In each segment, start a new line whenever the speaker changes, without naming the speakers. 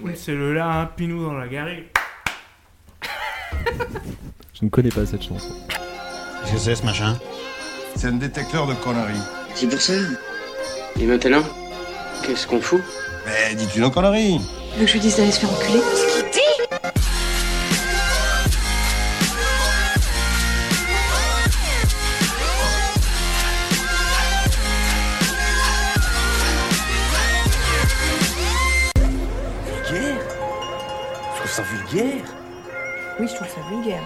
Jaune, c'est le là, un pinou dans la garrigue.
Je ne connais pas cette chanson.
Qu'est-ce que c'est ce machin
C'est un détecteur de conneries.
C'est pour ça. Et maintenant, qu'est-ce qu'on fout
Mais dis-tu nos conneries
Tu veux que je lui dise d'aller se faire enculer
Vulgaire Je trouve ça vulgaire
Oui, je trouve ça vulgaire.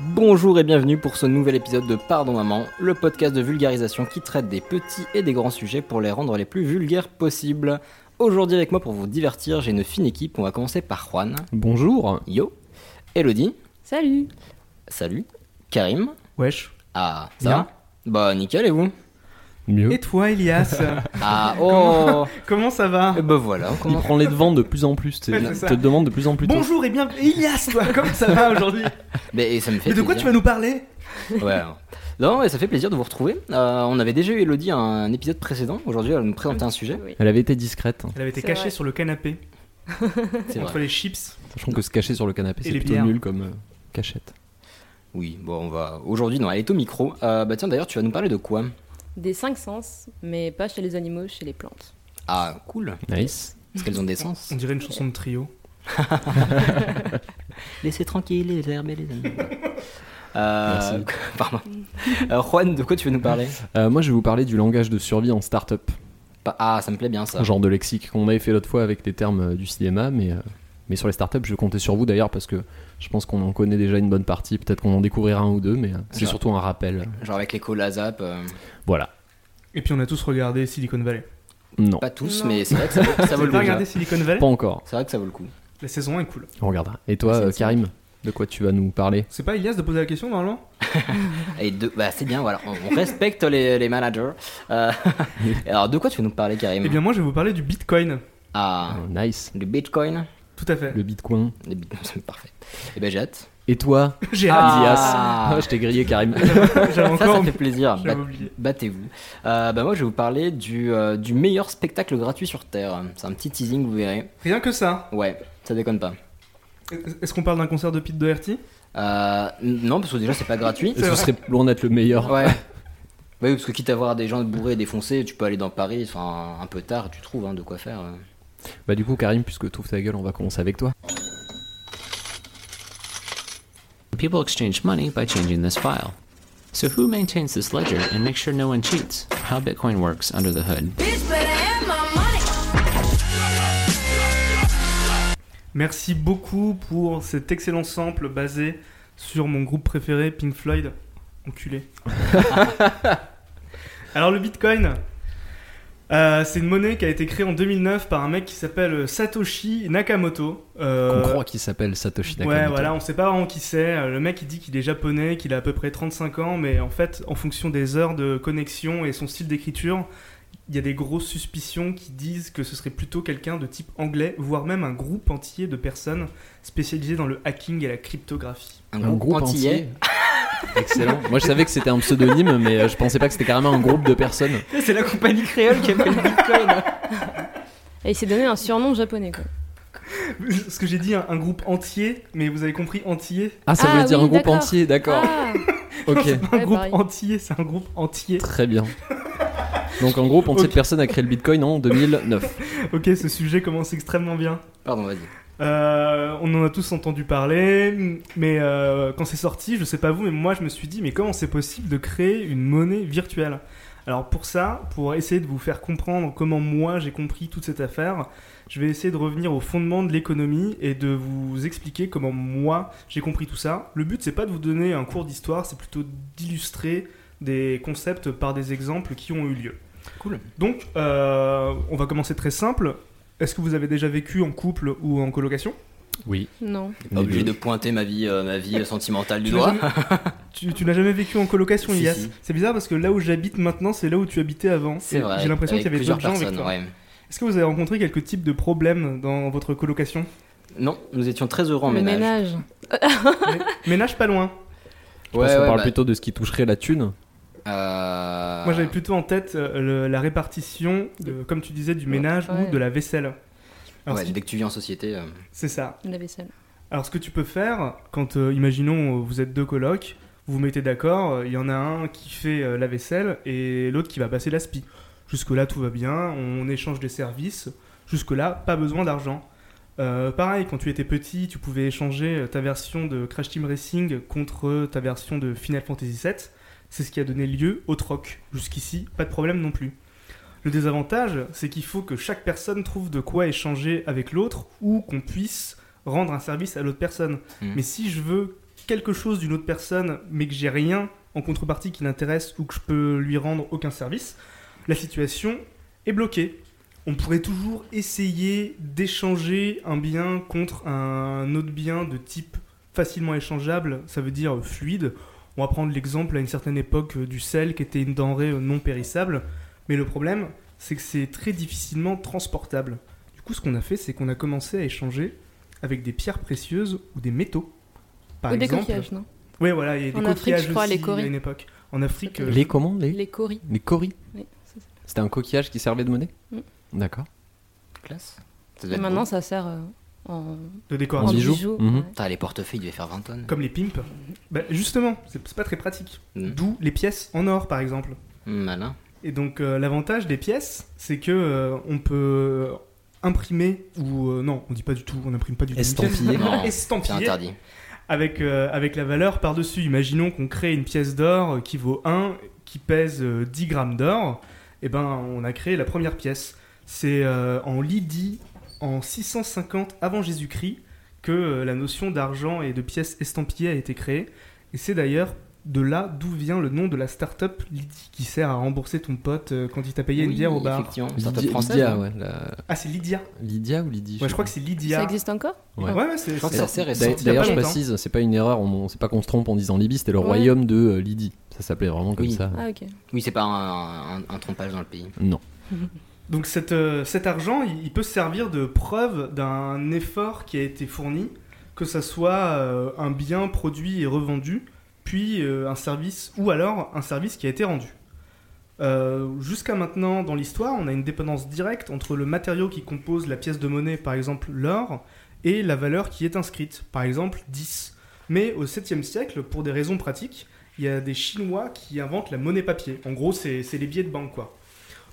Bonjour et bienvenue pour ce nouvel épisode de Pardon Maman, le podcast de vulgarisation qui traite des petits et des grands sujets pour les rendre les plus vulgaires possibles. Aujourd'hui avec moi pour vous divertir, j'ai une fine équipe, on va commencer par Juan,
Bonjour.
Yo, Elodie,
Salut
salut, Karim,
Wesh.
ah ça
Bien.
va Bah nickel et vous Oh.
Mieux.
Et toi, Elias
Ah oh
Comment ça va
Et ben voilà,
Il
comment...
prend les devants de plus en plus.
Ouais,
Il
c'est ça.
te demande de plus en plus. tôt.
Bonjour et bien. Elias, toi, comment ça va aujourd'hui
Mais, et ça me fait
Mais de quoi tu vas
plaisir.
nous parler
Ouais, alors. Non, mais ça fait plaisir de vous retrouver. Euh, on avait déjà eu Elodie à un épisode précédent, aujourd'hui elle va nous présenter un sujet.
Oui.
Elle avait été discrète. hein.
Elle avait été
C'est
cachée
vrai.
sur le canapé,
C'est
entre
vrai.
les chips.
Sachant que se cacher sur le canapé,
Et
c'est
les
plutôt
bières.
nul comme euh, cachette.
Oui, bon on va... Aujourd'hui non, elle est au micro. Euh, bah tiens d'ailleurs tu vas nous parler de quoi
Des cinq sens, mais pas chez les animaux, chez les plantes.
Ah, cool.
Nice.
Parce qu'elles ont des sens.
On dirait une chanson de trio.
Laissez tranquille les herbes et les animaux.
Merci.
pardon. Euh, Juan, de quoi tu veux nous parler
Euh, moi, je vais vous parler du langage de survie en start-up.
Pa- Ah, ça me plaît bien ça.
Genre de lexique qu'on avait fait l'autre fois avec des termes euh, du cinéma, mais, euh, mais sur les startups, je comptais sur vous d'ailleurs parce que je pense qu'on en connaît déjà une bonne partie. Peut-être qu'on en découvrira un ou deux, mais euh, c'est
vrai.
surtout un rappel.
Genre avec les Colasap, euh,
Voilà.
Et puis on a tous regardé Silicon Valley.
Non,
pas tous,
Non.
mais c'est vrai que ça vaut,
Vous
ça vaut le
avez
coup.
regardé Silicon Valley
pas encore.
C'est vrai que ça vaut le coup.
La saison 1 est cool.
On regardera. Et toi,
Ah,
C'est
euh,
une série.
Karim, de quoi tu vas nous parler
C'est pas Elias de poser la question normalement
Et de- bah, c'est bien, voilà. On, on respecte les, les managers. Euh, Alors, de quoi tu veux nous parler, Karim
Eh bien, moi je vais vous parler du Bitcoin.
Ah,
Oh, Nice.
le Bitcoin.
Tout à fait.
Le bitcoin.
Le Bit- C'est parfait. Et ben, j'ai hâte.
Et toi,
J'ai
Ah.
Elias Ah, Je t'ai grillé, Karim.
hâte. J'avais
Ça, ça
encore.
fait plaisir.
J'avais
Bat-
oublié.
Battez-vous. Euh, bah, moi, je vais vous parler du, euh, du meilleur spectacle gratuit sur Terre. C'est un petit teasing, vous verrez.
Rien que ça.
Ouais, ça déconne pas.
Est-ce qu'on parle d'un concert de Pete Doherty
Euh, n- non, parce que déjà, c'est pas gratuit.
Et Ce serait loin d'être le meilleur.
Ouais. Bah oui, parce que quitte à voir des gens bourrés et défoncés, tu peux aller dans Paris, enfin, un peu tard, tu trouves hein, de quoi faire. euh.
Bah du coup, Karim, puisque trouve ta gueule, on va commencer avec toi.
People exchange money by changing this file. So, who maintains this ledger and makes sure no one cheats? How Bitcoin works under the hood.
Merci beaucoup pour cet excellent sample basé sur mon groupe préféré, Pink Floyd. Enculé. Alors le Bitcoin, euh, c'est une monnaie qui a été créée en 2009 par un mec qui s'appelle Satoshi Nakamoto. Euh,
Qu'on croit qu'il s'appelle Satoshi Nakamoto.
Ouais, voilà, on sait pas vraiment qui c'est. Euh, Le mec, il dit qu'il est japonais, qu'il a à peu près 35 ans, mais en fait, en fonction des heures de connexion et son style d'écriture, il y a des grosses suspicions qui disent que ce serait plutôt quelqu'un de type anglais, voire même un groupe entier de personnes spécialisées dans le hacking et la cryptographie.
Un,
Un
groupe,
groupe
antillais.
entier. Excellent. Moi, je savais que c'était un pseudonyme, mais euh, je pensais pas que c'était carrément un groupe de personnes.
C'est la compagnie créole qui a fait le bitcoin.
Et il s'est donné un surnom japonais, quoi.
Ce que j'ai dit, un, un groupe entier, mais vous avez compris, entier
Ah, ça
Ah,
voulait dire
oui,
un groupe
d'accord.
entier, d'accord.
Ah,
Ok,
C'est pas un
Ouais,
groupe
pareil.
entier, c'est un groupe entier.
très bien. Donc un groupe entier de personnes a créé le Bitcoin en 2009.
Ok, ce sujet commence extrêmement bien.
Pardon, vas-y.
Euh, on en a tous entendu parler, mais euh, quand c'est sorti, je sais pas vous, mais moi je me suis dit, mais comment c'est possible de créer une monnaie virtuelle Alors pour ça, pour essayer de vous faire comprendre comment moi j'ai compris toute cette affaire, je vais essayer de revenir au fondement de l'économie et de vous expliquer comment moi j'ai compris tout ça. Le but c'est pas de vous donner un cours d'histoire, c'est plutôt d'illustrer des concepts par des exemples qui ont eu lieu.
Cool.
Donc euh, on va commencer très simple. Est-ce que vous avez déjà vécu en couple ou en colocation
Oui.
non.
Obligé de pointer ma vie, euh, ma vie sentimentale du
Tu n'as
doigt.
jamais- tu, tu n'as jamais vécu en colocation,
Si,
Elias
si.
C'est bizarre parce que là où j'habite maintenant, c'est là où tu habitais avant.
C'est
Et
vrai.
J'ai l'impression
avec
qu'il y avait
plusieurs
d'autres gens avec
personnes.
toi.
ouais.
Est-ce que vous avez rencontré quelques types de problèmes dans votre colocation
Non, nous étions très heureux en
le
ménage.
ménage.
Mais- Ménage pas loin.
Je pense qu'on
ouais,
parle
bah,
plutôt de ce qui toucherait la thune.
euh,
Moi, j'avais plutôt en tête euh, le- la répartition, de- comme tu disais, du ménage ou
Ouais.
de la vaisselle. Alors,
Ouais,
ce qui-
dès que tu vis en société. euh,
C'est ça.
La vaisselle.
Alors, ce que tu peux faire, quand, euh, imaginons, euh, vous êtes deux colocs, vous vous mettez d'accord, euh, il y en a un qui fait euh, la vaisselle et l'autre qui va passer la spi. Jusque-là, tout va bien, on échange des services. Jusque-là, pas besoin d'argent. Euh, pareil, quand tu étais petit, tu pouvais échanger euh, ta version de Crash Team Racing contre ta version de Final Fantasy VII. C'est ce qui a donné lieu au troc. Jusqu'ici, pas de problème non plus. Le désavantage, c'est qu'il faut que chaque personne trouve de quoi échanger avec l'autre ou qu'on puisse rendre un service à l'autre personne.
Mhm.
Mais si je veux quelque chose d'une autre personne, mais que j'ai rien en contrepartie qui l'intéresse ou que je peux lui rendre aucun service, la situation est bloquée. On pourrait toujours essayer d'échanger un bien contre un autre bien de type facilement échangeable, ça veut dire fluide. On va prendre l'exemple à une certaine époque euh, du sel qui était une denrée euh, non périssable. Mais le problème, c'est que c'est très difficilement transportable. Du coup, ce qu'on a fait, c'est qu'on a commencé à échanger avec des pierres précieuses ou des métaux. Par
Ou des
exemple.
coquillages, non
Oui, voilà, il y a des
En Afrique,
coquillages
je crois,
aussi
les coris.
à une époque. En Afrique, euh,
Les comment Les,
Les coris.
les coris
Oui, c'est ça.
C'était un coquillage qui servait de monnaie
Mm.
D'accord.
Classe. Ça doit
Et
être
maintenant,
beau.
ça sert euh, en,
de
En
en
décoration.
bijoux.
bijoux.
Mhm.
ouais.
Putain, les portefeuilles, ils devaient faire 20 tonnes.
Comme les pimps. Bah, justement, c'est c'est pas très pratique.
Mm.
D'où les pièces en or, par exemple.
Malin.
Et donc euh, l'avantage des pièces, c'est que euh, on peut imprimer ou euh, non, on dit pas du tout, on imprime pas du tout. une pièce.
Estampiller.
Non, C'est
Estampiller
interdit.
avec euh, avec la valeur par dessus. Imaginons qu'on crée une pièce d'or qui vaut 1, qui pèse euh, 10 grammes d'or. Et ben on a créé la première pièce. C'est euh, en Lydie en 650 avant Jésus-Christ que euh, la notion d'argent et de pièces estampillées a été créée. Et c'est d'ailleurs de là d'où vient le nom de la start-up Lydie qui sert à rembourser ton pote euh, quand il t'a payé une
Oui,
bière au bar.
Effectivement, une start-up
Lydia,
française.
Lydia,
hein.
ouais, la-
Ah, c'est Lydia.
Lydia ou Lydie
Ouais, je crois que c'est Lydia.
Ça existe encore
Ouais.
Ouais, ouais, c'est.
Je crois que
c'est-
c'est assez récent.
D'ailleurs,
sorti il y a
d'ailleurs,
pas
je
longtemps.
précise, c'est pas une erreur, on, c'est pas qu'on se trompe en disant Libye, c'était le
Ouais.
royaume de euh, Lydie. Ça s'appelait vraiment comme
Oui.
ça.
Ah, ok.
Oui, c'est pas un, un- un trompage dans le pays.
Non.
Donc cette, euh, cet argent, il, il peut servir de preuve d'un effort qui a été fourni, que ça soit euh, un bien produit et revendu, puis euh, un service, ou alors un service qui a été rendu. Euh, Jusqu'à maintenant, dans l'histoire, on a une dépendance directe entre le matériau qui compose la pièce de monnaie, par exemple l'or, et la valeur qui est inscrite, par exemple 10. Mais au 7e siècle, pour des raisons pratiques, il y a des Chinois qui inventent la monnaie papier. En gros, c'est c'est les billets de banque, quoi.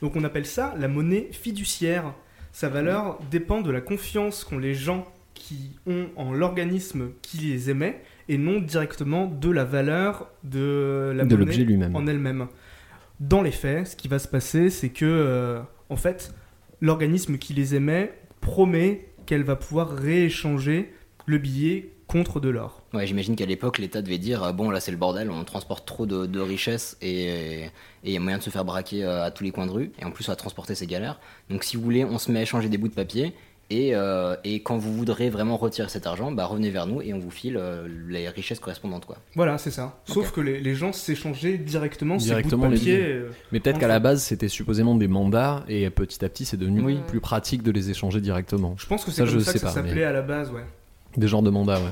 Donc on appelle ça la monnaie fiduciaire. Sa valeur dépend de la confiance qu'ont les gens qui ont en l'organisme qui les émet et non directement de la valeur de la
de
monnaie
l'objet lui-même.
en elle-même. Dans les faits, ce qui va se passer, c'est que, euh, en fait, l'organisme qui les émet promet qu'elle va pouvoir rééchanger le billet contre de l'or.
Ouais, j'imagine qu'à l'époque, l'État devait dire euh, bon, là c'est le bordel, on transporte trop de, de richesses et et il y a moyen de se faire braquer euh, à tous les coins de rue. Et en plus, on va transporter ces galères. Donc, si vous voulez, on se met à échanger des bouts de papier. Et, euh, et quand vous voudrez vraiment retirer cet argent, bah, revenez vers nous et on vous file euh, les richesses correspondantes. Quoi.
Voilà, c'est ça. Sauf que les, les gens s'échangeaient directement,
Directement
ces
les
bouts de papier.
billets.
euh,
Mais peut-être qu'à la base, c'était supposément des mandats, et petit à petit, c'est devenu
Oui.
plus pratique de les échanger directement.
Je pense que
Ça,
c'est comme
je
ça
sais
que ça
pas, mais-
s'appelait à la base, ouais.
Des genres de mandats, ouais.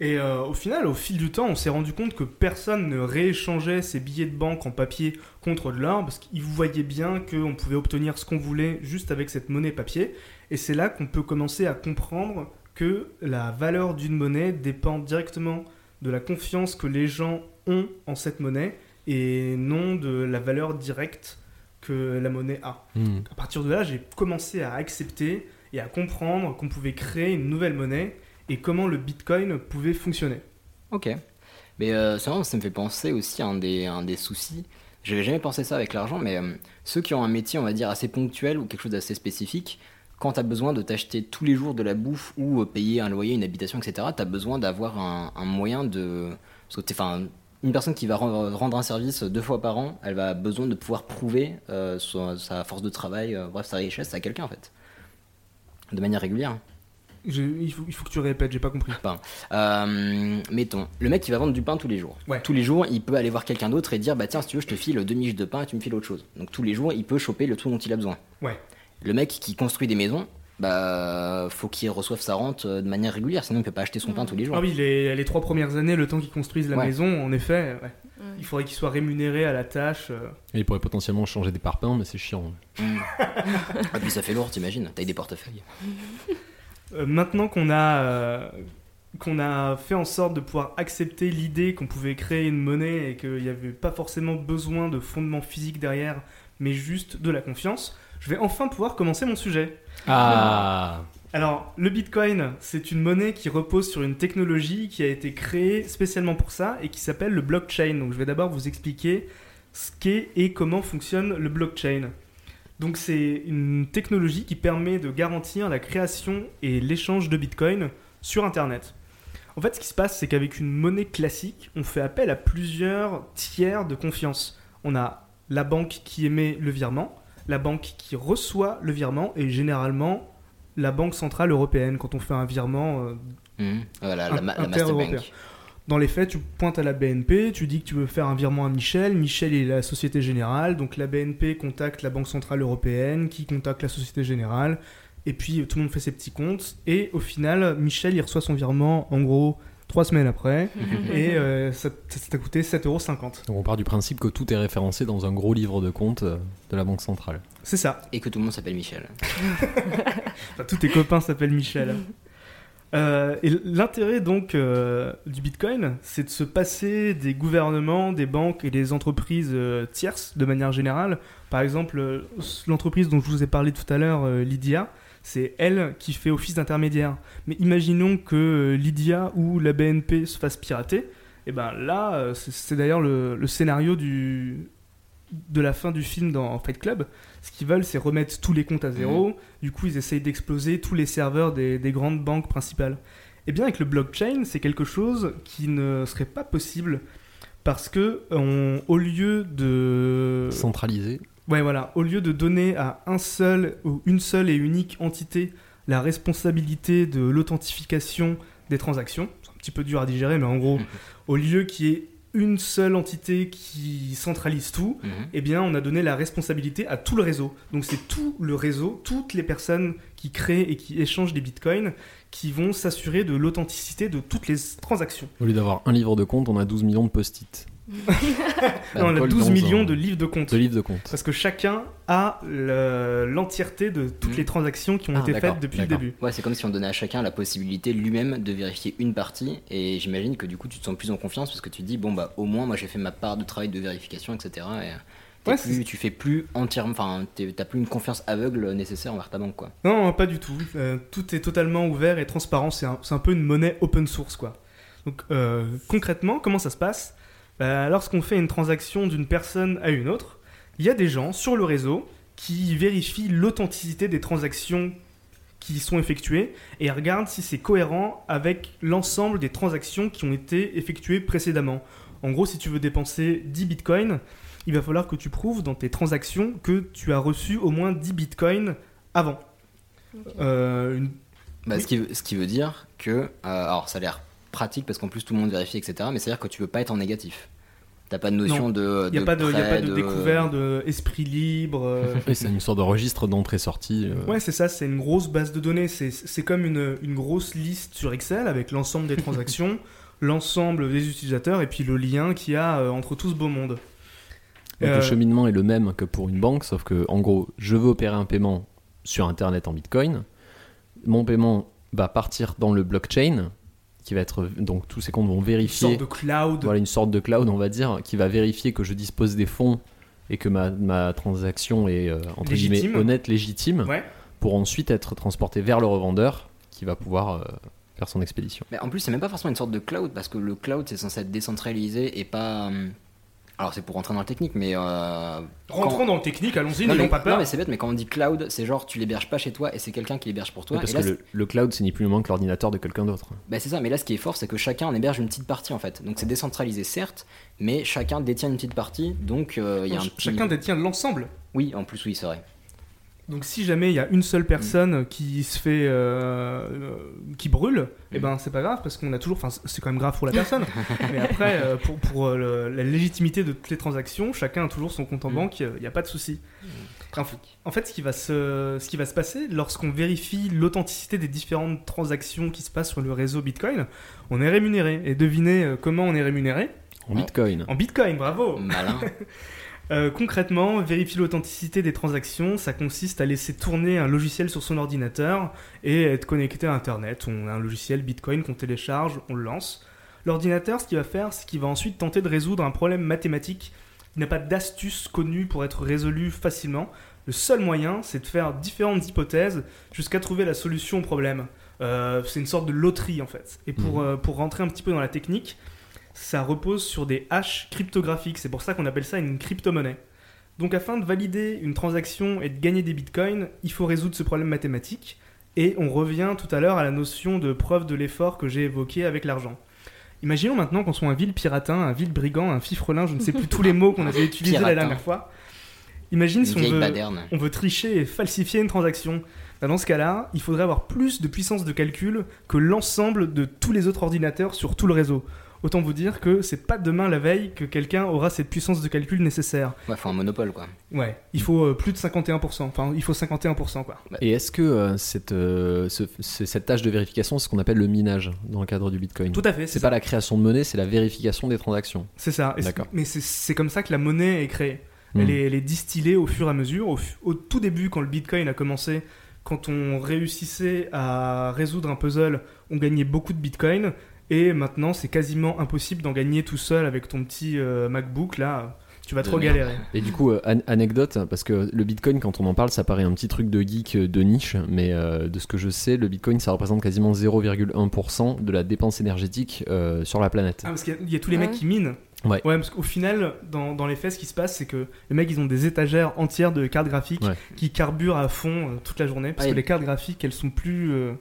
Et euh, au final, au fil du temps, on s'est rendu compte que personne ne rééchangeait ses billets de banque en papier contre de l'or, parce qu'ils voyaient bien qu'on pouvait obtenir ce qu'on voulait juste avec cette monnaie papier. Et c'est là qu'on peut commencer à comprendre que la valeur d'une monnaie dépend directement de la confiance que les gens ont en cette monnaie et non de la valeur directe que la monnaie a.
Hmm.
À partir de là, j'ai commencé à accepter et à comprendre qu'on pouvait créer une nouvelle monnaie et comment le Bitcoin pouvait fonctionner.
Ok. Mais euh, ça, ça me fait penser aussi à un des, un des soucis. J'avais jamais pensé ça avec l'argent, mais euh, ceux qui ont un métier, on va dire, assez ponctuel ou quelque chose d'assez spécifique, quand tu as besoin de t'acheter tous les jours de la bouffe ou euh, payer un loyer, une habitation, etc., tu as besoin d'avoir un, un moyen de. Parce que t'es- 'fin, une personne qui va rendre, rendre un service deux fois par an, elle va besoin de pouvoir prouver euh, son- sa force de travail, euh, bref, sa richesse à quelqu'un, en fait. De manière régulière. hein.
Je- il, faut, il faut que tu répètes, j'ai pas compris.
Euh, mettons, le mec qui va vendre du pain tous les jours.
Ouais.
Tous les jours, il peut aller voir quelqu'un d'autre et dire bah tiens, si tu veux, je te file deux miches de pain et tu me files autre chose. Donc tous les jours, il peut choper le truc dont il a besoin.
Ouais.
Le mec qui construit des maisons, bah faut qu'il reçoive sa rente euh, de
Mmh.
manière régulière, sinon il peut pas acheter son pain tous les jours.
Ah oui, les, les trois premières années, le temps qu'ils construisent la
Ouais.
maison, en effet, ouais. Il faudrait qu'ils soient rémunérés à la tâche. euh.
Et il pourrait potentiellement changer des parpaings, mais c'est chiant.
Ah, puis ça fait lourd, t'imagines T'as des portefeuilles.
Euh, maintenant qu'on a, euh, qu'on a fait en sorte de pouvoir accepter l'idée qu'on pouvait créer une monnaie et qu'il n'y avait pas forcément besoin de fondement physique derrière, mais juste de la confiance, je vais enfin pouvoir commencer mon sujet.
Ah
Alors, le Bitcoin, c'est une monnaie qui repose sur une technologie qui a été créée spécialement pour ça et qui s'appelle le blockchain. Donc, je vais d'abord vous expliquer ce qu'est et comment fonctionne le blockchain. Donc, c'est une technologie qui permet de garantir la création et l'échange de Bitcoin sur Internet. En fait, ce qui se passe, c'est qu'avec une monnaie classique, on fait appel à plusieurs tiers de confiance. On a la banque qui émet le virement, la banque qui reçoit le virement et généralement la Banque Centrale Européenne quand on fait un virement. euh,
Hum. Voilà, la,
Un-
ma- la
un père européen.
Masterbank.
Dans les faits, tu pointes à la BNP, tu dis que tu veux faire un virement à Michel, Michel est la Société Générale, donc la BNP contacte la Banque Centrale Européenne, qui contacte la Société Générale, et puis euh, tout le monde fait ses petits comptes, et au final, Michel, il reçoit son virement, en gros, trois semaines après, et euh, ça ça- ça t'a coûté 7,50€.
Donc on part du principe que tout est référencé dans un gros livre de comptes euh, de la Banque Centrale.
C'est ça.
Et que tout le monde s'appelle Michel.
Enfin, tous tes copains s'appellent Michel. Euh, et l'intérêt donc euh, du Bitcoin, c'est de se passer des gouvernements, des banques et des entreprises euh, tierces de manière générale. Par exemple, euh, l'entreprise dont je vous ai parlé tout à l'heure, euh, Lydia, c'est elle qui fait office d'intermédiaire. Mais imaginons que euh, Lydia ou la BNP se fassent pirater. Et ben là, euh, c'est- c'est d'ailleurs le, le scénario du, de la fin du film dans Fight Club. Ce qu'ils veulent, c'est remettre tous les comptes à zéro. Du coup, ils essayent d'exploser tous les serveurs des, des grandes banques principales. Eh bien, avec le blockchain, c'est quelque chose qui ne serait pas possible parce que euh, on- au lieu de
Centralisé.
Ouais, voilà. Au lieu de donner à un seul ou une seule et unique entité la responsabilité de l'authentification des transactions, c'est un petit peu dur à digérer, mais en gros,
Mhm.
au lieu qu'il y ait une seule entité qui centralise tout,
Mhm.
eh bien, on a donné la responsabilité à tout le réseau. Donc, c'est tout le réseau, toutes les personnes qui créent et qui échangent des bitcoins qui vont s'assurer de l'authenticité de toutes les transactions.
Au lieu d'avoir un livre de comptes, on a 12 millions de post-it.
Et on a
colle
12
Bah, dans
millions
un-
de livres de comptes.
De livres de comptes.
Parce que chacun a le- l'entièreté de toutes
Mhm.
les transactions qui ont
Ah,
été
d'accord,
faites depuis le
d'accord.
début.
Ouais, c'est comme si on donnait à chacun la possibilité lui-même de vérifier une partie. Et j'imagine que du coup, tu te sens plus en confiance parce que tu te dis, bon, bah, au moins, moi, j'ai fait ma part de travail de vérification, etc. Et euh, t'es
Ouais,
plus-
c'est-
tu fais plus entièrement. Enfin, t'es- t'as plus une confiance aveugle nécessaire envers ta banque, quoi.
Non, non, pas du tout. Euh, tout est totalement ouvert et transparent. C'est un, c'est un peu une monnaie open source, quoi. Donc, euh, concrètement, comment ça se passe Bah, Lorsqu'on fait une transaction d'une personne à une autre, il y a des gens sur le réseau qui vérifient l'authenticité des transactions qui sont effectuées et regardent si c'est cohérent avec l'ensemble des transactions qui ont été effectuées précédemment. En gros, si tu veux dépenser 10 bitcoins, il va falloir que tu prouves dans tes transactions que tu as reçu au moins 10 bitcoins avant. Euh, une-
Bah, ce, qui, veut- ce qui veut dire que. euh, alors, ça a l'air pratique parce qu'en plus, tout le monde vérifie, etc. Mais c'est-à-dire que tu peux pas être en négatif. T'as pas de notion
Non,
de. euh.
Il n'y a, pas de- y a
prêt,
pas de découvert, de esprit libre. euh.
Et c'est une sorte de registre d'entrée-sortie. euh,
Ouais, c'est ça, c'est une grosse base de données. C'est- C'est comme une, une grosse liste sur Excel avec l'ensemble des transactions, l'ensemble des utilisateurs et puis le lien qu'il y a euh, entre tout ce beau monde.
Donc
Euh,
le cheminement est le même que pour une banque, sauf que en gros, je veux opérer un paiement sur Internet en Bitcoin. Mon paiement va partir dans le blockchain, qui va être donc tous ces comptes vont
Une sorte
vérifier.
de cloud.
Voilà une sorte de cloud, on va dire, qui va vérifier que je dispose des fonds et que ma, ma transaction est euh, entre
Légitime.
guillemets honnête, légitime,
Ouais.
pour ensuite être transportée vers le revendeur, qui va pouvoir euh, faire son expédition.
Mais en plus, c'est même pas forcément une sorte de cloud parce que le cloud c'est censé être décentralisé et pas. hum, Alors c'est pour rentrer dans le technique, mais. euh,
Rentrons
quand-
dans le technique, allons-y,
non,
n'ayons
mais,
pas
non,
peur.
mais c'est bête, mais quand on dit cloud, c'est genre tu l'héberges pas chez toi et c'est quelqu'un qui l'héberge pour toi.
Oui, parce
et là,
que le, le cloud, c'est ni plus ni moins que l'ordinateur de quelqu'un d'autre.
c'est- bah, c'est ça, mais là ce qui est fort, c'est que chacun en héberge une petite partie en fait. Donc c'est décentralisé certes, mais chacun détient une petite partie, donc euh, il y a un
Ch-
petit-
Chacun détient l'ensemble.
Oui, en plus, oui, c'est vrai.
Donc si jamais il y a une seule personne qui se fait euh, euh, qui brûle, eh ben c'est pas grave parce qu'on a toujours, enfin c'est quand même grave pour la personne. mais après euh, pour, pour, euh, le- la légitimité de toutes les transactions, chacun a toujours son compte en
Mm.
banque, il n'y a pas de souci. En fait- En fait, ce qui va se, ce qui va se passer lorsqu'on vérifie l'authenticité des différentes transactions qui se passent sur le réseau Bitcoin, on est rémunéré. Et devinez euh, comment on est rémunéré
En
Ah.
En bitcoin.
En Bitcoin, bravo
Malin.
Euh, concrètement, vérifier l'authenticité des transactions, ça consiste à laisser tourner un logiciel sur son ordinateur et être connecté à Internet. On a un logiciel Bitcoin qu'on télécharge, on le lance. L'ordinateur, ce qu'il va faire, c'est qu'il va ensuite tenter de résoudre un problème mathématique. Il n'a pas d'astuce connue pour être résolu facilement. Le seul moyen, c'est de faire différentes hypothèses jusqu'à trouver la solution au problème. Euh, c'est une sorte de loterie en fait. Et pour,
Mhm.
euh, pour rentrer un petit peu dans la technique, ça repose sur des hash cryptographiques. C'est pour ça qu'on appelle ça une crypto-monnaie. Donc, afin de valider une transaction et de gagner des bitcoins, il faut résoudre ce problème mathématique. Et on revient tout à l'heure à la notion de preuve de l'effort que j'ai évoquée avec l'argent. Imaginons maintenant qu'on soit un vil piratin, un vil brigand, un fifrelin, je ne sais plus tous les mots qu'on avait utilisés la
Piratin.
dernière fois. Imagine
Une
si on
vieille
veut,
baderne.
on veut tricher et falsifier une transaction. Ben, dans ce cas-là, il faudrait avoir plus de puissance de calcul que l'ensemble de tous les autres ordinateurs sur tout le réseau. Autant vous dire que c'est pas demain la veille que quelqu'un aura cette puissance de calcul nécessaire.
Ouais, faut un monopole quoi.
Ouais, il faut euh, plus de 51%. Enfin, il faut 51%, quoi.
Et est-ce que euh, cette, euh, ce- ce- cette tâche de vérification, c'est ce qu'on appelle le minage dans le cadre du Bitcoin
Tout à fait,
C'est
c'est ça.
pas la création de monnaie, c'est la vérification des transactions.
C'est ça. Et c'est-
D'accord.
Mais c'est- c'est comme ça que la monnaie est créée.
Hmm.
Elle, est, elle est distillée au fur et à mesure. Au, fu- au tout début, quand le Bitcoin a commencé, quand on réussissait à résoudre un puzzle, on gagnait beaucoup de Bitcoin. Et maintenant, c'est quasiment impossible d'en gagner tout seul avec ton petit euh, MacBook. Là, tu vas
De
trop
merde.
galérer.
Et du coup, euh, an- anecdote, parce que le Bitcoin, quand on en parle, ça paraît un petit truc de geek euh, de niche, mais euh, de ce que je sais, le Bitcoin, ça représente quasiment 0,1% de la dépense énergétique euh, sur la planète.
Ah, parce qu'il y a- il y, a tous les
Ouais.
mecs qui minent.
Ouais.
parce qu'au final, dans, dans les faits, ce qui se passe, c'est que les mecs, ils ont des étagères entières de cartes graphiques
Ouais.
qui carburent à fond euh, toute la journée. Parce
Ouais.
que les cartes graphiques, elles sont plus, euh,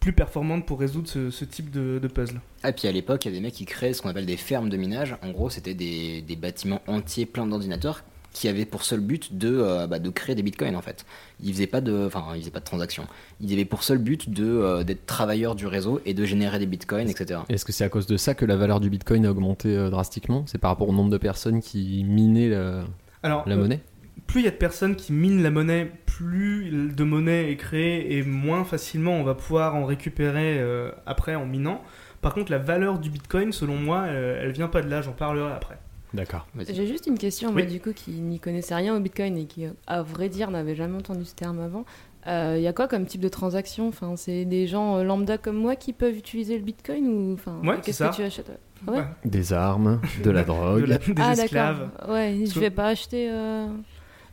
plus performantes pour résoudre ce, ce type de, de puzzle.
Ah, puis à l'époque, il y avait des mecs qui créaient ce qu'on appelle des fermes de minage. En gros, c'était des, des bâtiments entiers pleins d'ordinateurs qui avaient pour seul but de, euh, bah, de créer des bitcoins en fait. Ils faisaient pas de, enfin, ils faisaient pas de transactions. Ils avaient pour seul but de euh, d'être travailleurs du réseau et de générer des bitcoins, etc.
Est-ce que c'est à cause de ça que la valeur du Bitcoin a augmenté euh, drastiquement C'est par rapport au nombre de personnes qui minaient la,
Alors,
la
euh,
monnaie
plus il y a de personnes qui minent la monnaie, plus de monnaie est créée et moins facilement on va pouvoir en récupérer euh, après en minant. Par contre, la valeur du bitcoin, selon moi, euh, elle vient pas de là, j'en parlerai après.
D'accord.
Vas-y.
J'ai juste une question, moi,
Oui.
du coup, qui n'y connaissait rien au Bitcoin et qui, à vrai dire, n'avait jamais entendu ce terme avant. Il y a quoi comme type de transaction enfin, C'est des gens euh, lambda comme moi qui peuvent utiliser le Bitcoin ou enfin,
Ouais,
Qu'est-ce
c'est ça.
que tu achètes Ouais.
Ouais.
Des armes, de la drogue.
De la- des
ah,
esclaves.
d'accord. Ouais,
Sous-
je vais pas acheter euh,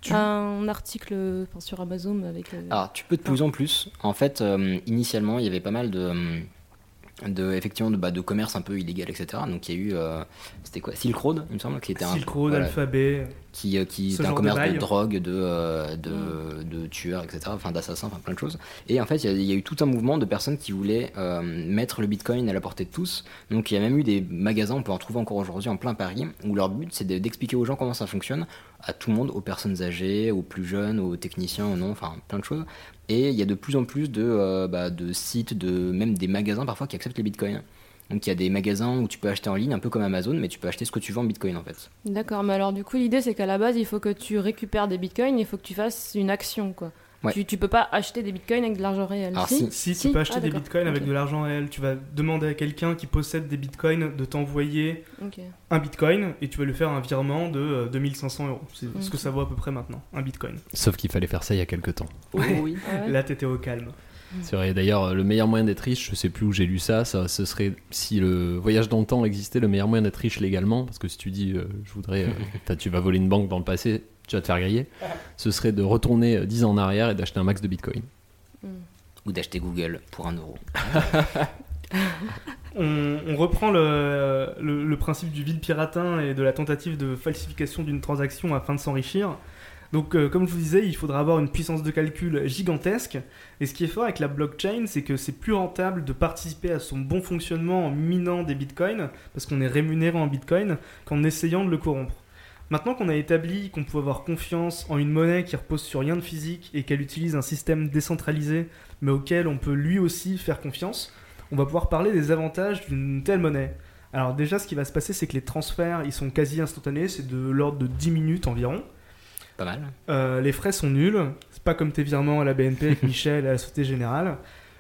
Tu-
un article euh, enfin, sur Amazon avec. euh,
Alors, tu peux de plus en plus. En fait, euh, initialement, il y avait pas mal de, euh, de effectivement, de, bah, de commerce un peu illégal, etc. Donc, il y a eu, euh, c'était quoi, Silk Road, il me semble, qui était un,
Silk Road,
voilà,
Alphabet.
qui, euh, qui
ce
était un
genre de
commerce de,
bail. Mm.
drogue, de, euh, de, de tueurs, etc. Enfin, d'assassins, enfin, plein de choses. Et en fait, il y a- il y, a eu tout un mouvement de personnes qui voulaient euh, mettre le Bitcoin à la portée de tous. Donc, il y a même eu des magasins, on peut en trouver encore aujourd'hui en plein Paris, où leur but, c'est de- d'expliquer aux gens comment ça fonctionne, à tout le monde, aux personnes âgées, aux plus jeunes, aux techniciens, aux non, enfin, plein de choses. Et il y a de plus en plus de, euh, bah, de sites, de, même des magasins parfois qui acceptent les bitcoins. Donc il y a des magasins où tu peux acheter en ligne, un peu comme Amazon, mais tu peux acheter ce que tu vends en bitcoin en fait.
D'accord, mais alors du coup, l'idée c'est qu'à la base, il faut que tu récupères des bitcoins, il faut que tu fasses une action quoi.
Ouais.
Tu, tu peux pas acheter des bitcoins avec de l'argent réel.
Alors, si.
Si, tu
Si.
peux acheter
Ah,
des
d'accord.
bitcoins avec
Ok.
de l'argent réel, tu vas demander à quelqu'un qui possède des bitcoins de t'envoyer
Ok.
un bitcoin et tu vas lui faire un virement de euh, 2500 euros. C'est ce
Ok.
que ça vaut à peu près maintenant, un bitcoin.
Sauf qu'il fallait faire ça il y a quelques temps.
oui.
Ah ouais
Là, t'étais au calme.
C'est vrai, d'ailleurs, le meilleur moyen d'être riche, je sais plus où j'ai lu ça, ça, ce serait si le voyage dans le temps existait, le meilleur moyen d'être riche légalement, parce que si tu dis euh, je voudrais, euh, t'as- tu vas voler une banque dans le passé, tu vas te faire griller, ce serait de retourner euh, 10 ans en arrière et d'acheter un max de bitcoin.
ou d'acheter Google pour un euro.
On, on reprend le, le- le principe du vil piratin et de la tentative de falsification d'une transaction afin de s'enrichir. Donc, euh, comme je vous disais, il faudra avoir une puissance de calcul gigantesque. Et ce qui est fort avec la blockchain, c'est que c'est plus rentable de participer à son bon fonctionnement en minant des bitcoins, parce qu'on est rémunéré en bitcoin, qu'en essayant de le corrompre. Maintenant qu'on a établi qu'on peut avoir confiance en une monnaie qui repose sur rien de physique et qu'elle utilise un système décentralisé, mais auquel on peut lui aussi faire confiance, on va pouvoir parler des avantages d'une telle monnaie. Alors déjà, ce qui va se passer, c'est que les transferts, ils sont quasi instantanés, c'est de l'ordre de 10 minutes environ.
Pas mal.
Euh, les frais sont nuls, c'est pas comme tes virements à la BNP avec Michel et à la Société Générale.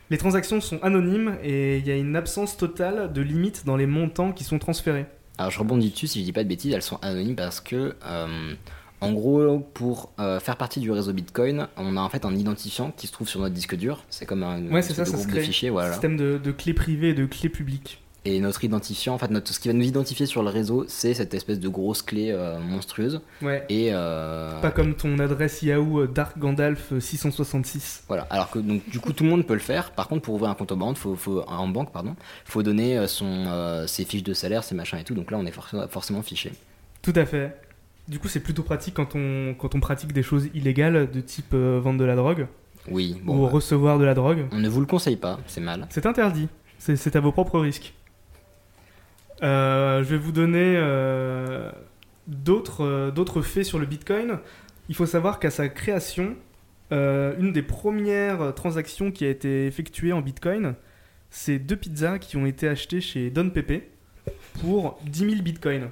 Les transactions sont anonymes et il y a une absence totale de limite dans les montants qui sont transférés.
Alors je rebondis dessus, si je dis pas de bêtises, elles sont anonymes parce que, euh, en gros, pour euh, faire partie du réseau Bitcoin, on a en fait un identifiant qui se trouve sur notre disque dur. C'est comme un,
Ouais,
un
c'est
espèce
ça,
de
ça se
groupe de
crée.
fichiers. Voilà.
Système de, de clés privées et de clés publiques.
Et notre identifiant, en fait, notre, ce qui va nous identifier sur le réseau, c'est cette espèce de grosse clé euh, monstrueuse.
Ouais.
Et euh,
Pas comme ton adresse Yahoo euh, Dark Gandalf euh, 666.
Voilà. Alors que donc du coup tout le monde peut le faire. Par contre pour ouvrir un compte en banque, faut, faut en banque pardon, faut donner euh, son euh, ses fiches de salaire, ses machins et tout. Donc là on est forc- forcément fiché.
Tout à fait. Du coup, c'est plutôt pratique quand on, quand on pratique des choses illégales de type euh, vendre de la drogue
Oui.
ou
Bon. bah,
recevoir de la drogue.
on ne vous le conseille pas, c'est mal.
C'est interdit. C'est c'est à vos propres risques. Euh, je vais vous donner euh, d'autres euh, d'autres faits sur le Bitcoin. Il faut savoir qu'à sa création, euh, une des premières transactions qui a été effectuée en Bitcoin, c'est deux pizzas qui ont été achetées chez Don Pepe pour 10 000 Bitcoins.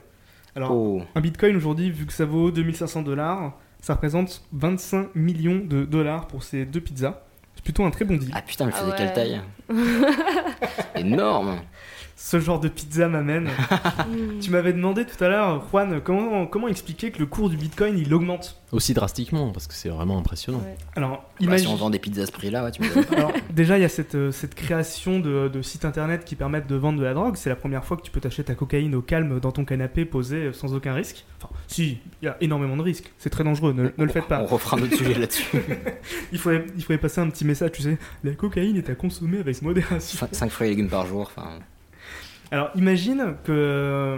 Alors,
Oh.
un bitcoin aujourd'hui, vu que ça vaut 2500 dollars, ça représente 25 millions de dollars pour ces deux pizzas. C'est plutôt un très bon deal.
Ah putain, mais
Ah
faisait quelle
ouais.
taille Énorme. Bah,
Ce genre de pizza m'amène.
Hmm.
tu m'avais demandé tout à l'heure, Juan, comment, comment expliquer que le cours du bitcoin il augmente
Aussi drastiquement, parce que c'est vraiment impressionnant.
Ouais.
Alors,
Bah, si
imagine.
on vend des pizzas à ce prix-là, ouais, tu me donnes pas.
Alors, déjà, il y a cette, euh, cette création de, de sites internet qui permettent de vendre de la drogue. C'est la première fois que tu peux t'acheter ta cocaïne au calme dans ton canapé posé euh, sans aucun risque. Enfin, si, il y a énormément de risques. C'est très dangereux, ne, ne le faites pas.
On refera un autre sujet là-dessus. oh.
Il faudrait, il faudrait passer un petit message, tu sais. La cocaïne est à consommer avec modération.
5 fruits et légumes par jour. Enfin,
Alors imagine que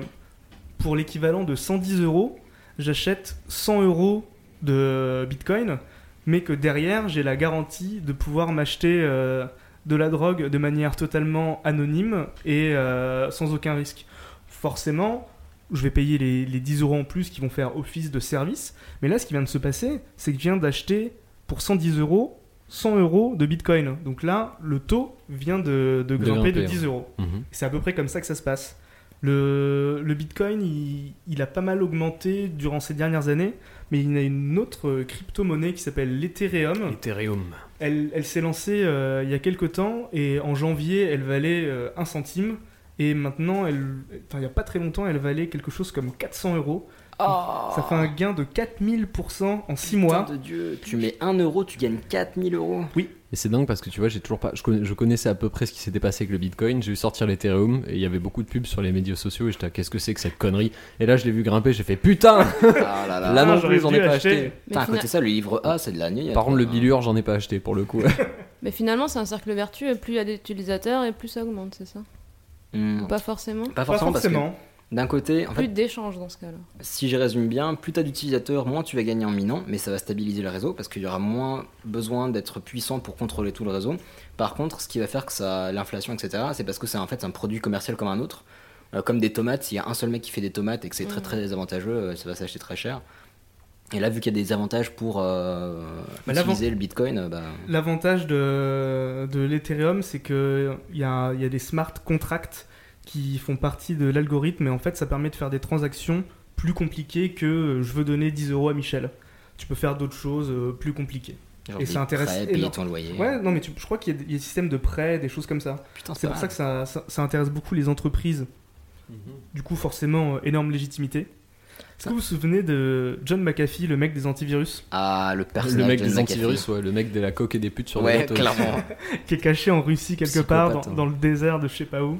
pour l'équivalent de 110 euros, j'achète 100 euros de bitcoin, mais que derrière j'ai la garantie de pouvoir m'acheter euh, de la drogue de manière totalement anonyme et euh, sans aucun risque. Forcément, je vais payer les, les 10 euros en plus qui vont faire office de service, mais là ce qui vient de se passer, c'est que je viens d'acheter pour 110 euros 100 euros de bitcoin. Donc là, le taux vient de, de
De
grimper de
grimper,
10 euros.
Mhm.
C'est à peu près comme ça que ça se passe. Le, le Bitcoin, il, il a pas mal augmenté durant ces dernières années, mais il y a une autre euh, crypto-monnaie qui s'appelle l'Ethereum.
Ethereum.
Elle, elle s'est lancée euh, il y a quelques temps et en janvier, elle valait euh, 1 centime. Et maintenant, elle, enfin, il n'y a pas très longtemps, elle valait quelque chose comme 400 euros.
Oh.
Ça fait un gain de 4000% en 6 mois.
Putain de Dieu, tu mets 1 euro, tu gagnes 4000 euros.
Et c'est dingue parce que tu vois, j'ai toujours pas. Je, connais- je connaissais à peu près ce qui s'était passé avec le Bitcoin. J'ai vu sortir l'Ethereum et il y avait beaucoup de pubs sur les médias sociaux et j'étais, ah, qu'est-ce que c'est que cette connerie Et là, je l'ai vu grimper, j'ai fait putain
Ah là là.
Là non
j'aurais
plus, j'en
dû
ai pas
acheter.
acheté.
Mais
Putain, à côté
fina-
de ça, le livre A, c'est de la nuit.
Par contre, le billure, j'en ai pas acheté pour le coup.
Mais finalement, c'est un cercle vertueux. Plus il y a d'utilisateurs et plus ça augmente, c'est ça
Hmm.
Pas forcément.
Pas
Pas
forcément, parce
forcément.
que d'un côté, en fait,
Plus d'échanges dans ce cas-là.
si je résume bien, plus t'as d'utilisateurs, moins tu vas gagner en minant, mais ça va stabiliser le réseau parce qu'il y aura moins besoin d'être puissant pour contrôler tout le réseau. Par contre, ce qui va faire que ça, l'inflation, etc., c'est parce que c'est en fait un produit commercial comme un autre. Euh, comme des tomates, s'il y a un seul mec qui fait des tomates et que c'est très
Mhm.
très désavantageux, euh, ça va s'acheter très cher. Et là, vu qu'il y a des avantages pour euh,
Bah, l'avant-
utiliser le bitcoin, euh, bah,
L'avantage de, de l'Ethereum, c'est qu'il y a, il y a des smart contracts qui font partie de l'algorithme et en fait, ça permet de faire des transactions plus compliquées que euh, je veux donner 10 euros à Michel. Tu peux faire d'autres choses euh, plus compliquées.
genre
Et
des
ça intéresse
prêts, payer
énorme.
ton loyer.
Ouais, non, mais tu- je crois qu'il y, a des- il y a des systèmes de prêts, des choses comme ça.
Putain,
C'est pour ça que ça, ça- ça intéresse beaucoup les entreprises. Du coup, forcément, euh, énorme légitimité. Est-ce que vous vous souvenez de John McAfee, le mec des antivirus,
Ah, le personnage
le mec
de
des
McAfee.
antivirus, ouais, le mec de la coque et des putes sur le
Ouais,
gâteau.
clairement.
qui est caché en Russie quelque part,
Psychopathe,
dans,
hein.
dans le désert de je sais pas où.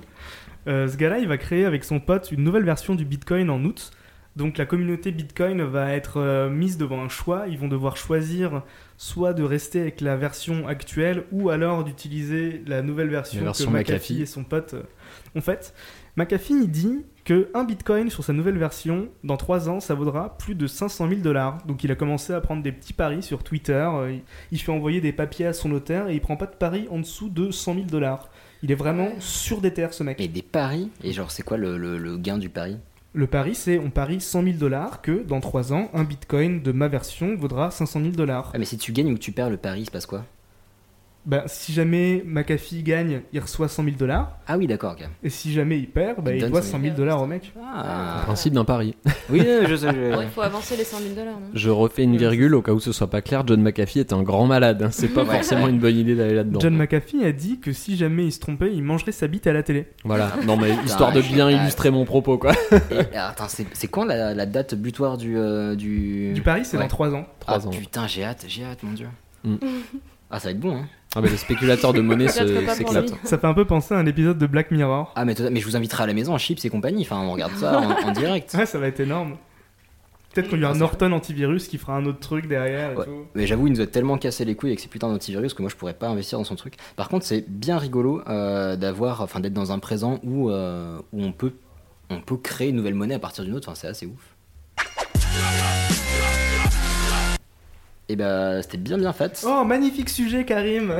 Euh, ce gars-là, il va créer avec son pote une nouvelle version du Bitcoin en août. Donc la communauté Bitcoin va être euh, mise devant un choix. Ils vont devoir choisir soit de rester avec la version actuelle ou alors d'utiliser la nouvelle version,
La version
que McAfee,
McAfee.
et son pote euh, ont faite. McAfee il dit que un Bitcoin sur sa nouvelle version, dans 3 ans, ça vaudra plus de 500 000 dollars. Donc il a commencé à prendre des petits paris sur Twitter. euh, il- Il fait envoyer des papiers à son notaire et il prend pas de paris en dessous de 100 000 dollars. Il est vraiment sur des terres ce mec.
Mais des paris Et genre, c'est quoi le, le- le gain du pari
Le pari, c'est on parie 100 000 dollars que dans 3 ans, un bitcoin de ma version vaudra 500 000 dollars.
Ah, mais si tu gagnes ou que tu perds le pari, il se passe quoi
ben, si jamais McAfee gagne, il reçoit 100 000 dollars.
Ah oui, d'accord, ok.
Et si jamais il perd, ben,
Il
il,
donne
doit
100
100
000
000 dollars au mec.
Ah.
Principe d'un pari.
Oui, je sais.
Bon,
je-
il Ah faut avancer les 100 000 dollars, non
Je refais une virgule au cas où ce soit pas clair. John McAfee est un grand malade. hein. C'est pas
Ouais.
forcément une bonne idée d'aller là-dedans.
John McAfee a dit que si jamais il se trompait, il mangerait sa bite à la télé.
Voilà. Non mais histoire de bien illustrer mon propos quoi.
Ah, Et- euh, attends, c'est c'est quand la, la date butoir du. euh, du...
Du pari, c'est
Ouais.
dans 3 ans.
Ah
Trois ans.
putain, j'ai hâte, j'ai hâte, mon dieu.
Mm.
Ah, ça va être bon, hein.
Ah mais les spéculateurs de monnaie se-
Peut-être pas pour lui.
s'éclatent.
Ça fait un peu penser à un épisode de Black Mirror.
Ah, mais, tota- mais je vous inviterai à la maison, chips et compagnie. Enfin, on regarde ça en, en direct.
Ouais, ça va être énorme. Peut-être qu'il y aura
Ah,
un
c'est
Norton antivirus qui fera un autre truc derrière et
Ouais.
tout.
Mais j'avoue, il nous a tellement cassé les couilles avec ces putains d'antivirus que moi je pourrais pas investir dans son truc. Par contre, c'est bien rigolo euh, d'avoir, enfin, d'être dans un présent où, euh, où on peut, on peut créer une nouvelle monnaie à partir d'une autre. Enfin, c'est assez ouf. Et bah, c'était bien bien fait.
Oh, magnifique sujet, Karim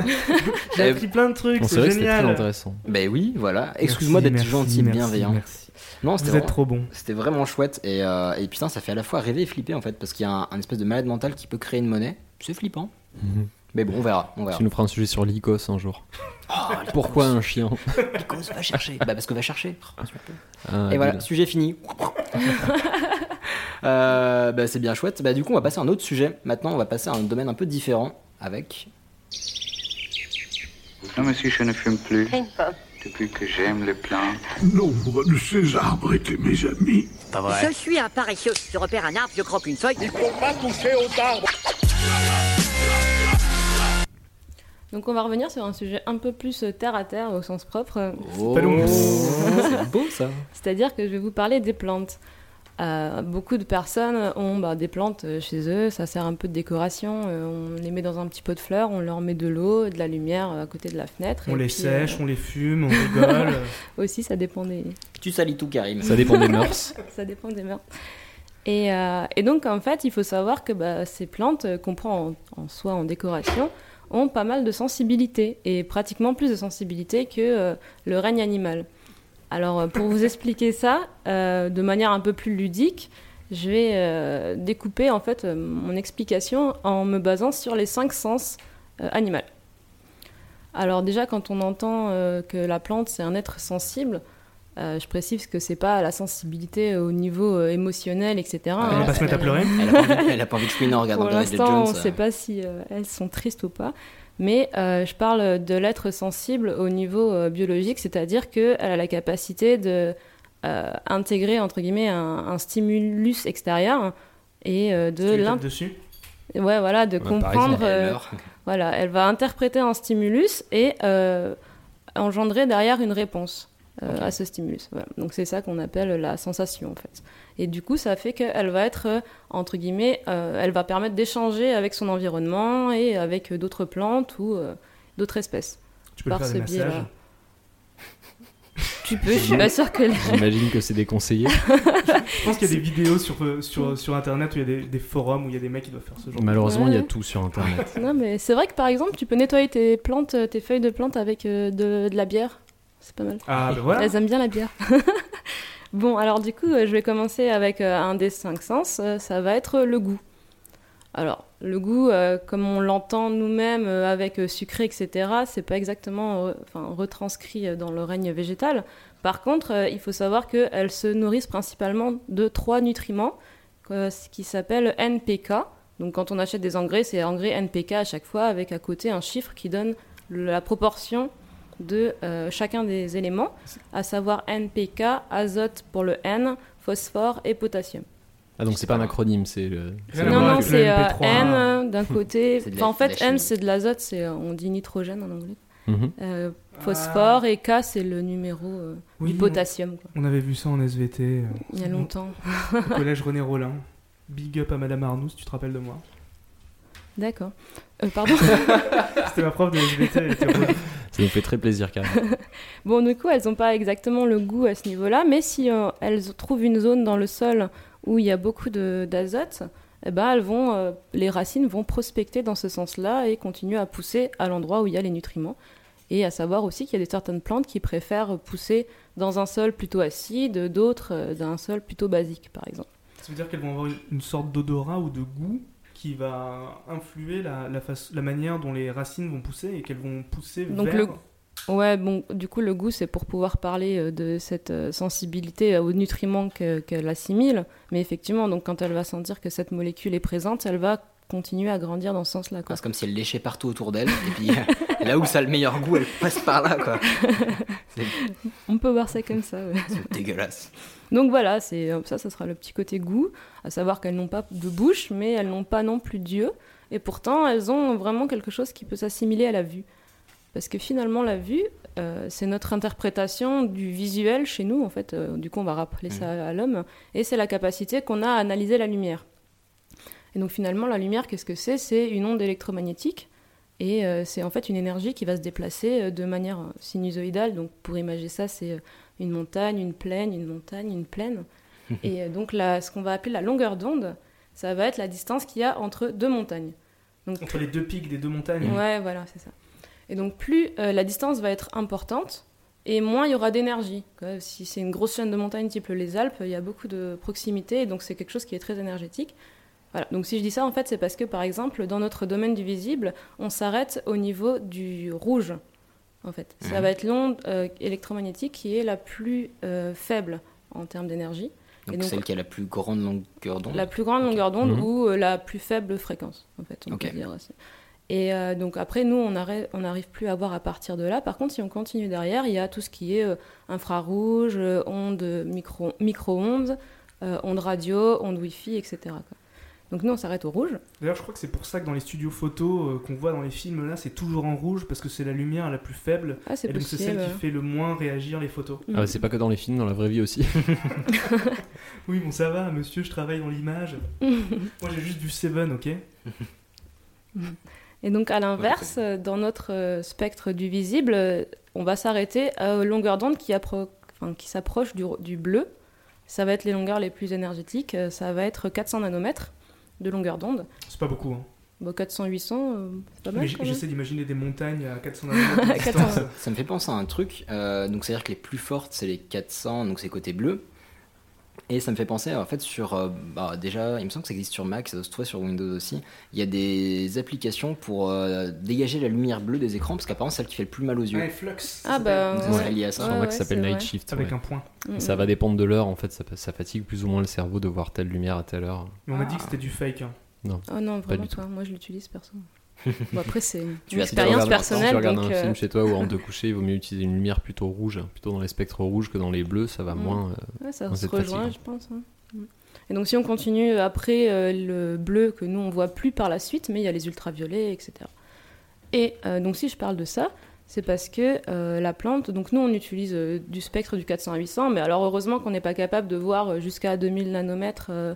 J'ai
Eh,
appris plein de trucs,
On
c'est
savait que c'était très
génial
intéressant.
Ben oui, voilà. Excuse-moi d'être
Merci,
gentil, et
merci,
bienveillant.
Merci.
Non,
Vous
c'était
êtes
vraiment,
trop bon.
c'était vraiment chouette. Et, euh, et putain, ça fait à la fois rêver et flipper en fait, parce qu'il y a un, un espèce de malade mental qui peut créer une monnaie. C'est flippant.
Mhm.
Mais bon, on verra. On verra.
Tu nous feras un sujet sur l'icos un jour.
Oh, les
Pourquoi un chien
cons, va chercher. bah parce que va chercher.
Ah,
Et voilà,
débile.
sujet fini. Euh, bah, c'est bien chouette. Bah, du coup, on va passer à un autre sujet. Maintenant, on va passer à un domaine un peu différent avec.
Non, monsieur, je ne fume plus. Depuis que j'aime les plantes.
Nombre de ces arbres étaient mes amis.
Je suis un paresseux. Je repère un arbre, je croque une feuille.
Donc on va revenir sur un sujet un peu plus euh, terre à terre au sens propre, euh,
Oh,
Palomps.
c'est beau ça.
c'est-à-dire que je vais vous parler des plantes. Euh, beaucoup de personnes ont bah, des plantes euh, chez eux, ça sert un peu de décoration, euh, on les met dans un petit pot de fleurs, on leur met de l'eau, de la lumière euh, à côté de la fenêtre.
On
et
les
puis, euh,
sèche, on les fume, on rigole.
Aussi ça dépend des,
Tu salis tout, Karim.
Ça dépend des mœurs.
ça dépend des mœurs. Et, euh, et donc, en fait, il faut savoir que bah, ces plantes euh, qu'on prend en, en soi en décoration ont pas mal de sensibilité, et pratiquement plus de sensibilité que euh, le règne animal. Alors, euh, pour vous expliquer ça euh, de manière un peu plus ludique, je vais euh, découper en fait euh, mon explication en me basant sur les cinq sens euh, animal. Alors déjà, quand on entend euh, que la plante c'est un être sensible, euh, je précise que c'est pas la sensibilité au niveau euh, émotionnel, etc.
Ah,
on va
hein,
pas se mettre à pleurer.
Elle a pas envie, elle a pas envie de chouiner en regardant
pour
Bridget
l'instant, on
Jones.
sait pas si euh, elles sont tristes ou pas. Mais euh, je parle de l'être sensible au niveau euh, biologique, c'est-à-dire qu'elle a la capacité de euh, intégrer entre guillemets un, un stimulus extérieur et euh, de
Tu lui
l'in-
tapes dessus.
ouais voilà de
Ouais, par
comprendre
Elle
euh,
meurt.
voilà, elle va interpréter un stimulus et euh, engendrer derrière une réponse euh, à ce stimulus. Voilà. Donc c'est ça qu'on appelle la sensation en fait. Et du coup, ça fait qu'elle va être euh, entre guillemets, euh, elle va permettre d'échanger avec son environnement et avec euh, d'autres plantes ou euh, d'autres espèces.
Tu peux lui
Par
faire des
ce biais-là.
massages.
Tu peux, je suis pas sûre que.
J'imagine que c'est déconseillé.
Je pense qu'il y a des vidéos sur, euh, sur, sur internet où il y a des, des forums où il y a des mecs qui doivent faire ce genre. de
Malheureusement, il y a
Ouais.
tout sur internet.
Non, mais c'est vrai que par exemple, tu peux nettoyer tes plantes, euh, tes feuilles de plantes avec euh, de, de la bière. C'est pas mal.
Ah, ben voilà.
Elles aiment bien la bière. bon, alors du coup, euh, je vais commencer avec euh, un des cinq sens. euh, Ça va être le goût. Alors, le goût, euh, comme on l'entend nous-mêmes euh, avec euh, sucré, etc., c'est pas exactement euh, enfin, retranscrit euh, dans le règne végétal. Par contre, euh, il faut savoir qu'elles se nourrissent principalement de trois nutriments, euh, ce qui s'appelle NPK. Donc, quand on achète des engrais, c'est engrais NPK à chaque fois, avec à côté un chiffre qui donne la proportion de euh, chacun des éléments à savoir NPK, azote pour le N, phosphore et potassium.
Ah donc c'est pas un acronyme, c'est le.
Rien à
Non,
voir avec
non,
Ah bah, le
c'est euh,
MP3.
N euh, d'un côté.
C'est de la-
Enfin, en
c'est de la
fait, N
chimie.
c'est de l'azote, c'est euh, on dit nitrogène en anglais.
Mhm.
Euh, phosphore et K c'est le numéro euh,
Ah. Oui,
du potassium. quoi.
On avait vu ça en SVT euh,
Il y a longtemps.
au collège René Rollin. Big up à Madame Arnoux, si tu te rappelles de moi.
D'accord. Euh, pardon.
C'était ma prof de SVT. elle était relou.
Ça nous fait très plaisir, Karine.
Bon, du coup, elles n'ont pas exactement le goût à ce niveau-là, mais si euh, elles trouvent une zone dans le sol où il y a beaucoup de- d'azote, eh ben, elles vont, euh, les racines vont prospecter dans ce sens-là et continuer à pousser à l'endroit où il y a les nutriments. Et à savoir aussi qu'il y a des certaines plantes qui préfèrent pousser dans un sol plutôt acide, d'autres euh, dans un sol plutôt basique, par exemple.
Ça veut dire qu'elles vont avoir une, une sorte d'odorat ou de goût qui va influer la, la, façon- la manière dont les racines vont pousser et qu'elles vont pousser
Donc
vers...
le Ouais, bon, du coup, le goût, c'est pour pouvoir parler euh, de cette euh, sensibilité aux nutriments que- qu'elle assimile. Mais effectivement, donc, quand elle va sentir que cette molécule est présente, elle va continuer à grandir dans ce sens-là. quoi.
C'est comme si elle léchait partout autour d'elle, et puis là où ça a le meilleur goût, elle passe par là, quoi.
On peut voir ça comme ça. ouais.
C'est dégueulasse.
Donc voilà, c'est euh, ça, ça sera le petit côté goût, à savoir qu'elles n'ont pas de bouche, mais elles n'ont pas non plus d'yeux, et pourtant elles ont vraiment quelque chose qui peut s'assimiler à la vue. Parce que finalement, la vue, euh, c'est notre interprétation du visuel chez nous, en fait, euh, du coup on va rappeler ça à l'homme, et c'est la capacité qu'on a à analyser la lumière. Et donc finalement, la lumière, qu'est-ce que c'est C'est une onde électromagnétique. Et euh, c'est en fait une énergie qui va se déplacer euh, de manière sinusoïdale. Donc pour imager ça, c'est euh, une montagne, une plaine, une montagne, une plaine. Et euh, donc la- ce qu'on va appeler la longueur d'onde, ça va être la distance qu'il y a entre deux montagnes. Donc
Entre les deux pics des deux montagnes.
Ouais, voilà, c'est ça. Et donc, plus euh, la distance va être importante, et moins il y aura d'énergie. Quoi. Si c'est une grosse chaîne de montagnes type les Alpes, il y a beaucoup de proximité, et donc c'est quelque chose qui est très énergétique. Voilà. Donc, si je dis ça, en fait, c'est parce que, par exemple, dans notre domaine du visible, on s'arrête au niveau du rouge. En fait, ça
Mhm.
va être l'onde euh, électromagnétique qui est la plus euh, faible en termes d'énergie. Et
Donc,
donc,
celle qui a la plus grande longueur d'onde.
la plus grande longueur d'onde
Mhm.
ou euh, la plus faible fréquence, en fait, on
Ok.
peut dire. aussi. Et euh, donc après, nous, on arrête- on n'arrive plus à voir à partir de là. Par contre, si on continue derrière, il y a tout ce qui est euh, infrarouge, euh, ondes micro- micro-ondes, euh, ondes radio, ondes Wi-Fi, etc. quoi. Donc nous, on s'arrête au rouge.
D'ailleurs, je crois que c'est pour ça que dans les studios photos euh, qu'on voit dans les films là, c'est toujours en rouge parce que c'est la lumière la plus faible.
Ah, c'est
et donc c'est
possible,
celle qui
ouais.
fait le moins réagir les photos.
Ah bah, c'est pas que dans les films, dans la vraie vie aussi.
Oui, bon, ça va, monsieur, je travaille dans l'image. Moi, j'ai juste du Seven, ok
Et donc, à l'inverse, euh, dans notre euh, spectre du visible, euh, on va s'arrêter à aux longueurs d'onde qui, appro- enfin, qui s'approchent du, du bleu. Ça va être les longueurs les plus énergétiques. euh, Ça va être 400 nanomètres de longueur d'onde.
C'est pas beaucoup. Hein.
Bon, 400-800, euh, c'est pas mal.
Mais j-
quand même.
j'essaie d'imaginer des montagnes à 400 nanomètres de distance.
Attends.
Ça me fait penser à un truc. euh, donc, c'est-à-dire que les plus fortes, c'est les 400, donc c'est côté bleu. Et ça me fait penser, en fait, sur. euh, bah, déjà, il me semble que ça existe sur Mac, ça doit se trouver sur Windows aussi. Il y a des applications pour euh, dégager la lumière bleue des écrans, parce qu'apparemment, c'est celle qui fait le plus mal aux yeux.
Ouais, Flux. ça
Ah,
s'appelle.
bah,
Donc, ça
ouais.
serait lié à
C'est
ça.
un
ouais,
mec qui s'appelle
c'est
Night
vrai.
Shift.
Avec
ouais.
un point.
Mm,
Et Ça
mm.
va dépendre de l'heure en fait, ça, ça fatigue plus ou moins le cerveau de voir telle lumière à telle heure.
Mais on m'a dit
Ah.
que c'était du fake. hein.
Oh non, vraiment
du tout.
pas. Moi, je l'utilise perso. Bon, après, c'est
Tu
une
as- si tu
expérience
regardes un- si tu
si tu
personnelle.
regardes
donc,
un
euh,
film chez toi ou avant de te coucher, il vaut mieux utiliser une lumière plutôt rouge, hein, plutôt dans les spectres rouges que dans les bleus, ça va
Mm.
moins. euh,
Ouais, ça
Dans
se
cette
rejoint,
fatigue.
je pense. hein. Mm. Et donc, si on continue après euh, le bleu que nous on voit plus par la suite, mais il y a les ultraviolets, etc. Et euh, donc, si je parle de ça, c'est parce que euh, la plante, donc nous on utilise euh, du spectre du 400 à 800, mais alors heureusement qu'on n'est pas capable de voir euh, jusqu'à 2000 nanomètres euh,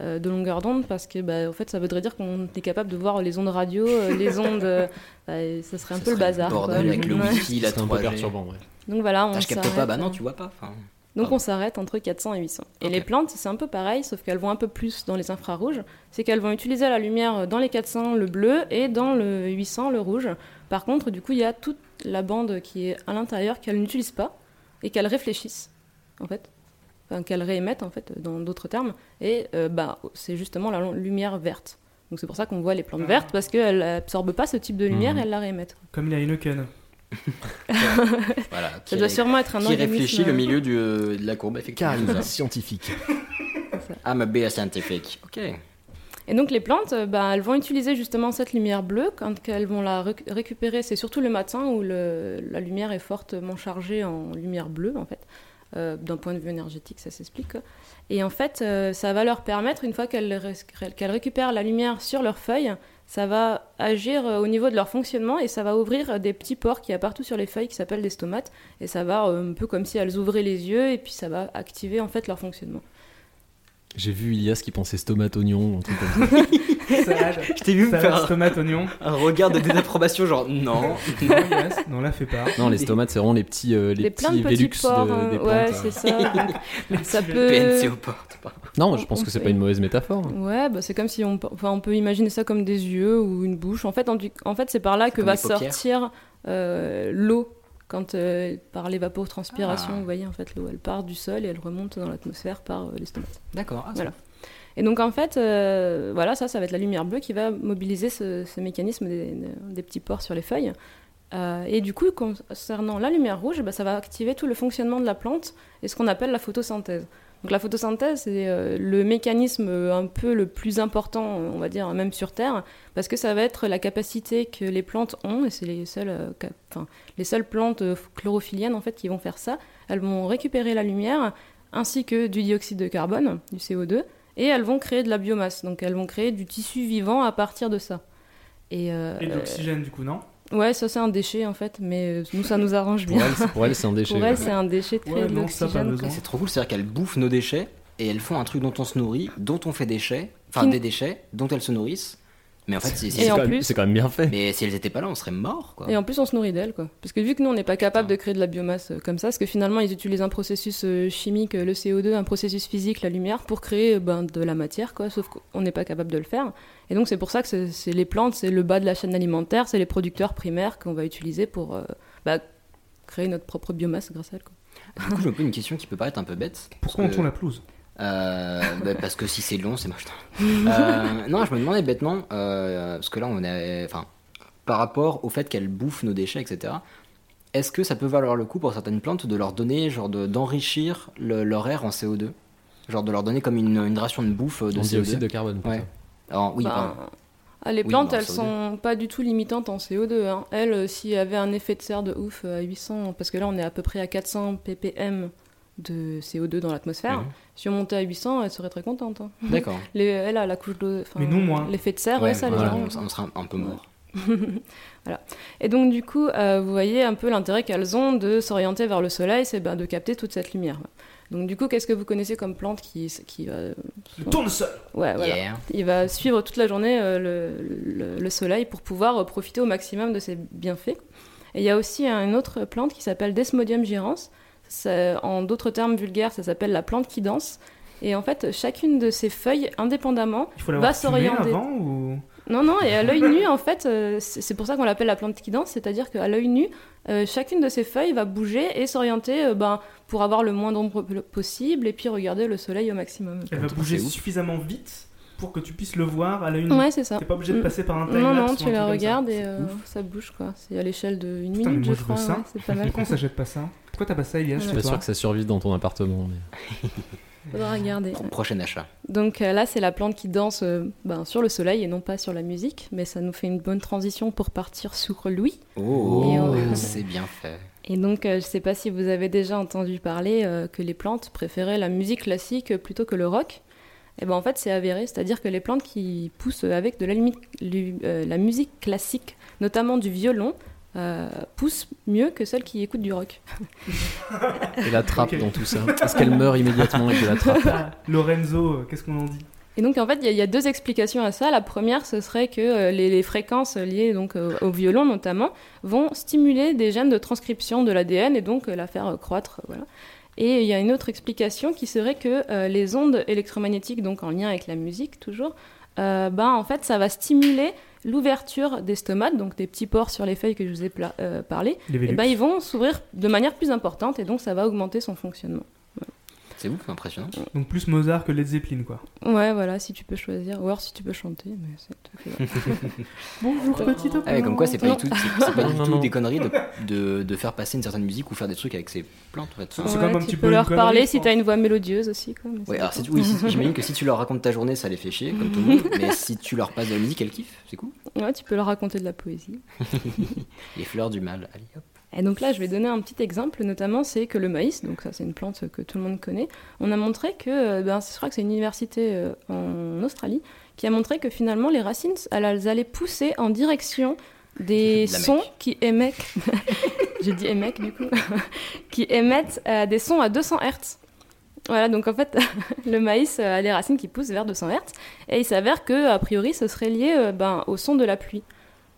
euh, de longueur d'onde, parce que bah, en fait ça voudrait dire qu'on est capable de voir les ondes radio, euh, les ondes. euh, bah, ça serait un
Ça
peu le
serait
bazar.
bordel
quoi.
avec le
Ouais.
wifi, la
c'est un peu
3G.
perturbant, ouais.
Donc voilà, on
Ah, je capte pas,
s'arrête,
bah non,
euh,
tu vois pas. enfin.
donc
Pardon.
on s'arrête entre 400 et 800. Et
Ok.
les plantes, c'est un peu pareil, sauf qu'elles vont un peu plus dans les infrarouges. C'est qu'elles vont utiliser la lumière dans les 400, le bleu, et dans le 800, le rouge. Par contre, du coup, il y a toute la bande qui est à l'intérieur qu'elles n'utilisent pas et qu'elles réfléchissent, en fait. Enfin, qu'elles réémettent, en fait, dans d'autres termes. Et euh, bah, c'est justement la lon- lumière verte. Donc c'est pour ça qu'on voit les
Ah.
plantes vertes, parce qu'elles absorbent pas ce type de lumière
Mmh.
Mhm.
et elles la réémettent.
Comme il a Heineken.
Voilà, qui
Ça doit
ré-
sûrement être un
qui
organisme- hein.
réfléchit le milieu du, euh, de la courbe, effectivement.
scientifique.
I'm a beer scientific. Ok.
Et donc les plantes, euh, bah, elles vont utiliser justement cette lumière bleue quand elles vont la récu- récupérer. C'est surtout le matin où le- la lumière est fortement chargée en lumière bleue en fait. Euh, D'un point de vue énergétique, ça s'explique. quoi. Et en fait, euh, ça va leur permettre, une fois qu'elles ré- qu'elles récupèrent la lumière sur leurs feuilles, ça va agir euh, au niveau de leur fonctionnement et ça va ouvrir euh, des petits pores qu'il y a partout sur les feuilles qui s'appellent des stomates. Et ça va euh, un peu comme si elles ouvraient les yeux et puis ça va activer en fait leur fonctionnement.
J'ai vu Ilias qui pensait stomate oignon, un truc comme ça.
Salade,
Je t'ai vu me
salade,
faire
tomate, oignon.
un, un regard de désapprobation, genre non.
Non, yes. Non, là, fais pas.
Non, les stomates, c'est vraiment les petits, euh, les
Des plein
petits
de petits
Velux
pores.
de-
hein.
des
ouais,
plantes. euh.
c'est ça. ça peut.
PNC aux portes. pardon.
Non, je pense
on
que c'est
fait-
pas une mauvaise métaphore. hein.
Ouais, bah c'est comme si on, enfin, on peut imaginer ça comme des yeux ou une bouche. En fait, en, du- en fait c'est par là que
Comme
va
les paupières.
sortir euh, l'eau quand euh, par l'évapotranspiration.
Ah.
Vous voyez, en fait, l'eau, elle part du sol et elle remonte dans l'atmosphère par euh, l'estomac.
D'accord. ah,
Voilà. Et donc en fait, euh, voilà, ça, ça va être la lumière bleue qui va mobiliser ce, ce mécanisme des, des petits pores sur les feuilles. Euh, et du coup, concernant la lumière rouge, bah, ça va activer tout le fonctionnement de la plante et ce qu'on appelle la photosynthèse. Donc la photosynthèse, c'est euh, le mécanisme euh, un peu le plus important, on va dire, même sur Terre, parce que ça va être la capacité que les plantes ont, et c'est les seules, euh, cap- enfin, les seules plantes chlorophylliennes en fait qui vont faire ça. Elles vont récupérer la lumière ainsi que du dioxyde de carbone, du CO2, et elles vont créer de la biomasse. Donc elles vont créer du tissu vivant à partir de ça. Et, euh,
Et de l'oxygène, du coup, non
Ouais, ça c'est un déchet en fait, mais euh, nous ça nous arrange
Pour
bien.
elle, c'est- pour elle, c'est un déchet,
Pour elle,
ouais.
c'est un déchet très
Ouais, non, ça, pas
d'oxygène.
besoin.
quoi.
C'est trop cool, c'est-à-dire qu'elles bouffent nos déchets et elles font un truc dont on se nourrit, dont on fait déchets, enfin
Qui-
des déchets, dont elles se nourrissent. Mais en
Ah,
fait, si, si-
Et
si-
en plus-
C'est quand même bien fait.
mais si elles étaient pas là, on serait morts quoi.
Et en plus, on se nourrit d'elle, quoi. Parce que vu que nous, on n'est pas capable de créer de la biomasse euh, comme ça, parce que finalement, ils utilisent un processus euh, chimique, euh, le CO2, un processus physique, la lumière, pour créer euh, ben, de la matière, quoi. Sauf qu'on n'est pas capable de le faire. Et donc, c'est pour ça que c'est- c'est les plantes, c'est le bas de la chaîne alimentaire, c'est les producteurs primaires qu'on va utiliser pour euh, bah, créer notre propre biomasse grâce à elle, quoi.
Du coup, je me pose une question qui peut paraître un peu bête. parce
Pourquoi on
que-
tourne la pelouse
Euh, bah, parce que si c'est long, c'est moche. Euh, non, je me demandais bêtement, euh, parce que là, on est. Enfin, par rapport au fait qu'elles bouffent nos déchets, etc., est-ce que ça peut valoir le coup pour certaines plantes de leur donner, genre, de- d'enrichir le- leur air en CO2 Genre de leur donner comme une, une ration de bouffe euh, de
En
CO2
dioxyde de carbone. plutôt.
Ouais. Alors, oui,
Ben,
pardon.
ah, les
Oui,
plantes,
mais en
elles
CO2.
sont pas du tout limitantes en CO2. hein. Elles, euh, s'il y avait un effet de serre de ouf euh, à 800, parce que là, on est à peu près à 400 ppm de CO2 dans l'atmosphère,
Mhm.
si on montait à 800, elles seraient très contentes. hein.
D'accord.
Les, elle a la couche de. enfin,
Mais non, moi.
L'effet de serre, Ah ouais, ça, les
voilà,
gens,
on, on serait un, un peu mort.
et donc du coup, euh, vous voyez un peu l'intérêt qu'elles ont de s'orienter vers le soleil, c'est ben, de capter toute cette lumière. Donc du coup, qu'est-ce que vous connaissez comme plante qui, qui va...
Le tournesol
Ouais, voilà.
Yeah.
Il va suivre toute la journée euh, le, le- le soleil pour pouvoir euh, profiter au maximum de ses bienfaits. Et il y a aussi euh, une autre plante qui s'appelle Desmodium gyrans. Ça- en d'autres termes vulgaires, ça s'appelle la plante qui danse. Et en fait, chacune de ces feuilles, indépendamment,
Il faut l'avoir
Va
fumé
s'orienter.
avant ou...
non, non, et à l'œil nu, en fait, euh, c'est c'est pour ça qu'on l'appelle la plante qui danse, c'est-à-dire qu'à l'œil nu, euh, chacune de ces feuilles va bouger et s'orienter euh, ben, pour avoir le moins d'ombre po- possible et puis regarder le soleil au maximum.
Elle va
C'est
bouger
ouf.
suffisamment vite pour que tu puisses le voir à la une.
Ouais, c'est ça.
T'es pas obligé de passer par un time
Non, non, tu la regardes et euh, ça. bouge, quoi. C'est à l'échelle de une
Putain, mais
minute,
moi,
je
je
crois.
veux ça.
ouais, c'est pas mal.
Pourquoi on s'achète pas ça Pourquoi t'as pas ça, Elias
Je
Je
chez
suis pas
toi
sûr que ça survive dans ton appartement. mais-
Faudra regarder.
Pro- Prochain achat.
Donc euh, là, c'est la plante qui danse euh, ben, sur le soleil et non pas sur la musique, mais ça nous fait une bonne transition pour partir sur Louis.
Oh,
Et on-
c'est bien fait.
Et donc, euh, je sais pas si vous avez déjà entendu parler euh, que les plantes préféraient la musique classique plutôt que le rock. Et ben en fait, c'est avéré, c'est-à-dire que les plantes qui poussent avec de la, limi- lu- euh, la musique classique, notamment du violon, euh, poussent mieux que celles qui écoutent du rock.
Et la trappe
Ok.
dans tout ça. Est-ce qu'elle meurt immédiatement avec de la trappe
Lorenzo, euh, qu'est-ce qu'on en dit
Et donc en fait, il y, a- il y a deux explications à ça. La première, ce serait que euh, les, les fréquences liées donc euh, au violon notamment vont stimuler des gènes de transcription de l'ADN et donc euh, la faire euh, croître. euh, Voilà. Et il y a une autre explication qui serait que euh, les ondes électromagnétiques, donc en lien avec la musique toujours, euh, ben en fait, ça va stimuler l'ouverture des stomates, donc des petits pores sur les feuilles que je vous ai pla- euh, parlé.
Les
Et ben ils vont s'ouvrir de manière plus importante et donc ça va augmenter son fonctionnement.
C'est ouf, impressionnant.
Donc plus Mozart que Led Zeppelin, quoi.
Ouais, voilà, si tu peux choisir, ou alors si tu peux chanter, mais c'est tout. fait. Euh,
Bonjour, petit opéra.
Ah ouais, comme quoi, c'est pas
Non.
du tout, c'est- c'est pas
Non,
du
non,
tout
non.
des conneries de, de, de faire passer une certaine musique ou faire des trucs avec ses plantes en fait.
C'est quand même un
tu
petit
peux
peu
leur
une connerie,
parler
je
si
pense.
t'as une voix mélodieuse aussi. Quoi, mais
Ouais,
c'est
alors
pas-
c'est- oui, si- j'imagine que si tu leur racontes ta journée, ça les fait chier, comme tout le monde, mais si tu leur passes de la musique, elles kiffent, c'est cool.
Ouais, tu peux leur raconter de la poésie.
Les fleurs du mal, allez hop.
Et donc là, je vais donner un petit exemple, notamment, c'est que le maïs, donc ça c'est une plante que tout le monde connaît, on a montré que, euh, ben, je crois que c'est une université euh, en Australie, qui a montré que finalement les racines, elles, elles allaient pousser en direction des
De la
sons
mec.
qui émettent, j'ai dit émettent du coup, qui émettent euh, des sons à 200 Hertz. Voilà, donc en fait, le maïs euh, a les racines qui poussent vers 200 Hertz, et il s'avère que, a priori, ce serait lié euh, ben, au son de la pluie.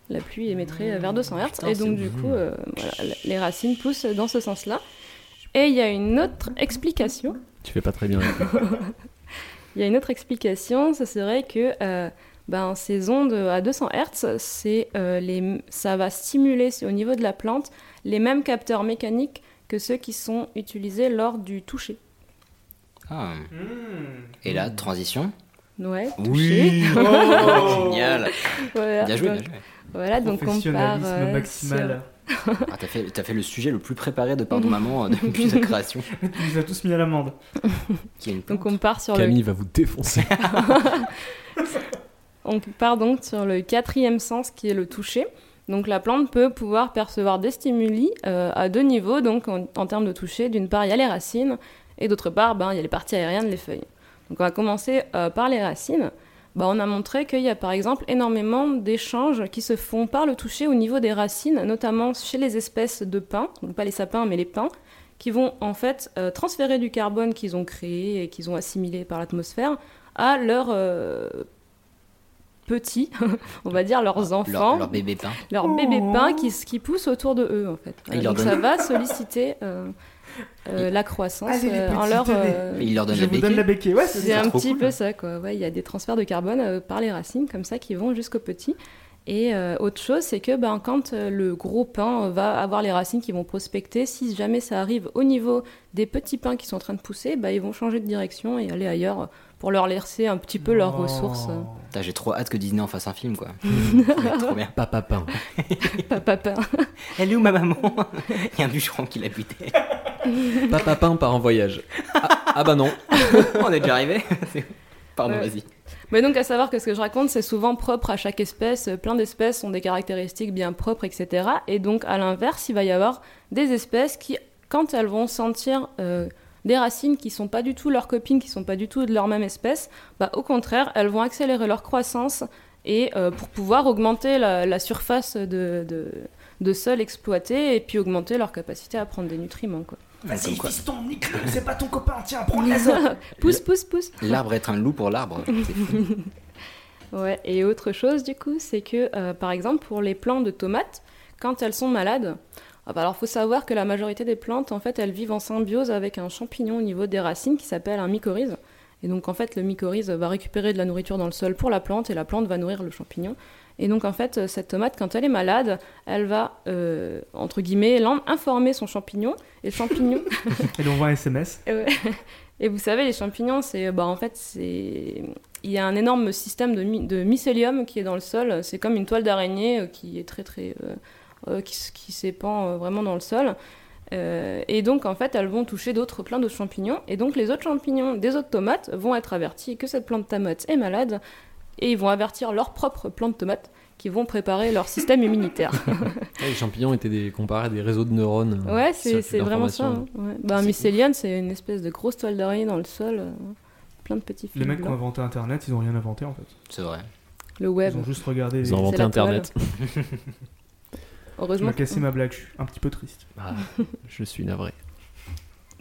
La pluie émettrait euh, vers 200 Hertz,
Ah,
Putain,
et donc
c'est
du coup, euh, voilà, la- les racines poussent dans ce sens-là. Et il y a une autre explication.
Tu fais pas très bien.
Il y a une autre explication, ce serait que euh, ben, ces ondes à 200 Hertz, c'est, euh, les- ça va stimuler au niveau de la plante les mêmes capteurs mécaniques que ceux qui sont utilisés lors du toucher.
Ah.
Mmh.
Et là, transition,
Ouais,
Oui.
touché.
Oh, génial.
Voilà,
Bien joué,
donc-
bien joué.
Voilà, donc on part.
Professionnalisme
euh,
maximal.
Ah, t'as fait, t'as fait le sujet le plus préparé de Pardon Maman euh, depuis sa création.
Tu nous as tous mis à l'amende.
Qui est une-
sur- Donc on part sur
Camille va vous défoncer.
le. On part donc sur le quatrième sens qui est le toucher. Donc la plante peut pouvoir percevoir des stimuli euh, à deux niveaux. Donc en, en termes de toucher, d'une part il y a les racines et d'autre part ben, il y a les parties aériennes, les feuilles. Donc on va commencer euh, par les racines. Bah, on a montré qu'il y a par exemple énormément d'échanges qui se font par le toucher au niveau des racines, notamment chez les espèces de pins, donc pas les sapins mais les pins, qui vont en fait euh, transférer du carbone qu'ils ont créé et qu'ils ont assimilé par l'atmosphère à leurs euh, petits, on va dire leurs enfants,
Leur, leur bébé pain.
leur bébé pain qui, s- qui pousse autour de eux en fait.
Et il
Euh,
leur
donc
donne-
ça va solliciter euh, euh, la croissance
Allez, les
euh, en
petits
leur.
tenez.
euh,
Il leur donne
Je
la
vous donne
béquille.
la béquille. Ouais, c'est
c'est
ça.
un
trop
petit
cool.
peu ça quoi. Ouais, il y a des transferts de carbone euh, par les racines comme ça qui vont jusqu'aux petits. Et euh, autre chose, c'est que ben, quand euh, le gros pin euh, va avoir les racines qui vont prospecter, si jamais ça arrive au niveau des petits pins qui sont en train de pousser, ben, ils vont changer de direction et aller ailleurs pour leur laisser un petit peu leurs
Oh.
ressources. euh,
Putain, J'ai trop hâte que Disney en fasse un film, quoi. trop bien.
Papa pain.
Papa pain.
Elle est où ma maman Il y a un bûcheron qui l'a buté.
Papa pain part en voyage. Ah, ah bah non.
On est déjà arrivé. C'est- Pardon,
Ouais.
vas-y.
Mais donc à savoir que ce que je raconte, c'est souvent propre à chaque espèce. Euh, Plein d'espèces ont des caractéristiques bien propres, etc. Et donc à l'inverse, il va y avoir des espèces qui, quand elles vont sentir euh, des racines qui sont pas du tout leurs copines, qui sont pas du tout de leur même espèce, bah, au contraire, elles vont accélérer leur croissance et euh, pour pouvoir augmenter la, la surface de, de, de sol exploité et puis augmenter leur capacité à prendre des nutriments. Quoi.
Vas-y,
Comme quoi.
fiston, nique-le, c'est pas ton copain, tiens, prends de l'azote.
Pousse, pousse, pousse.
L'arbre est un loup pour l'arbre. C'est fou.
Ouais, et autre chose du coup, c'est que euh, par exemple pour les plants de tomates, quand elles sont malades, ah bah alors faut savoir que la majorité des plantes en fait elles vivent en symbiose avec un champignon au niveau des racines qui s'appelle un mycorhize. Et donc en fait le mycorhize va récupérer de la nourriture dans le sol pour la plante et la plante va nourrir le champignon. Et donc en fait euh, cette tomate quand elle est malade, elle va euh, entre guillemets l'en- informer son champignon et le champignon
Elle envoie un SMS.
et ouais. Et vous savez, les champignons, c'est bah, en fait, c'est il y a un énorme système de, my- de mycélium qui est dans le sol. C'est comme une toile d'araignée euh, qui est très très euh, euh, qui, s- qui s'épand euh, vraiment dans le sol. Euh, et donc en fait, elles vont toucher d'autres plein d'autres champignons. Et donc les autres champignons des autres tomates vont être avertis que cette plante tomate est malade et ils vont avertir leurs propres plantes tomates qui vont préparer leur système immunitaire.
Ouais, Eh, les champignons étaient des, comparés à des réseaux de neurones. euh,
Ouais,
qui
c'est
circulent
c'est vraiment ça.
l'information.
hein. Ouais. Bah, un
C'est
mycélium, c'est une espèce de grosse toile d'araignée dans le sol, euh, plein de petits fils.
Les mecs qui ont
blancs.
inventé Internet, ils ont rien inventé en fait.
C'est vrai.
Le web.
Ils ont juste regardé.
Ils
les-
ont inventé
C'est la
Internet.
Je
Heureusement.
m'ai cassé ma blague, je suis un petit peu triste.
Ah, je suis navré.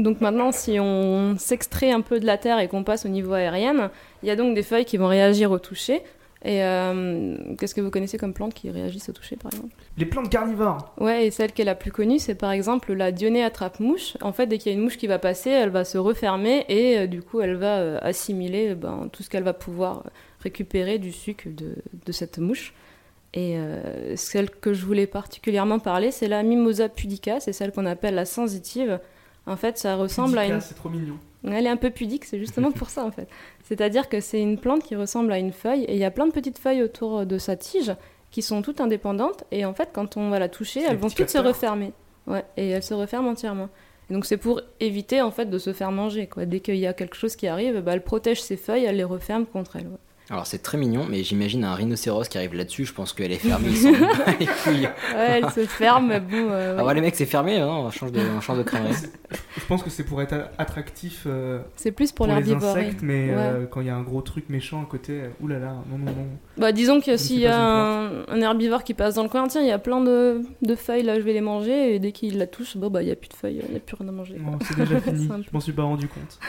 Donc maintenant, si on s'extrait un peu de la terre et qu'on passe au niveau aérien, il y a donc des feuilles qui vont réagir au toucher. Et euh, qu'est-ce que vous connaissez comme plantes qui réagissent au toucher, par exemple
Les plantes carnivores.
Ouais, et celle qui est la plus connue, c'est par exemple la dionée attrape-mouche. En fait, dès qu'il y a une mouche qui va passer, elle va se refermer et euh, du coup, elle va euh, assimiler ben, tout ce qu'elle va pouvoir récupérer du sucre de, de cette mouche. Et euh, celle que je voulais particulièrement parler, c'est la Mimosa pudica, c'est celle qu'on appelle la sensitive. En fait, ça ressemble à
Pudica,
une
C'est trop mignon.
elle est un peu pudique, c'est justement pour ça en fait. C'est-à-dire que c'est une plante qui ressemble à une feuille et il y a plein de petites feuilles autour euh, de sa tige qui sont toutes indépendantes et en fait quand on va la toucher,
C'est
elles
les
vont
petits
toutes se
capteurs.
refermer. Ouais, et elles se referment entièrement. Et donc c'est pour éviter en fait de se faire manger quoi. Dès qu'il y a quelque chose qui arrive, bah, elle protège ses feuilles, elle les referme contre elle. ouais.
Alors c'est très mignon, mais j'imagine un rhinocéros qui arrive là-dessus, je pense qu'elle est fermée. ils s'en battent les couilles.
Ouais, elle se ferme, mais bon. euh,
Ah
ouais.
ouais les mecs c'est fermé, hein, on change de, on change de crèmerie.
Je pense que c'est pour être attractif euh,
C'est plus pour,
pour, les
l'herbivorer.
insectes, mais
Ouais.
euh, quand il y a un gros truc méchant à côté, euh, oulala, non, non, non.
Bah, disons que
ne
s'il
suis
y a
pas
un, un herbivore qui passe dans le coin, tiens, il y a plein de, de feuilles, là, je vais les manger, et dès qu'il la touche, bon, bah, il n'y a plus de feuilles, il n'y a plus rien à manger. quoi.
Non, c'est déjà fini,
Simple.
je m'en suis pas rendu compte.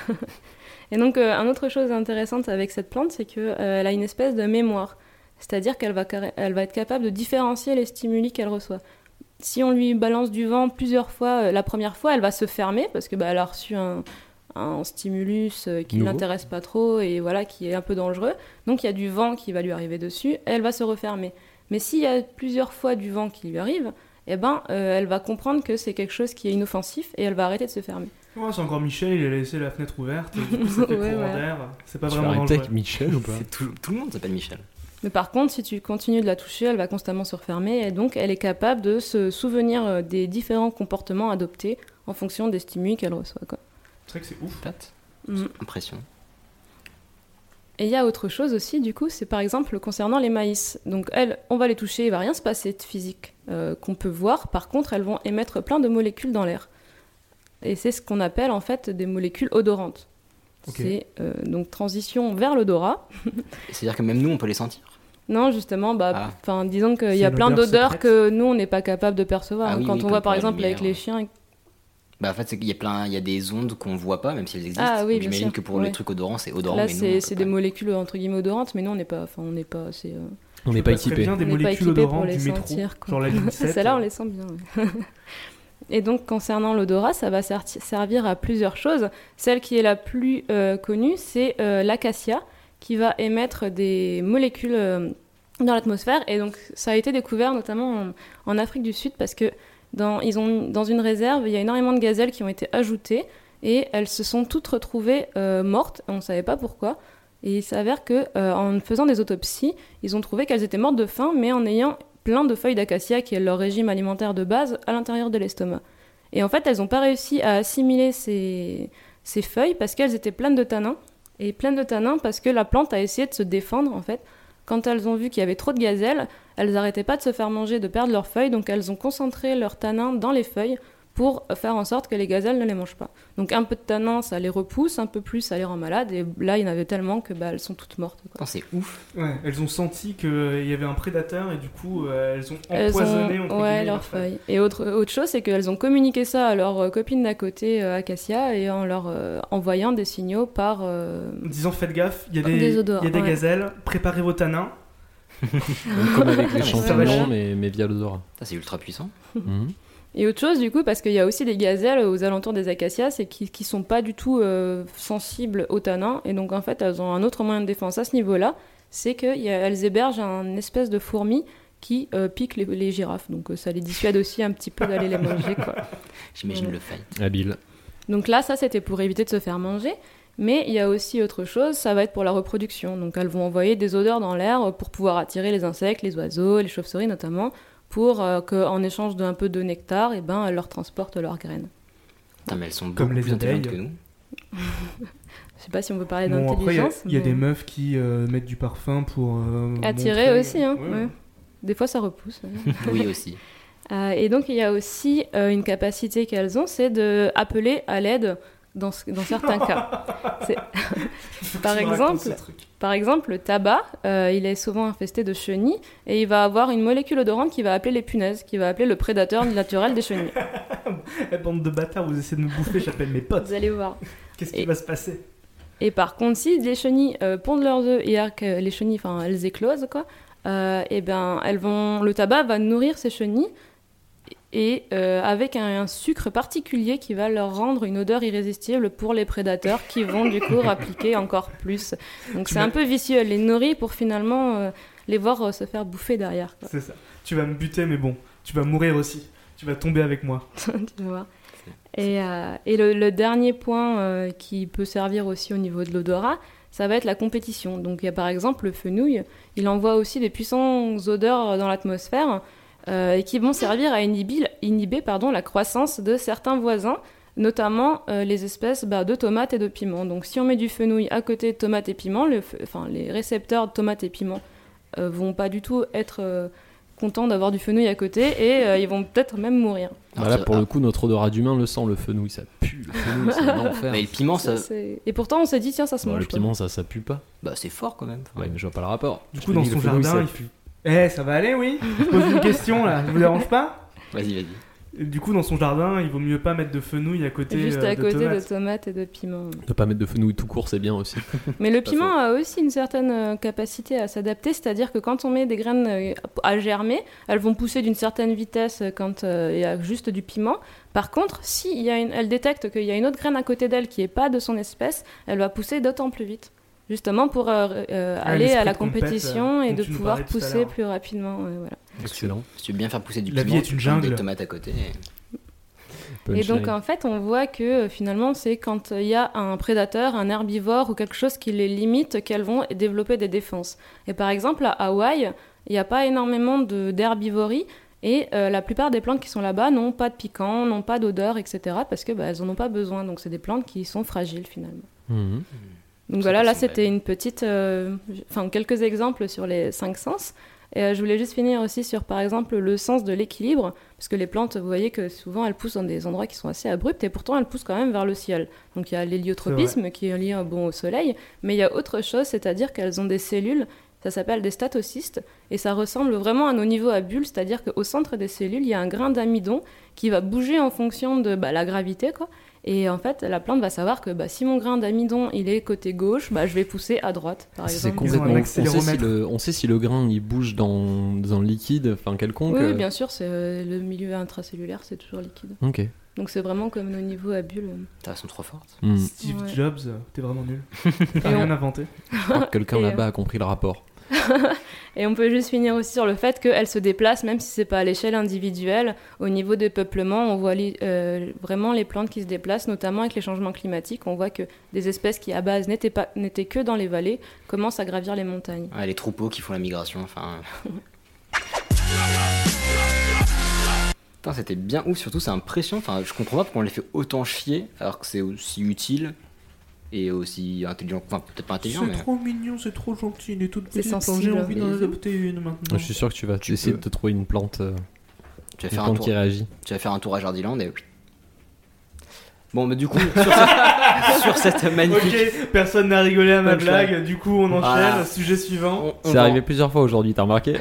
Et donc, euh, une autre chose intéressante avec cette plante, c'est qu'elle a une espèce de mémoire. C'est-à-dire qu'elle va, carré- elle va être capable de différencier les stimuli qu'elle reçoit. Si on lui balance du vent plusieurs fois, euh, la première fois, elle va se fermer parce que bah, elle a reçu un, un stimulus euh, qui ne
Nouveau.
l'intéresse pas trop et voilà qui est un peu dangereux. Donc il y a du vent qui va lui arriver dessus, elle va se refermer. Mais s'il y a plusieurs fois du vent qui lui arrive, eh ben, euh, elle va comprendre que c'est quelque chose qui est inoffensif et elle va arrêter de se fermer.
Ouais, c'est encore Michel, il a laissé la fenêtre ouverte. Du coup, ça fait
Ouais,
courant
ouais.
d'air. C'est pas
Tu
vraiment
vas arrêter
dangereux.
avec Michel ou pas
C'est Tout, tout le monde s'appelle Michel.
Mais par contre, si tu continues de la toucher, elle va constamment se refermer et donc elle est capable de se souvenir euh, des différents comportements adoptés en fonction des stimuli qu'elle reçoit. Quoi.
C'est vrai que c'est ouf.
Plate.
Mm.
Impression.
Et il y a autre chose aussi, du coup, c'est par exemple concernant les maïs. Donc elles, on va les toucher, il va rien se passer de physique euh, qu'on peut voir. Par contre, elles vont émettre plein de molécules dans l'air. Et c'est ce qu'on appelle en fait des molécules odorantes.
Ok.
C'est euh, donc transition vers l'odorat.
C'est-à-dire que même nous, on peut les sentir.
Non, justement,
Ah.
bah, enfin, disons qu'il y
C'est
a
une
plein
odeur
d'odeurs
secrète.
que nous, on n'est pas capable de percevoir.
Ah oui,
Quand
oui,
on
comme
voit par
pour la
exemple avec
lumière.
les chiens,
Bah, en fait, c'est qu'il y a plein, il y a des ondes qu'on voit pas, même si elles existent.
Ah oui,
Donc,
bien
J'imagine
sûr,
que pour
ouais.
les trucs odorants, c'est odorant.
là,
mais nous, on
c'est
peut
c'est
pas.
des molécules entre guillemets odorantes, mais nous, on n'est pas, enfin, on n'est pas assez. euh,
On n'est pas
Je passerais
équipé.
bien des
On n'est pas
molécules
équipé pour
odorantes
les
du métro.
sentir, quoi.
genre la ligne 7.
Celle-là, on les sent bien. ouais. Et donc, concernant l'odorat, ça va serti- servir à plusieurs choses. Celle qui est la plus euh, connue, c'est euh, l'acacia, qui va émettre des molécules euh, dans l'atmosphère. Et donc, ça a été découvert notamment en, en Afrique du Sud, parce que dans, ils ont, dans une réserve, il y a énormément de gazelles qui ont été ajoutées, et elles se sont toutes retrouvées euh, mortes, on ne savait pas pourquoi. Et il s'avère que euh, en faisant des autopsies, ils ont trouvé qu'elles étaient mortes de faim, mais en ayant plein de feuilles d'acacia, qui est leur régime alimentaire de base, à l'intérieur de l'estomac. Et en fait, elles n'ont pas réussi à assimiler ces, ces feuilles parce qu'elles étaient pleines de tanins. Et pleines de tanins parce que la plante a essayé de se défendre, en fait. Quand elles ont vu qu'il y avait trop de gazelles, elles n'arrêtaient pas de se faire manger, de perdre leurs feuilles, donc elles ont concentré leurs tanins dans les feuilles pour faire en sorte que les gazelles ne les mangent pas. Donc un peu de tanin, ça les repousse, un peu plus, ça les rend malades, et là, il y en avait tellement que bah, elles sont toutes mortes. quoi.
Putain, c'est ouf.
Ouais, elles ont senti qu'il y avait un prédateur et du coup, euh, elles ont
Elles ont-
empoisonné entre
ouais,
guillemets,
leurs
leur feuille.
feuilles. Et autre, autre chose, c'est qu'elles ont communiqué ça à leurs euh, copines d'à côté, euh, Acacia, et en leur euh, envoyant des signaux par. euh,
En disant faites gaffe, il y a des,
Des odeurs,
il y a des
ouais.
gazelles, préparez vos tanins.
Comme avec les
Ouais,
champignons,
voilà.
mais, mais via l'odorat.
Putain, C'est ultra puissant.
Mhm.
Et autre chose, du coup, parce qu'il y a aussi des gazelles aux alentours des acacias, c'est qui, qui sont pas du tout euh, sensibles au tanin, et donc en fait, elles ont un autre moyen de défense à ce niveau-là, c'est qu'elles hébergent un espèce de fourmi qui euh, pique les, les girafes, donc euh, ça les dissuade aussi un petit peu d'aller les manger, quoi.
J'imagine
Ouais.
le fight.
Habile.
Donc là, ça, c'était pour éviter de se faire manger. Mais il y a aussi autre chose, ça va être pour la reproduction. Donc elles vont envoyer des odeurs dans l'air pour pouvoir attirer les insectes, les oiseaux, les chauves-souris notamment, pour euh, qu'en échange d'un peu de nectar, et ben, elles leur transportent leurs graines.
Putain, mais elles sont
Comme
beaucoup
les
plus intelligentes que
abeilles.
nous.
Je sais pas si on peut parler
Bon, après, il y a-
d'intelligence.
il y, a
mais
des meufs qui euh, mettent du parfum pour. euh,
Attirer
montrer-
aussi, hein,
Ouais,
ouais.
ouais.
Des fois, ça repousse. ouais.
Oui, aussi.
Euh, et donc, il y a aussi euh, une capacité qu'elles ont, c'est d'appeler à l'aide dans, ce- dans certains cas. C'est-
Faut que
Par
tu me racontes ce
exemple,
truc.
Par exemple, le tabac, euh, il est souvent infesté de chenilles et il va avoir une molécule odorante qui va appeler les punaises, qui va appeler le prédateur naturel des chenilles.
Eh, bande de bâtards, vous essayez de me bouffer, j'appelle mes potes.
Vous allez voir.
Qu'est-ce
Et-
qui va se passer
Et par contre, si les chenilles euh, pondent leurs œufs et alors que les chenilles, enfin, elles éclosent, quoi, euh, eh ben, elles vont, le tabac va nourrir ces chenilles et euh, avec un, un sucre particulier qui va leur rendre une odeur irrésistible pour les prédateurs qui vont du coup appliquer encore plus. Donc
Tu
c'est
m'as-
un peu vicieux, elle les nourrit pour finalement euh, les voir euh, se faire bouffer derrière. Quoi.
C'est ça. Tu vas me buter, mais bon, tu vas mourir aussi. Tu vas tomber avec moi.
tu vas voir. Et, euh, et le, le dernier point euh, qui peut servir aussi au niveau de l'odorat, ça va être la compétition. Donc il y a par exemple le fenouil, il envoie aussi des puissantes odeurs dans l'atmosphère euh, et qui vont servir à inhiber, inhiber, pardon, la croissance de certains voisins, notamment euh, les espèces bah, de tomates et de piments. Donc si on met du fenouil à côté de tomates et piments, le fe- enfin, les récepteurs de tomates et piments euh, vont pas du tout être euh, contents d'avoir du fenouil à côté et euh, ils vont peut-être même mourir.
Alors,
Voilà,
ça-
pour
ah,
le coup, notre odorat d'humain le sent, le fenouil, ça pue. Le fenouil, c'est un enfer.
Mais le piment, ça.
Ah, Ça, c'est- Et pourtant, on s'est dit, tiens, ça se
Bon,
mange.
le
quoi.
piment, ça, ça pue pas.
Bah, c'est fort quand même. Enfin,
Ouais, mais je vois pas le rapport.
Du
Je
coup,
te
dans
dis, le
son
fenouil,
jardin,
ça
il fait Eh, ça va aller, oui Je pose une question là, je vous dérange pas
Vas-y, vas-y.
Et Du coup, dans son jardin, il vaut mieux pas mettre de fenouil à côté
Juste
euh,
à
de
côté
tomates.
de tomates et de piment.
De pas mettre de fenouil tout court, c'est bien aussi.
Mais le
Pas
piment a aussi une certaine euh, capacité à s'adapter, c'est-à-dire que quand on met des graines euh, à germer, elles vont pousser d'une certaine vitesse quand euh, il y a juste du piment. Par contre, si il y a une- elle détecte qu'il y a une autre graine à côté d'elle qui n'est pas de son espèce, elle va pousser d'autant plus vite. Justement pour euh, euh,
Ah,
aller
l'esprit
à la
de compète,
compétition
euh,
et
dont
de
tu nous
pouvoir
parlais tout à
pousser
l'heure.
plus rapidement. ouais, voilà.
Excellent.
Si tu veux bien faire pousser du
La vie
piment,
est
tu
une
plantes
jungle.
des tomates à côté.
Et donc en fait, on voit que euh, finalement, c'est quand euh, il y a un prédateur, un herbivore ou quelque chose qui les limite qu'elles vont développer des défenses. Et par exemple, à Hawaï, il n'y a pas énormément de- d'herbivories et euh, la plupart des plantes qui sont là-bas n'ont pas de piquant, n'ont pas d'odeur, etc. parce que bah, elles en ont pas besoin. Donc c'est des plantes qui sont fragiles finalement.
Mhm.
Donc voilà, là c'était une petite, euh, enfin quelques exemples sur les cinq sens. Et euh, je voulais juste finir aussi sur par exemple le sens de l'équilibre, parce que les plantes, vous voyez que souvent elles poussent dans des endroits qui sont assez abrupts, et pourtant elles poussent quand même vers le ciel. Donc il y a l'héliotropisme qui est lié euh, bon au soleil, mais il y a autre chose, c'est-à-dire qu'elles ont des cellules, ça s'appelle des statocystes, et ça ressemble vraiment à nos niveaux à bulles, c'est-à-dire qu'au centre des cellules, il y a un grain d'amidon qui va bouger en fonction de bah, la gravité, quoi. Et en fait, la plante va savoir que bah, si mon grain d'amidon il est côté gauche, bah, je vais pousser à droite, par
C'est
exemple.
complètement. On sait, si
accéléromètre.
le, on sait si le grain il bouge dans, dans le liquide, enfin quelconque.
oui,
euh,
bien sûr, c'est euh, le milieu intracellulaire, c'est toujours liquide.
Ok.
Donc c'est vraiment comme nos niveaux à bulles.
Putain, Elles sont trop fortes.
Hmm.
Steve
Ouais.
Jobs, euh, t'es vraiment nul. T'as rien inventé.
Je crois que quelqu'un
Et, euh,
là-bas a compris le rapport.
Et on peut juste finir aussi sur le fait qu'elles se déplacent, même si c'est pas à l'échelle individuelle. Au niveau des peuplements, on voit li- euh, vraiment les plantes qui se déplacent, notamment avec les changements climatiques. On voit que des espèces qui à base n'étaient pas- n'étaient que dans les vallées commencent à gravir les montagnes.
Ouais, les troupeaux qui font la migration, enfin. Putain, c'était bien ouf, surtout c'est impressionnant. Enfin, je comprends pas pourquoi on les fait autant chier alors que c'est aussi utile et aussi intelligent. Enfin, peut-être pas intelligent, mais.
mignon, c'est trop gentil, il est tout
C'est sensible.
Mais-
adopter une maintenant.
Je suis sûr que tu vas essayer
peux.
de te trouver une plante, euh,
Tu vas
une
faire un
plante
tour.
qui réagit.
Tu vas faire un tour à Jardiland et. Bon, mais du coup, sur, ce- sur cette magnifique.
Ok, personne n'a rigolé à ma
Bonne
blague, du coup on enchaîne,
Voilà.
sujet suivant.
on- on
C'est
va-
arrivé plusieurs fois aujourd'hui, t'as remarqué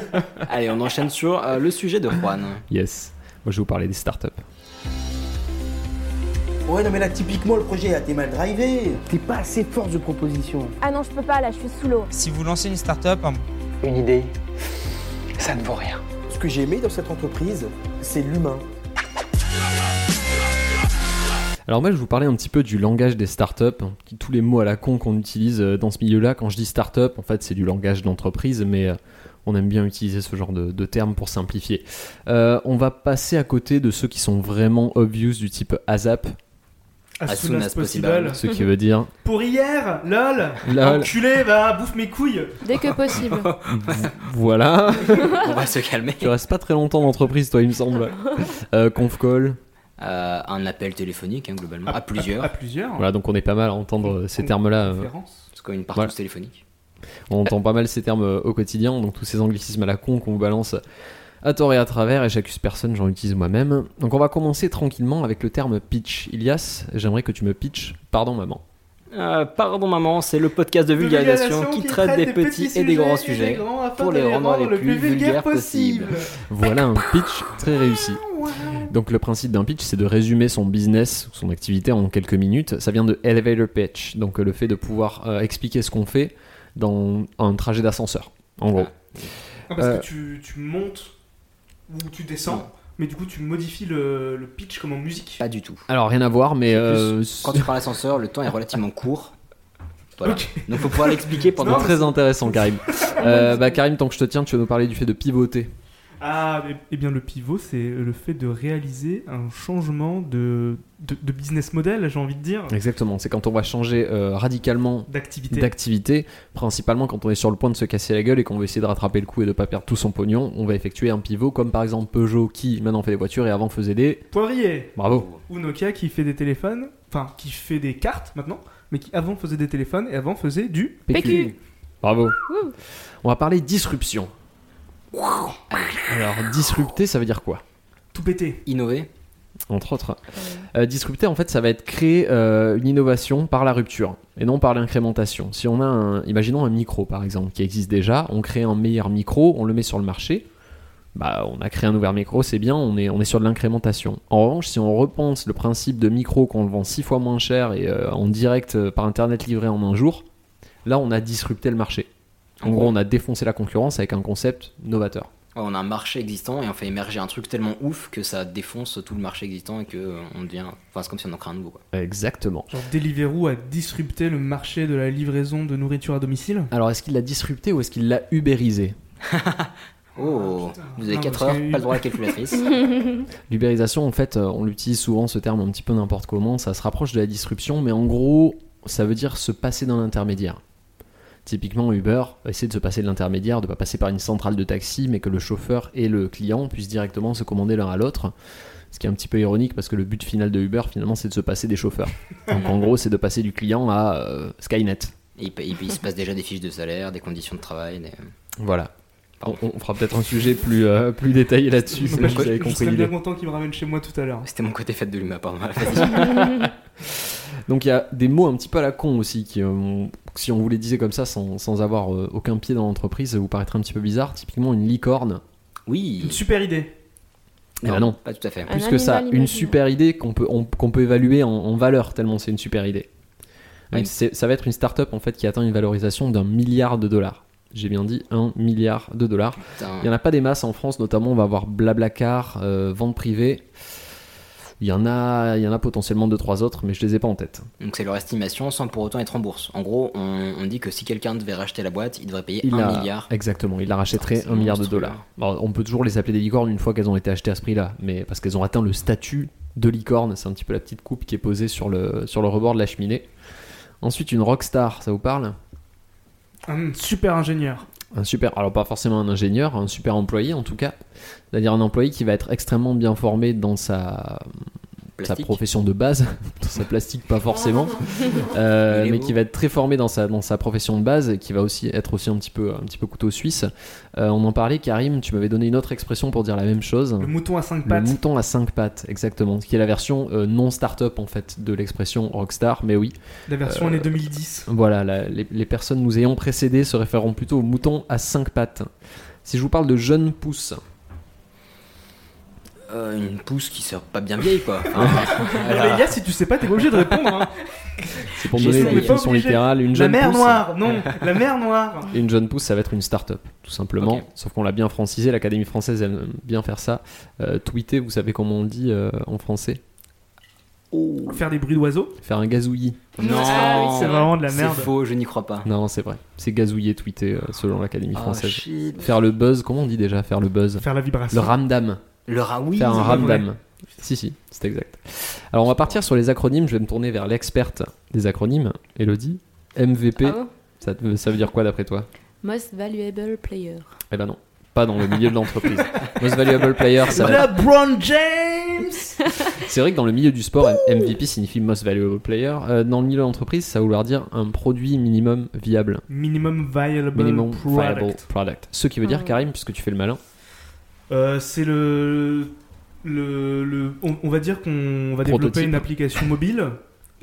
Allez, on enchaîne sur euh, le sujet de Juan.
Yes. Moi je vais vous parler des startups.
Ouais, non, mais là, typiquement, le projet a été mal drivé. T'es pas assez force de proposition.
Ah non, je peux pas là, je suis sous l'eau.
Si vous lancez une start-up,
Une idée, ça ne vaut rien. Ce que j'ai aimé dans cette entreprise, c'est l'humain.
Alors moi je vais vous parler un petit peu du langage des startups, hein, qui- tous les mots à la con qu'on utilise euh, dans ce milieu-là. Quand je dis startup, en fait c'est du langage d'entreprise, mais euh, on aime bien utiliser ce genre de, de termes pour simplifier. Euh, on va passer à côté de ceux qui sont vraiment obvious du type ASAP,
As,
As
soon
soon
as
as
possible.
possible.
ce qui veut dire
Pour hier, lol,
Lol.
enculé, va, bouffe mes couilles.
Dès que possible.
voilà.
on va se calmer.
tu restes pas très longtemps d'entreprise toi il me semble. Euh, conf call.
Euh, un appel téléphonique, hein, globalement, à, plusieurs.
À plusieurs.
Voilà donc on est pas mal à entendre euh, ces
Con-
termes-là. euh,
conférence.
Parce qu'on a une partouze
Voilà.
téléphonique.
On entend pas mal ces termes euh, au quotidien, donc tous ces anglicismes à la con qu'on vous balance à tort et à travers, et j'accuse personne, j'en utilise moi-même. Donc on va commencer tranquillement avec le terme pitch. Ilias, j'aimerais que tu me pitches. Pardon maman.
Euh, pardon maman, c'est le podcast de vulgarisation, qui, traite, des, petits, et des grands
sujets et
sujets
des grands afin
pour
de
les rendre les plus vulgaires
possibles.
possibles.
Voilà un pitch très réussi. Donc le principe d'un pitch, c'est de résumer son business ou son activité en quelques minutes. Ça vient de elevator pitch, donc euh, le fait de pouvoir euh, expliquer ce qu'on fait dans un trajet d'ascenseur, en gros.
Ah, parce
Euh,
que tu, tu montes ou tu descends, mais du coup tu modifies le, le pitch comme en musique.
Pas du tout.
Alors rien à voir, mais... euh,
Quand tu prends l'ascenseur, le temps est relativement court. Voilà. Donc faut pouvoir l'expliquer pendant.
Non, mais-
Très intéressant, Karim. Euh, bah, Karim, tant que je te tiens, tu vas nous parler du fait de pivoter.
Ah, mais- eh bien le pivot, c'est le fait de réaliser un changement de, de, de business model, j'ai envie de dire,
Exactement, c'est quand on va changer euh, radicalement
d'activité.
d'activité, principalement quand on est sur le point de se casser la gueule et qu'on veut essayer de rattraper le coup et de pas perdre tout son pognon, on va effectuer un pivot comme par exemple Peugeot qui maintenant fait des voitures et avant faisait des...
Poirier
Bravo
ou Nokia qui fait des téléphones, enfin qui fait des cartes maintenant, mais qui avant faisait des téléphones et avant faisait du.
PQ.
Bravo
Wouh.
On va parler disruption. Alors disrupter, ça veut dire quoi
Tout pété.
Innover.
entre autres. Euh, disrupter, en fait, ça va être créer euh, une innovation par la rupture et non par l'incrémentation. Si on a, un, imaginons un micro par exemple qui existe déjà, on crée un meilleur micro, on le met sur le marché. Bah, on a créé un ouvert micro, c'est bien, on est, on est sur de l'incrémentation. En revanche, si on repense le principe de micro qu'on le vend 6 fois moins cher et euh, en direct euh, par internet livré en un jour, là on a disrupté le marché. En gros, on a défoncé la concurrence avec un concept novateur.
Ouais, on a un marché existant et on fait émerger un truc tellement ouf que ça défonce tout le marché existant et que euh, on devient. Enfin, c'est comme si on en crée un nouveau. Quoi.
Exactement.
Genre Deliveroo a disrupté le marché de la livraison de nourriture à domicile.
Alors, est-ce qu'il l'a disrupté ou est-ce qu'il l'a ubérisé
Oh, vous avez 4 heures, pas le droit à la calculatrice.
L'ubérisation, en fait, euh, on l'utilise souvent ce terme un petit peu n'importe comment, ça se rapproche de la disruption, mais en gros, ça veut dire se passer d'un intermédiaire. Typiquement, Uber essaie de se passer de l'intermédiaire, de ne pas passer par une centrale de taxi, mais que le chauffeur et le client puissent directement se commander l'un à l'autre. Ce qui est un petit peu ironique parce que le but final de Uber, finalement, c'est de se passer des chauffeurs. Donc en gros, c'est de passer du client à euh, Skynet.
Il, pa- il- il se passe déjà des fiches de salaire, des conditions de travail. des-
Voilà. On, on fera peut-être un sujet plus, euh, plus détaillé là-dessus.
Je,
mais vous avez
je
compris
serais bien
l'idée.
content qu'il me ramène chez moi tout à l'heure.
C'était mon côté fête de l'humain, pardon.
Donc il y a des mots un petit peu à la con aussi qui, euh, on- si on vous les disait comme ça sans, sans avoir euh, aucun pied dans l'entreprise, ça vous paraîtrait un petit peu bizarre. Typiquement une licorne.
Oui.
Une super idée.
Eh ben
Non,
non,
pas tout à fait. Un
Plus que ça,
animal
une
imaginaire.
super idée qu'on peut, on- qu'on peut évaluer en, en valeur tellement c'est une super idée.
Oui.
Donc, c'est- Ça va être une start-up en fait qui atteint une valorisation d'un milliard de dollars. J'ai bien dit un milliard de dollars.
Putain.
Il y en a pas des masses en France, notamment on va avoir Blablacar, euh, vente privée. Il y en a, il y en a potentiellement deux trois autres, mais je les ai pas en tête.
Donc c'est leur estimation sans pour autant être en bourse. En gros, on, on dit que si quelqu'un devait racheter la boîte, il devrait payer
Il
1
a-
milliard.
Exactement, il la rachèterait
c'est
un milliard de
monstrueux.
dollars. Bon, on peut toujours les appeler des licornes une fois qu'elles ont été achetées à ce prix-là, mais parce qu'elles ont atteint le statut de licorne, c'est un petit peu la petite coupe qui est posée sur le, sur le rebord de la cheminée. Ensuite, une rockstar, ça vous parle
Un super ingénieur.
un super, alors pas forcément un ingénieur, un super employé en tout cas, c'est-à-dire un employé qui va être extrêmement bien formé dans sa, sa
Plastique.
profession de base, dans sa plastique pas forcément, euh,
Ah. Il est
mais
beau.
qui va être très formé dans sa, dans sa profession de base, et qui va aussi être aussi un petit peu, un petit peu couteau suisse. Euh, on en parlait, Karim, tu m'avais donné une autre expression pour dire la même chose.
Le mouton à 5
Le
pattes.
mouton à cinq pattes, exactement, ce qui est la version euh, non start-up en fait de l'expression rockstar, mais oui.
La version
Euh,
année 2010.
voilà, la- les, les personnes nous ayant précédés se référeront plutôt au mouton à cinq pattes. Si je vous parle de jeune pousse,
Euh, une pousse qui sort pas bien vieille quoi. Hein. Enfin, elle
Alors, les
Ah.
a-
gars, si tu sais pas, t'es obligé de répondre. hein.
c'est pour
Je
donner
sais,
une
mais pas
définition
obligé.
littérale, une
La
jeune
mer
pousse.
noire, non. La mer noire.
Et une jeune pousse, ça va être une start-up, tout simplement.
Ok.
Sauf qu'on l'a bien francisé, l'Académie française aime bien faire ça. Euh, tweeter, vous savez comment on dit euh, en français
Faire des bruits d'oiseaux.
Faire un gazouillis.
Non,
Ah oui, c'est vraiment de la merde.
C'est faux, je n'y crois pas.
Non, c'est vrai. C'est gazouiller, tweeter, euh, selon l'Académie
Ah,
française.
shit.
Faire le buzz, comment on dit déjà Faire le buzz
Faire la vibration.
Le ramdam.
Le raoui.
Faire un
c'est pas vrai.
ramdam. Si, si, c'est exact. Alors on va partir sur les acronymes. Je vais me tourner vers l'experte des acronymes, Elodie. MVP,
Ah bon
ça, te- ça veut dire quoi d'après toi
Most valuable player.
Eh ben non, pas dans le milieu de l'entreprise. Most Valuable Player, ça va être-
LeBron James.
C'est vrai que dans le milieu du sport, MVP signifie Most Valuable Player. Euh, dans le milieu de l'entreprise, ça va vouloir dire un produit minimum viable.
Minimum viable
Minimum
product.
viable product. Ce qui veut dire,
Ah.
Karim, puisque tu fais le malin,
Euh, c'est le, le, le- on, on va dire qu'on va développer
Prototype.
une application mobile.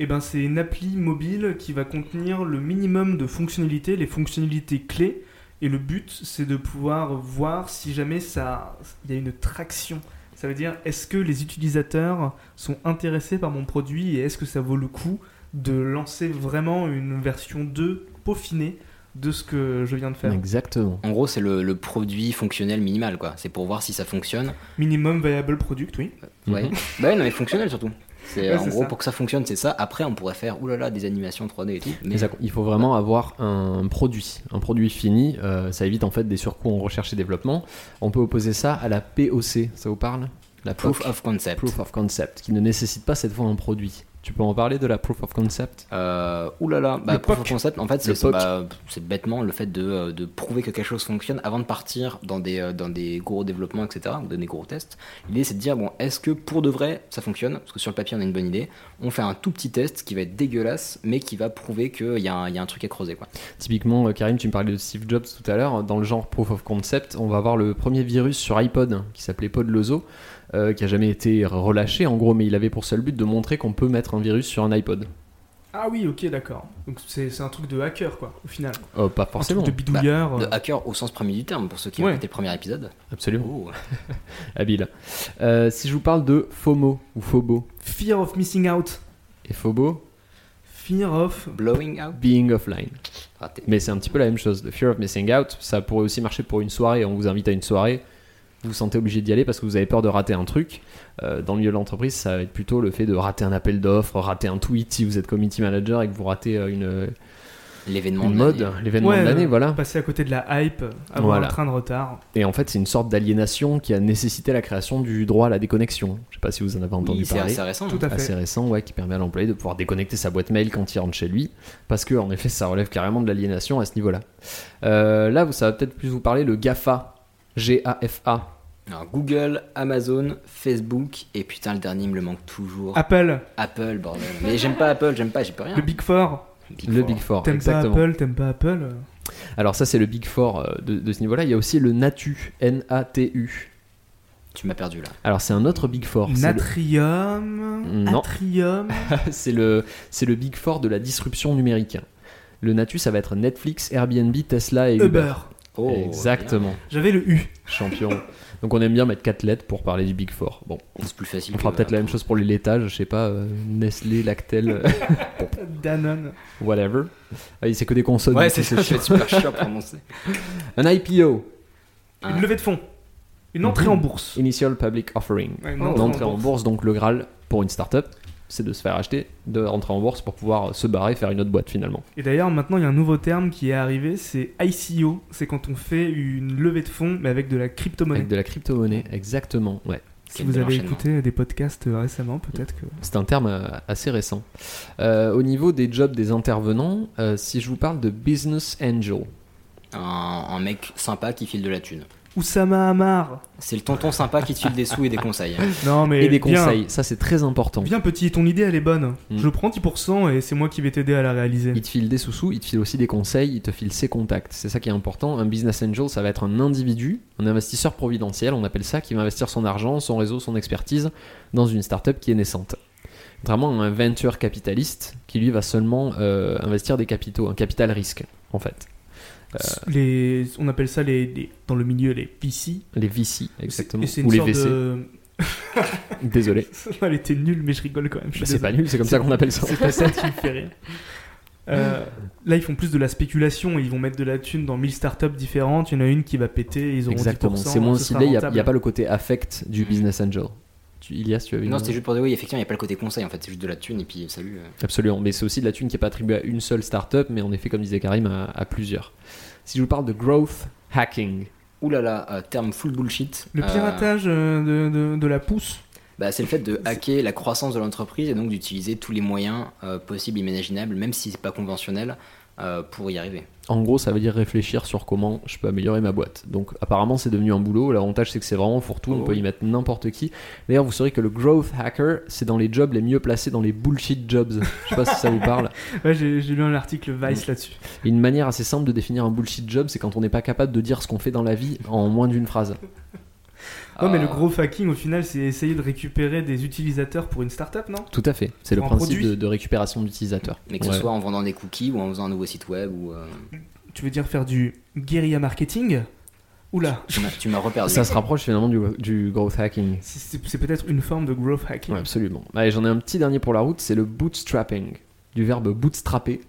Et ben c'est une appli mobile qui va contenir le minimum de fonctionnalités, les fonctionnalités clés. Et le but, c'est de pouvoir voir si jamais ça, il y a une traction. Ça veut dire, est-ce que les utilisateurs sont intéressés par mon produit et est-ce que ça vaut le coup de lancer vraiment une version 2 peaufinée de ce que je viens de faire
exactement.
En gros, c'est le, le produit fonctionnel minimal quoi. C'est pour voir si ça fonctionne.
Minimum viable product, oui.
Mhm.
Ouais. bah ouais, non mais fonctionnel surtout. C'est
Ouais,
en
c'est
gros
ça.
pour que ça fonctionne, c'est ça. Après, on pourrait faire oulala des animations 3D et tout. Mais
Mais ça- il faut vraiment avoir un produit, un produit fini. Euh, ça évite en fait des surcoûts en recherche et développement. On peut opposer ça à la POC. Ça vous parle La
proof
POC,
of concept.
proof of concept, qui ne nécessite pas cette fois un produit. Tu peux en parler de la proof of concept
Euh, oulala, bah,
Le
proof of
POC.
concept, en fait, c'est
Le POC.
bah, c'est bêtement le fait de, euh, de prouver que quelque chose fonctionne avant de partir dans des, euh, dans des gros développements, etc., ou dans des gros tests. L'idée, c'est de dire, bon, est-ce que pour de vrai, ça fonctionne Parce que sur le papier, on a une bonne idée. On fait un tout petit test qui va être dégueulasse, mais qui va prouver qu'il y, a un- il y a un truc à creuser, quoi.
Typiquement, euh, Karim, tu me parlais de Steve Jobs tout à l'heure. Dans le genre proof of concept, on va avoir le premier virus sur iPod qui s'appelait Podlozo, euh, qui a jamais été relâché en gros, mais il avait pour seul but de montrer qu'on peut mettre un virus sur un iPod.
Ah oui, ok, d'accord. Donc c'est c'est un truc de hacker, quoi, au final.
Euh, pas forcément. Bah,
Un truc de bidouilleur.
De
euh,
hacker au sens premier du terme, pour ceux qui ont
Ouais.
écouté le premier épisode.
Absolument.
Oh.
Habile. Euh, si je vous parle de FOMO ou FOBO,
Fear of missing out.
et FOBO,
Fear of.
Blowing out
being offline.
Raté.
Mais c'est un petit peu la même chose. The fear of missing out, ça pourrait aussi marcher pour une soirée. On vous invite à une soirée, vous vous sentez obligé d'y aller parce que vous avez peur de rater un truc. Euh, dans le milieu de l'entreprise, ça va être plutôt le fait de rater un appel d'offres, rater un tweet si vous êtes community manager et que vous ratez euh, une,
L'événement
une
de
mode,
l'année.
l'événement
Ouais,
de l'année, voilà.
Passer à côté de la hype, avoir
Voilà.
un train de retard.
Et en fait, c'est une sorte d'aliénation qui a nécessité la création du droit à la déconnexion. Je sais pas si vous en avez entendu
Oui, c'est
parler.
assez récent.
Tout à fait.
Assez récent, ouais, qui permet à l'employé de pouvoir déconnecter sa boîte mail quand il rentre chez lui, parce que en effet, ça relève carrément de l'aliénation à ce niveau-là. Euh, là, vous- ça va peut-être plus vous parler le Gafa, G-A-F-A.
Alors, Google, Amazon, Facebook, et putain, le dernier il me le manque toujours.
Apple,
Apple, bordel. Mais j'aime pas Apple, j'aime pas, j'ai peux rien.
le Big Four.
le Big Four,
T'aimes pas
exactement.
Apple, t'aimes pas Apple. euh,
Alors ça, c'est le Big Four euh, de, de ce niveau-là. Il y a aussi le Natu, N-A-T-U.
Tu m'as perdu là.
Alors c'est un autre Big Four. C'est le-
Natrium,
Non.
Atrium.
C'est le, c'est le Big Four de la disruption numérique. Le Natu, ça va être Netflix, Airbnb, Tesla et Uber.
Uber.
Oh,
Exactement,
J'avais le U.
champion. Donc on aime bien mettre 4 lettres pour parler du Big Four. Bon,
bien. C'est plus facile.
on fera
que-
peut-être la même chose pour les laitages, je sais pas, euh, Nestlé, Lactel, euh,
Danone.
whatever. Ah oui, c'est que des consonnes.
Ouais,
du coup,
c'est ça,
chiant.
c'est super chiant à prononcer.
Un IPO,
Une levée de fonds. Une entrée
Mmh.
en bourse.
Initial Public Offering.
Ouais, une entrée en
D'entrer en
bourse.
bourse, donc le Graal pour une startup, c'est de se faire acheter, de rentrer en bourse pour pouvoir se barrer, faire une autre boîte finalement.
Et d'ailleurs, maintenant, il y a un nouveau terme qui est arrivé, c'est ICO. C'est quand on fait une levée de fonds, mais avec de la crypto-monnaie.
Avec de la crypto-monnaie, exactement, ouais.
Si
Quel
vous
bel
avez
enchaînement.
écouté des podcasts euh, récemment, peut-être que.
C'est un terme euh, assez récent. Euh, au niveau des jobs des intervenants, euh, si je vous parle de business angel,
Un, un mec sympa qui file de la thune.
Oussama Hamar
C'est le tonton sympa qui te file des sous et des conseils.
Non, mais.
et des
Eh bien.
conseils, ça c'est très important.
Bien petit, ton idée elle est bonne.
Mm.
Je prends 10% et c'est moi qui vais t'aider à la réaliser.
Il te file des sous-sous, il te file aussi des conseils, il te file ses contacts. C'est ça qui est important. Un business angel, ça va être un individu, un investisseur providentiel, on appelle ça, qui va investir son argent, son réseau, son expertise dans une startup qui est naissante. Contrairement à un venture capitaliste qui lui va seulement euh, investir des capitaux, un capital risque en fait. euh,
Les, on appelle ça les, les- dans le milieu les PC.
Les VC exactement,
Et c'est
ou
une
les
sorte
VC.
de.
Désolé,
Elle était nulle, mais je rigole quand même. je suis
Bah, c'est pas
désolé.
nul, c'est comme ça qu'on appelle ça.
C'est pas ça qui me fait rire.
Mm.
Euh, là, ils font plus de la spéculation. Ils vont mettre de la thune dans 1000 startups différentes. Il y en a une qui va péter. Ils auront
Exactement,
10%,
c'est moins
ce sera
ciblé, il n'y a,
rentable.
y a pas le côté affect du business angel. Tu, Ilias, tu avais
non,
une-
c'était juste pour dire oui, effectivement, il n'y a pas le côté conseil en fait, c'est juste de la thune et puis salut. euh.
Absolument, mais c'est aussi de la thune qui n'est pas attribuée à une seule startup, mais en effet, comme disait Karim, à, à plusieurs. Si je vous parle de growth hacking,
Ouh là là, euh, terme full bullshit.
Le
Euh,
piratage euh, de, de- de la pousse.
bah, c'est le fait de hacker la croissance de l'entreprise et donc d'utiliser tous les moyens euh, possibles, imaginables, même si c'est pas conventionnel, euh, pour y arriver.
en gros, ça veut dire réfléchir sur comment je peux améliorer ma boîte. Donc, apparemment, c'est devenu un boulot. L'avantage, c'est que c'est vraiment pour tout, on
Oh.
peut y mettre n'importe qui. D'ailleurs, vous saurez que le growth hacker, c'est dans les jobs les mieux placés dans les bullshit jobs. Je sais pas si ça vous parle.
Ouais, j'ai j'ai lu un article Vice
Mm.
là-dessus.
Et une manière assez simple de définir un bullshit job, c'est quand on n'est pas capable de dire ce qu'on fait dans la vie en moins d'une phrase.
Non, mais
Ah,
le gros hacking, au final, c'est essayer de récupérer des utilisateurs pour une startup, non
Tout à fait. C'est le
Pour un
principe
produit.
de, de récupération d'utilisateurs.
Mais que ce
Ouais.
soit en vendant des cookies ou en faisant un nouveau site web ou. euh,
Tu veux dire faire du guérilla marketing Oula
tu m'as- tu m'as reperdu.
Ça se rapproche finalement du, du growth hacking.
C'est- C'est c'est peut-être une forme de growth hacking.
Ouais, absolument. Allez, j'en ai un petit dernier pour la route, c'est le bootstrapping, du verbe bootstrapper.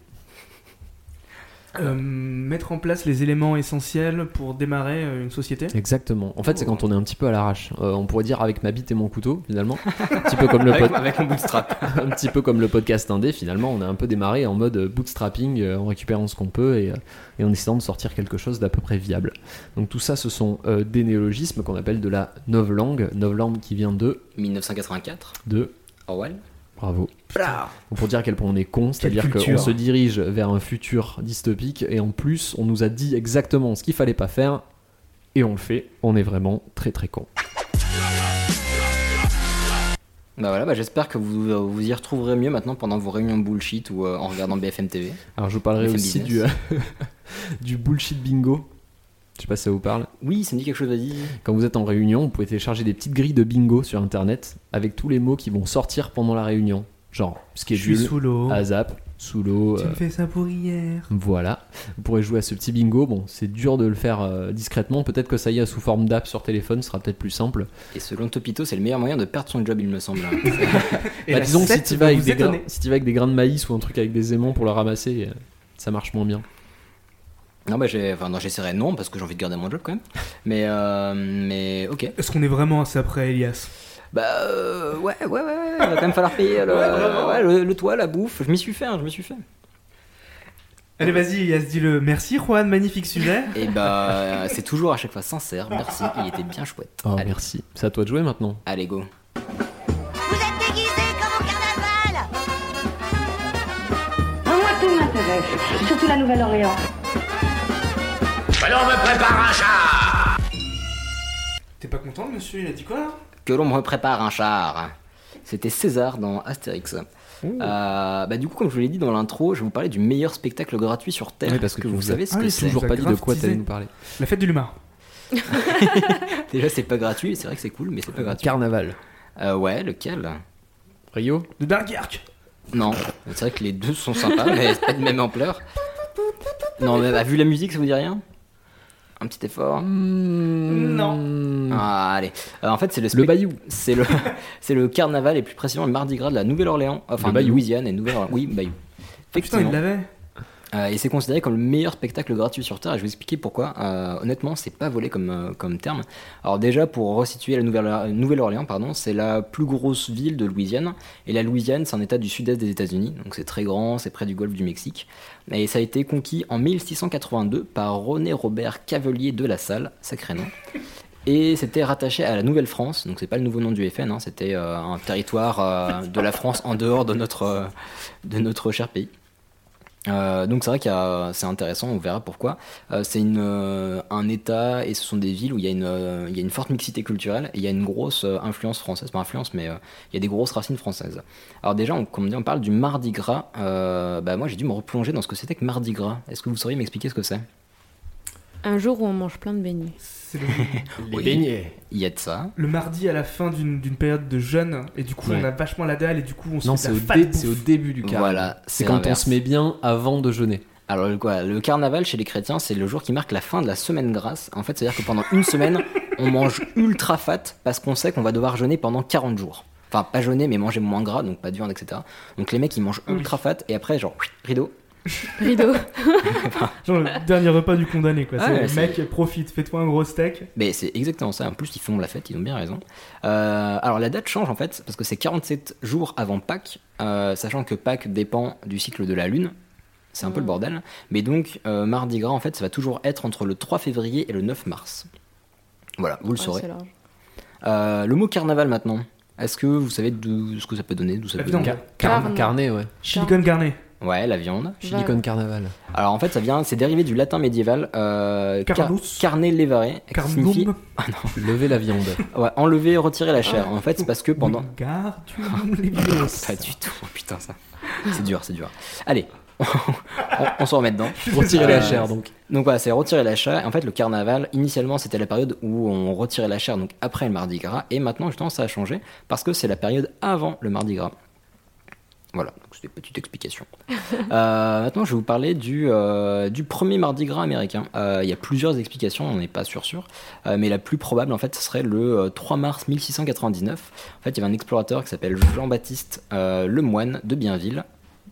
Euh, mettre en place les éléments essentiels pour démarrer euh, une société.
Exactement. En fait, c'est quand on est un petit peu à l'arrache. Euh, on pourrait dire avec ma bite et mon couteau, finalement. Un petit peu comme le, pod-
Avec, avec un bootstrap.
un petit peu comme le podcast indé, finalement, on a un peu démarré en mode bootstrapping, euh, en récupérant ce qu'on peut et, euh, et en essayant de sortir quelque chose d'à peu près viable. Donc tout ça, ce sont euh, des néologismes qu'on appelle de la novlangue, novlangue qui vient de...
1984,
de
Orwell.
Bravo. Donc, Pour dire à quel point on est con, c'est-à-dire
Quelle
qu'on
culture.
se dirige vers un futur dystopique et en plus on nous a dit exactement ce qu'il fallait pas faire et on le fait, on est vraiment très très con.
Bah voilà, bah j'espère que vous euh, vous y retrouverez mieux maintenant pendant vos réunions bullshit ou euh, en regardant BFM TV.
Alors je vous parlerai
FM
aussi du, du bullshit bingo. Je sais pas si ça vous parle.
Oui, ça me dit quelque chose, vas-y.
Quand vous êtes en réunion, vous pouvez télécharger des petites grilles de bingo sur internet avec tous les mots qui vont sortir pendant la réunion. Genre
Je suis
schedule,
sous l'eau.
ASAP, sous l'eau.
Tu
euh,
me fais ça pour hier.
Voilà, vous pourrez jouer à ce petit bingo. Bon, c'est dur de le faire euh, discrètement. Peut-être que ça y est, sous forme d'app sur téléphone, ce sera peut-être plus simple.
Et selon Topito, c'est le meilleur moyen de perdre son job, il me semble.
Et
Bah,
la
disons que si
secte
tu
va
vas avec
vous
des grains,
étonner.
si t'y vas avec des grains de maïs ou un truc avec des aimants pour le ramasser, euh, ça marche moins bien.
non, bah j'ai- enfin, non, j'essaierai non, parce que j'ai envie de garder mon job quand même. Mais, euh, mais ok.
Est-ce qu'on est vraiment assez après, Elias
Bah euh, ouais, ouais, ouais, ouais, il va quand même falloir payer le, ouais, le, le toit, la bouffe. Je m'y suis fait, hein, je m'y suis fait.
Allez, vas-y, Yas, dis-le. Merci, Juan, magnifique sujet.
Et bah, c'est toujours à chaque fois sincère. Merci, il était bien chouette.
Oh, merci. C'est à toi de jouer maintenant.
Allez, go.
Moi, tout m'intéresse, surtout la Nouvelle-Orléans.
Alors, on me prépare un chat
T'es pas content, le monsieur Il a dit quoi là
Que l'on me prépare un char. C'était César dans Astérix. Euh, bah, du coup, comme je vous l'ai dit dans l'intro, je vais vous parler du meilleur spectacle gratuit sur Terre.
Oui, parce que tu
vous
nous as-
savez ce
Ah
que
oui,
c'est.
tu nous as grave teasé.
La fête du Lumar.
Déjà, c'est pas gratuit, c'est vrai que c'est cool, mais c'est pas gratuit.
Carnaval.
Euh, ouais, lequel
Rio
De Dunkerque
Non, c'est vrai que les deux sont sympas, mais c'est pas de même ampleur. Non, mais bah, vu la musique, ça vous dit rien Un petit effort
Hmm.
Hmm. Non.
Ah, allez. Euh, en fait, c'est le, le Bayou. C'est le, c'est le carnaval et plus précisément le Mardi Gras de la Nouvelle-Orléans. Enfin,
Le
de
Bayou.
Louisiane et Nouvelle-Orléans. Oui, Bayou.
Ah, Putain, il
Effectivement.
l'avait.
Euh, et c'est considéré comme le meilleur spectacle gratuit sur Terre. Et je vais vous expliquer pourquoi. Euh, honnêtement, c'est pas volé comme, euh, comme terme. Alors déjà, pour resituer la Nouvelle- euh, Nouvelle-Orléans, pardon, c'est la plus grosse ville de Louisiane. Et la Louisiane, c'est un état du sud-est des États-Unis. Donc c'est très grand, c'est près du golfe du Mexique. Et ça a été conquis en 1682 par René Robert Cavelier de La Salle, sacré nom. Et c'était rattaché à la Nouvelle-France, donc c'est pas le nouveau nom du FN, hein, c'était euh, un territoire euh, de la France en dehors de notre, euh, de notre cher pays. Euh, donc c'est vrai qu'il y a- c'est intéressant, on verra pourquoi. Euh, c'est une, euh, un État et ce sont des villes où il y a une, euh, il y a une forte mixité culturelle et il y a une grosse euh, influence française, pas influence, mais euh, il y a des grosses racines françaises. Alors déjà, on, comme on dit, on parle du Mardi Gras. Euh, bah moi, j'ai dû me replonger dans ce que c'était que Mardi Gras. Est-ce que vous sauriez m'expliquer ce que c'est
Un jour où on mange plein de beignets.
Les
beignets.
Il y a de ça.
Le mardi à la fin d'une d'une période de jeûne, et du coup
Ouais.
on a vachement la dalle, et du coup on se
Non,
fait
c'est
de
au,
la fat
dé-
bouffe.
c'est au début du carnaval.
Voilà,
c'est
c'est
quand on
l'inverse.
se met bien avant de jeûner.
Alors le, quoi, le carnaval chez les chrétiens, c'est le jour qui marque la fin de la semaine grasse. En fait, c'est-à-dire que pendant une semaine, on mange ultra fat parce qu'on sait qu'on va devoir jeûner pendant 40 jours. Enfin, pas jeûner, mais manger moins gras, donc pas de viande, etc. Donc les mecs, ils mangent ultra fat et après, genre, rideau.
Rideau.
Genre le dernier repas du condamné quoi.
Ah
C'est,
ouais, c'est-
mec, profite, fais-toi un gros steak.
Mais c'est exactement ça. En plus, ils font la fête, ils ont bien raison. Euh, alors, la date change en fait, parce que c'est 47 jours avant Pâques, euh, sachant que Pâques dépend du cycle de la Lune. C'est
Mm.
un peu le bordel. Mais donc, euh, Mardi Gras, en fait, ça va toujours être entre le 3 février et le 9 mars. Voilà, vous le
Ouais,
saurez.
Oh, c'est large.
Euh, le mot carnaval maintenant. Est-ce que vous savez d'où ce que ça peut donner d'où ça
La
peut
viande.
venir
Car-
Carne.
Carnet, ouais.
Chili con carne.
Ouais, la viande.
Chili con carnaval.
Alors en fait, ça vient, c'est dérivé du latin médiéval euh, car-
Carnus.
carne levare, qui
Carnum.
signifie
Lever la viande.
ouais, enlever, retirer la
Ah.
chair. En fait, c'est parce que pendant Ah,
Garde les virus.
Pas du tout, Oh, putain ça. C'est dur, c'est dur. Allez, on, on s'en remet dedans.
Retirer la chair, donc.
Donc voilà, c'est retirer la chair. En fait, le carnaval, initialement, c'était la période où on retirait la chair, donc après le Mardi Gras. Et maintenant, justement, ça a changé parce que c'est la période avant le Mardi Gras. Voilà, donc c'était une petite explication. Euh, maintenant, je vais vous parler du, euh, du premier Mardi Gras américain. Euh, Il y a plusieurs explications, on n'est pas sûr sûr, Euh, mais la plus probable, en fait, ce serait le euh, 3 mars 1699. En fait, il y avait un explorateur qui s'appelle Jean-Baptiste euh, Lemoine de Bienville.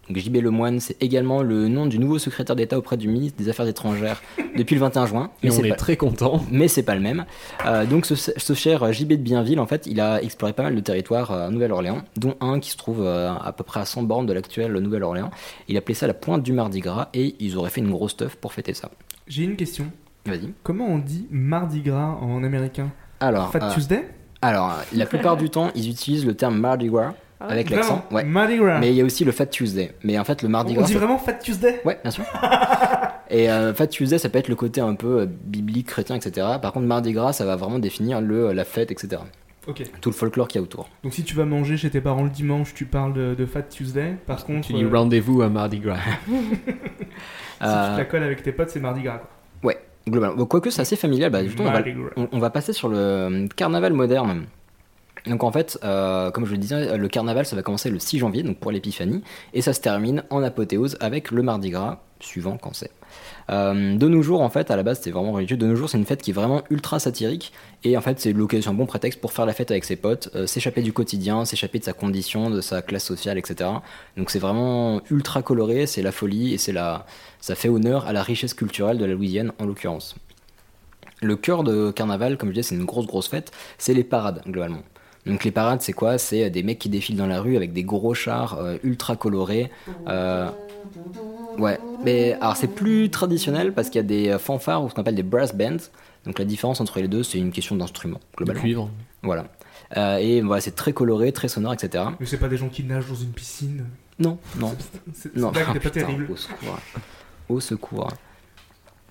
Donc JB Lemoine, c'est également le nom du nouveau secrétaire d'État auprès du ministre des Affaires étrangères depuis le 21 juin.
Et
Mais
on
c'est
est
pas-
très content.
mais c'est pas le même. Euh, donc ce, ce cher JB de Bienville, en fait, il a exploré pas mal de territoires euh, à Nouvelle-Orléans, dont un qui se trouve euh, à peu près à 100 bornes de l'actuelle Nouvelle-Orléans. Il appelait ça la pointe du Mardi Gras et ils auraient fait une grosse teuf pour fêter ça.
J'ai une question.
Vas-y.
Comment on dit mardi gras en américain
Alors,
Fat
euh,
Tuesday
alors, euh, la plupart du temps, ils utilisent le terme Mardi Gras avec l'accent.
Vraiment
Ouais.
Mardi gras.
Mais il y a aussi le Fat Tuesday. Mais en fait, le Mardi
on
Gras.
dit
c'est-
vraiment Fat Tuesday
Ouais, bien sûr. Et euh, Fat Tuesday, ça peut être le côté un peu euh, biblique, chrétien, etc. Par contre, Mardi Gras, ça va vraiment définir le, la fête, etc.
Ok.
Tout le folklore qu'il y a autour.
Donc si tu vas manger chez tes parents le dimanche, tu parles de, de Fat Tuesday. Par contre,
Tu dis
euh,
rendez-vous à Mardi Gras.
si
euh,
tu te la colles avec tes potes, c'est mardi gras. quoi.
Ouais, globalement. Bon, Quoique c'est assez familial, bah, justement, on va,
Mardi Gras.
on- on va passer sur le euh, carnaval moderne. Donc en fait, euh, comme je le disais, le carnaval ça va commencer le 6 janvier, donc pour l'épiphanie, et ça se termine en apothéose avec le Mardi Gras, suivant quand c'est. Euh, de nos jours, en fait, à la base, c'était vraiment religieux. De nos jours, c'est une fête qui est vraiment ultra satirique. Et en fait, c'est l'occasion, un bon prétexte pour faire la fête avec ses potes, euh, s'échapper du quotidien, s'échapper de sa condition, de sa classe sociale, etc. Donc c'est vraiment ultra coloré, c'est la folie et c'est la... ça fait honneur à la richesse culturelle de la Louisiane, en l'occurrence. Le cœur de carnaval, comme je disais, c'est une grosse grosse fête, c'est les parades globalement. Donc les parades, c'est quoi C'est euh, des mecs qui défilent dans la rue avec des gros chars euh, ultra colorés. euh, ouais, mais alors c'est plus traditionnel parce qu'il y a des euh, fanfares ou ce qu'on appelle des brass bands. Donc la différence entre les deux, c'est une question d'instrument
Ah,
globalement.
cuivre.
Voilà. Euh, et voilà, c'est très coloré, très sonore, etc.
Mais c'est pas des gens qui nagent dans une piscine.
Non, non.
C'est
Non. Ah,
c'est pas
Putain,
terrible.
Au secours. Au secours.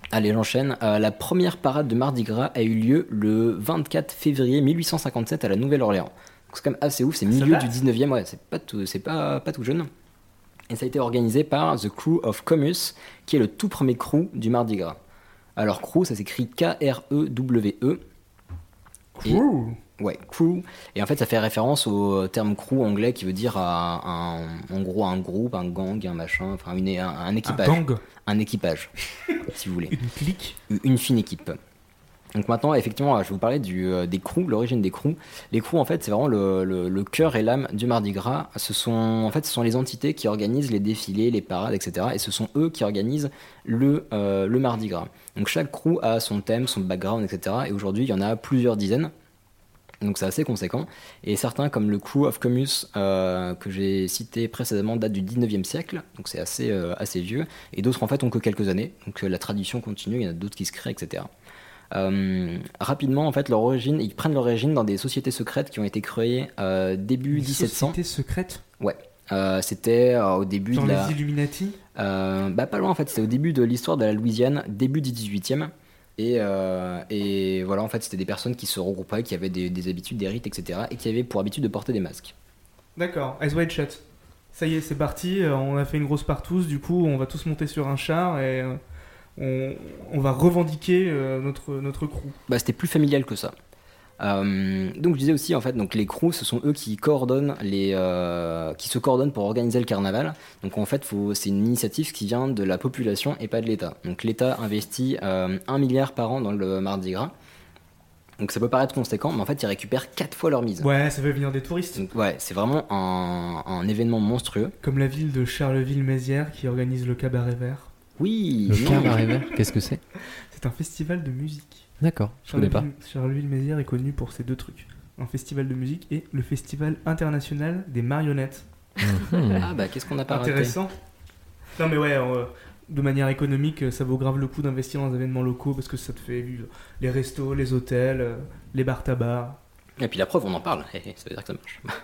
Allez, j'enchaîne. Euh, la première parade de Mardi Gras a eu lieu le 24 février 1857 à la Nouvelle-Orléans. Donc C'est quand même assez ouf, c'est milieu
date
du 19e, ouais, c'est pas tout, c'est pas, pas tout jeune. Et ça a été organisé par The Crew of Comus, qui est le tout premier crew du Mardi Gras. Alors crew, ça s'écrit E K-R-E-W-E. Et-
Crew
Ouais, crew. Et en fait, ça fait référence au terme crew anglais qui veut dire à un, en gros un groupe, un gang, un machin, enfin une, un, un équipage.
gang.
Un équipage, si vous voulez.
Une clique
Une fine équipe. Donc maintenant, effectivement, je vais vous parler du, euh, des crews, l'origine des crews. Les crews, en fait, c'est vraiment le, le- le cœur et l'âme du Mardi Gras. Ce sont, en fait, ce sont les entités qui organisent les défilés, les parades, etc. Et ce sont eux qui organisent le, euh, le Mardi Gras. Donc chaque crew a son thème, son background, etc. Et aujourd'hui, il y en a plusieurs dizaines. Donc c'est assez conséquent. Et certains, comme le crew of Comus euh, que j'ai cité précédemment, date du 19e siècle, donc c'est assez, euh, assez vieux. Et d'autres, en fait, ont que quelques années. Donc euh, la tradition continue, il y en a d'autres qui se créent, etc. Euh, rapidement, en fait, leur origine, ils prennent leur origine dans des sociétés secrètes qui ont été créées euh, début 1700.
Société secrète
Ouais. Euh, c'était euh, au début
Dans
de la...
les Illuminati
Euh, bah, pas loin en fait, c'était au début de l'histoire de la Louisiane, début du 18e. Et, euh, et voilà, en fait, c'était des personnes qui se regroupaient, qui avaient des, des habitudes, des rites, etc. et qui avaient pour habitude de porter des masques.
D'accord, Eyes Wide Shut. Ça y est, c'est parti, euh, on a fait une grosse partouze, du coup on va tous monter sur un char et euh, on, on va revendiquer euh, notre, notre crew.
Bah, c'était plus familial que ça. Euh, donc je disais aussi en fait donc les crews ce sont eux qui coordonnent les euh, qui se coordonnent pour organiser le carnaval donc en fait faut- c'est une initiative qui vient de la population et pas de l'État donc l'État investit euh, 1 milliard par an dans le Mardi Gras donc ça peut paraître conséquent mais en fait ils récupèrent 4 fois leur mise
Ouais, ça fait venir des touristes.
Donc, ouais, c'est vraiment un, un événement monstrueux.
Comme la ville de Charleville-Mézières qui organise le Cabaret Vert.
Oui,
Le
non.
cabaret vert, qu'est-ce que c'est
C'est un festival de musique.
D'accord, je connais pas.
Charleville- Charleville-Mézières est connu pour ces deux trucs. Un festival de musique et le festival international des marionnettes.
Hmm.
Ah bah qu'est-ce qu'on a pas raté
Intéressant. Non mais ouais, euh, de manière économique, euh, ça vaut grave le coup d'investir dans des événements locaux parce que ça te fait vivre les restos, les hôtels, euh, les bars tabac.
Et puis la preuve, on en parle. Hé, hé, ça veut dire que ça marche.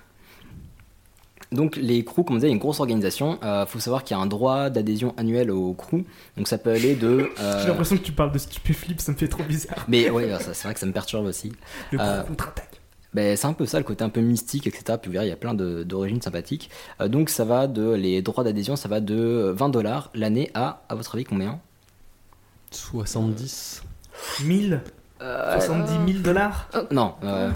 Donc les crews, comme on disait, il y a une grosse organisation. Il faut savoir qu'il y a un droit d'adhésion annuel aux crews. Donc ça peut aller de... euh,
J'ai l'impression que tu parles de stupéflip, ça me fait trop bizarre.
mais ouais, ça- c'est vrai que ça me perturbe aussi.
Le
Euh,
crew contre-attaque.
ben, c'est un peu ça, le côté un peu mystique, etc. Puis vous verrez, il y a plein de- d'origines sympathiques. Euh, donc ça va de... Les droits d'adhésion, ça va de 20 dollars l'année à, à votre avis, combien
70.
1000
euh,
70 000 dollars
Non. euh,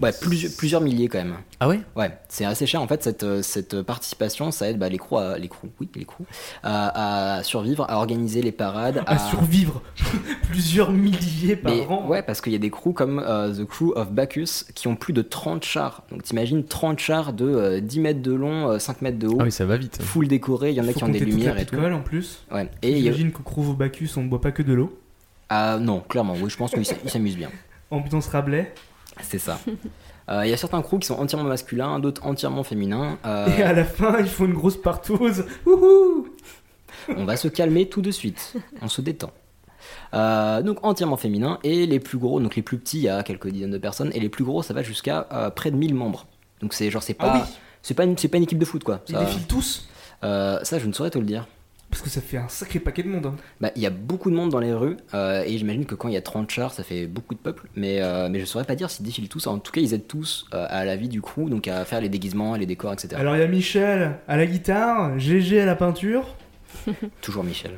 ouais, plus- plusieurs milliers quand même.
Ah ouais
Ouais, c'est assez cher en fait cette, euh, cette participation, ça aide bah, les crews, à, les crews, oui, les crews, à, à survivre, à organiser les parades,
À survivre Plusieurs milliers par
euh, Mais-
an.
Ouais, parce qu'il y a des crews comme euh, The Crew of Bacchus qui ont plus de 30 chars. Donc t'imagines 30 chars de euh, 10 mètres de long, euh, 5 mètres de haut.
Ah oui, ça va vite.
Full décoré, il y en
Faut
a qui ont des
compter toute
lumières
la
et tout.
picole, en plus.
Ouais. Et
Et
il y a-
J'imagine qu'au Crew au Bacchus, on ne boit pas que de l'eau.
Ah non, clairement, oui, je pense qu'ils s- ils s'amusent bien.
Ambiance Rabelais.
C'est ça. Euh, Il y a certains crews qui sont entièrement masculins, d'autres entièrement féminins. euh,
Et à la fin, ils font une grosse partouze. Wouhou
On va se calmer tout de suite. On se détend. Euh, donc entièrement féminin et les plus gros, donc les plus petits, il y a quelques dizaines de personnes et les plus gros, ça va jusqu'à euh, près de 1000 membres. Donc c'est genre c'est
Ah
pas,
oui.
c'est pas une, c'est pas une équipe de foot quoi.
Ils
Ça,
défilent tous
euh, ça je ne saurais te le dire.
Parce que ça fait un sacré paquet de monde. hein.
Bah, il y a beaucoup de monde dans les rues euh, et j'imagine que quand il y a 30 chars, ça fait beaucoup de peuple. Mais euh, mais je saurais pas dire s'ils défilent tous. En tout cas, ils aident tous euh, à la vie du crew, donc à faire les déguisements, les décors, etc.
Alors il y a Michel à la guitare, GG à la peinture.
Toujours Michel.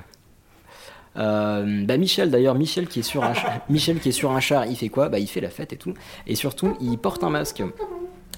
Euh, bah Michel d'ailleurs, Michel qui est sur un char, Michel qui est sur un char, il fait quoi Bah il fait la fête et tout, et surtout il porte un masque.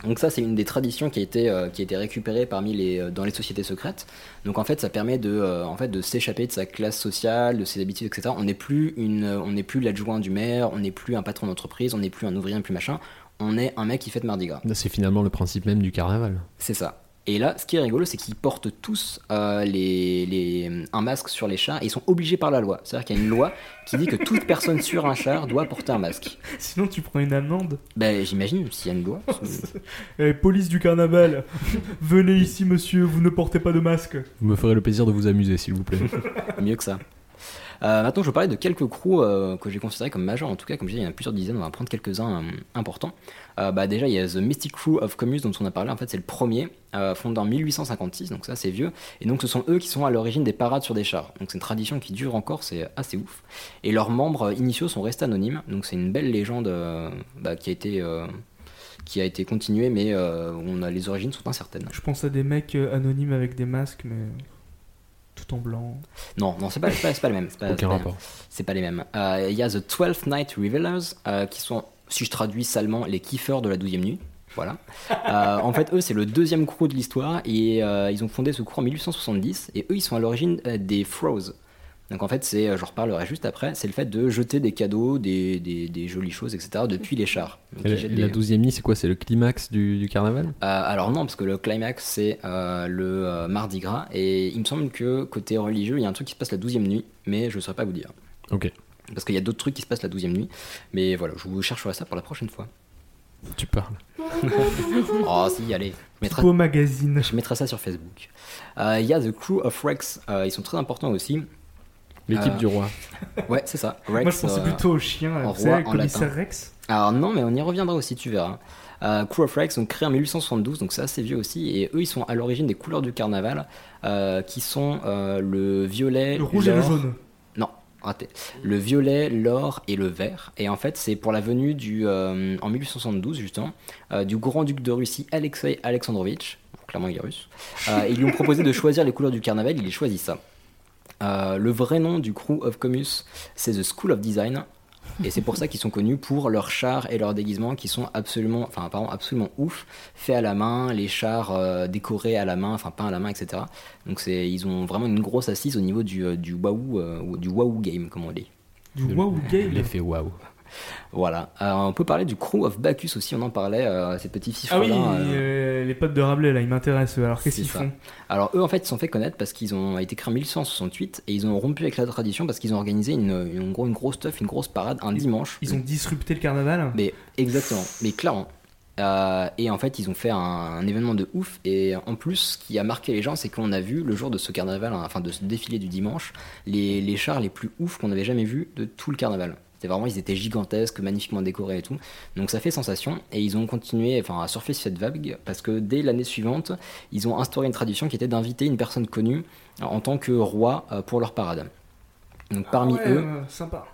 Donc ça c'est une des traditions qui a été euh, qui a été récupérée parmi les euh, dans les sociétés secrètes. Donc en fait ça permet de euh, en fait de s'échapper de sa classe sociale, de ses habitudes etc. On n'est plus une euh, on n'est plus l'adjoint du maire, on n'est plus un patron d'entreprise, on n'est plus un ouvrier, un plus machin. On est un mec qui fait de mardi gras.
Là, C'est finalement le principe même du carnaval.
C'est ça. Et là, ce qui est rigolo, c'est qu'ils portent tous euh, les, les- un masque sur les chars et ils sont obligés par la loi. C'est-à-dire qu'il y a une loi qui dit que toute personne sur un char doit porter un masque.
Sinon, tu prends une amende.
Ben, j'imagine, s'il y a une loi.
Eh, police du carnaval, venez ici, monsieur, vous ne portez pas de masque.
Vous me ferez le plaisir de vous amuser, s'il vous plaît.
Mieux que ça. Euh, maintenant, je vais parler de quelques crews euh, que j'ai considérés comme majeurs. En tout cas, comme je disais, il y en a plusieurs dizaines. On va en prendre quelques-uns euh, importants. Euh, bah, déjà, il y a The Mystic Crew of Commus dont on a parlé. En fait, c'est le premier, euh, fondé en 1856. Donc ça, c'est vieux. Et donc, ce sont eux qui sont à l'origine des parades sur des chars. Donc c'est une tradition qui dure encore. C'est assez ouf. Et leurs membres euh, initiaux sont restés anonymes. Donc c'est une belle légende euh, bah, qui a été euh, qui a été continuée, mais euh, on a les origines sont incertaines.
Je pense à des mecs euh, anonymes avec des masques, mais tout en blanc.
Non, non, c'est pas, c'est pas, c'est pas le même. c'est Pas,
Aucun
c'est pas-
rapport.
C'est pas les mêmes. Euh, Il y a The Twelfth Night Revelers, euh, qui sont, si je traduis salement, les kiffeurs de la 12e nuit. Voilà. Euh, en fait, eux, c'est le deuxième crew de l'histoire et euh, ils ont fondé ce crew en 1870 et eux, ils sont à l'origine euh, des Throws. Donc en fait, c'est, euh, j'en reparlerai juste après, c'est le fait de jeter des cadeaux, des, des- des jolies choses, etc. depuis les chars. Donc,
Et
ils
la-
jettent
La
des-
12 e nuit, c'est quoi C'est le climax du, du carnaval
euh, alors non, parce que le climax c'est euh, le euh, mardi gras et il me semble que côté religieux il y a un truc qui se passe la douzième nuit, mais je ne saurais pas vous dire.
Ok.
Parce qu'il y a d'autres trucs qui se passent la douzième nuit, mais voilà, je vous chercherai ça pour la prochaine fois.
Tu parles.
oh si, allez. Je mettrai,
Beau magazine.
je mettrai ça sur Facebook. Euh, Il y a The Crew of Rex, euh, ils sont très importants aussi.
L'équipe
Euh,
du roi.
Ouais, c'est ça. euh,
Moi, je pensais plutôt au chien, là,
en
vous savez,
roi,
le
en
commissaire
latin.
Rex.
Alors non, mais on y reviendra aussi, tu verras. Euh, Crew of Rex, donc créé en 1872, donc c'est assez vieux aussi, et eux ils sont à l'origine des couleurs du carnaval, euh, qui sont euh, le violet,
Le rouge et le
l'or-
jaune.
Non, raté. Le violet, l'or et le vert. Et en fait, c'est pour la venue du, euh, en 1872 justement, euh, du grand-duc de Russie Alexei Alexandrovitch. Clairement, il est russe. Euh, ils lui ont proposé de choisir les couleurs du carnaval, il a choisi ça. Euh, le vrai nom du crew of Comus, c'est The School of Design. Et c'est pour ça qu'ils sont connus pour leurs chars et leurs déguisements qui sont absolument, enfin, pardon, absolument ouf, faits à la main, les chars euh, décorés à la main, enfin peints à la main, etc. Donc c'est, ils ont vraiment une grosse assise au niveau du, euh, du waouh, euh, ou du waouh game, comme on dit.
Du wow game.
L'effet waouh.
Voilà. Euh, on peut parler du crew of Bacchus aussi, on en parlait, euh, ces petits
Ah
fifres
oui, euh, les potes de Rabelais, là, ils m'intéressent. eux. Alors, qu'est-ce
C'est
qu'ils
ça.
font
Alors eux en fait ils se sont fait connaître parce qu'ils ont été créés en 1868 et ils ont rompu avec la tradition parce qu'ils ont organisé une, une, en gros, une grosse stuff, une grosse parade un dimanche.
Ils ont disrupté le carnaval
Mais exactement, mais clairement. Euh, et en fait ils ont fait un, un événement de ouf et en plus ce qui a marqué les gens c'est qu'on a vu le jour de ce carnaval, hein, enfin de ce défilé du dimanche, les, les chars les plus ouf qu'on avait jamais vus de tout le carnaval. C'était vraiment, ils étaient gigantesques, magnifiquement décorés et tout. Donc ça fait sensation. Et ils ont continué enfin, à surfer sur cette vague parce que dès l'année suivante, ils ont instauré une tradition qui était d'inviter une personne connue en tant que roi euh, pour leur parade. Donc parmi
Ouais,
eux,
euh, sympa.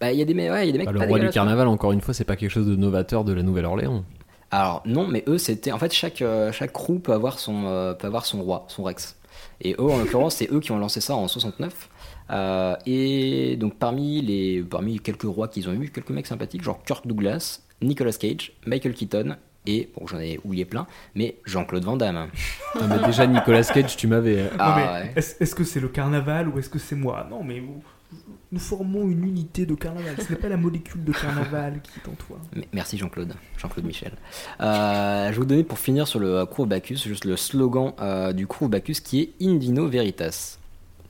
bah, il y a des, me- ouais, il y a des mecs
Bah,
pas
le roi du
dégueulasses, hein. quoi.
carnaval, encore une fois, c'est pas quelque chose de novateur de la Nouvelle-Orléans.
Alors non, mais eux c'était en fait chaque euh, chaque crew peut avoir son euh, peut avoir son roi, son rex. Et eux en l'occurrence c'est eux qui ont lancé ça en 69. Euh, et donc parmi les parmi les quelques rois qu'ils ont eu, quelques mecs sympathiques genre Kirk Douglas, Nicolas Cage, Michael Keaton et bon j'en ai oublié plein, mais Jean-Claude Van Damme.
Ah, bah, déjà, Nicolas Cage, tu m'avais. euh,
Non,
Ah,
mais
ouais.
est-ce, est-ce que c'est le carnaval ou est-ce que c'est moi Non, mais vous- nous formons une unité de carnaval. Ce n'est pas la molécule de carnaval qui est en toi.
M- Merci Jean-Claude, Jean-Claude Michel. Euh, je vous donner pour finir sur le euh, crew Bacchus, juste le slogan euh, du crew Bacchus qui est In Vino Veritas.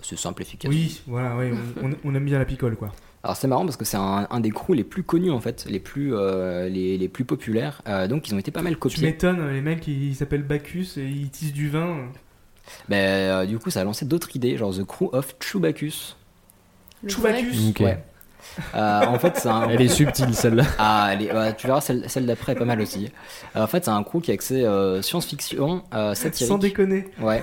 C'est simple, efficace.
Oui, voilà, oui, on, on- on aime bien la picole, quoi.
Alors c'est marrant parce que c'est un, un des crews les plus connus en fait, les plus, euh, les, les plus populaires, Euh, donc ils ont été pas mal
Tu
copiés.
m'étonnes, les mecs, ils s'appellent Bacchus et ils tissent du vin.
Mais euh, du coup ça a lancé d'autres idées, genre The Crew of Chewbacus.
Le
Choubacus
Ok.
Ouais. Euh, en fait, c'est un...
Elle est subtile, celle-là.
Ah, elle est- ouais, tu verras celle, celle d'après est pas mal aussi. Euh, en fait, c'est un crew qui est axé euh, science-fiction, euh, satirique.
Sans déconner.
Ouais.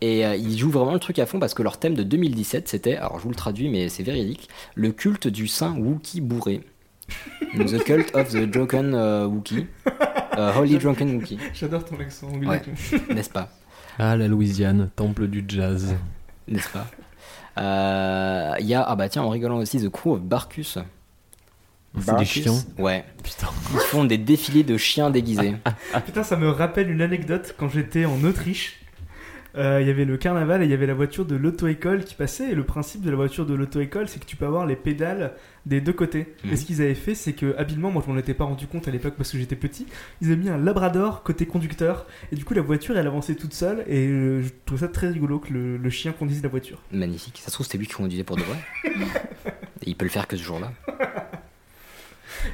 Et euh, ils jouent vraiment le truc à fond parce que leur thème de 2017, c'était, alors je vous le traduis, mais c'est véridique, le culte du saint Wookie bourré. Donc, the cult of the drunken euh, Wookie. Euh, holy drunken Wookie.
J'adore ton accent anglais.
Ouais. N'est-ce pas
Ah, la Louisiane, temple du jazz.
N'est-ce pas Euh, Il y a, ah bah tiens, en rigolant aussi, The Crew of Barcus. Bah,
C'est des chiens.
Ouais. Ils font des
Ah,
défilés de chiens déguisés.
Putain, ça me rappelle une anecdote quand j'étais en Autriche. euh, il y avait le carnaval et il y avait la voiture de l'auto-école qui passait. Et le principe de la voiture de l'auto-école, c'est que tu peux avoir les pédales des deux côtés.
Mmh.
Mhm.
Et ce qu'ils avaient fait, c'est que habilement, moi je m'en étais pas rendu compte à l'époque parce que j'étais petit, ils avaient mis un labrador côté conducteur. Et du coup, la voiture elle avançait toute seule. Et euh, je trouve ça très rigolo que le, le chien conduise la voiture.
Magnifique. Ça se trouve, c'était lui qui conduisait pour de vrai. Et il peut le faire que ce jour-là.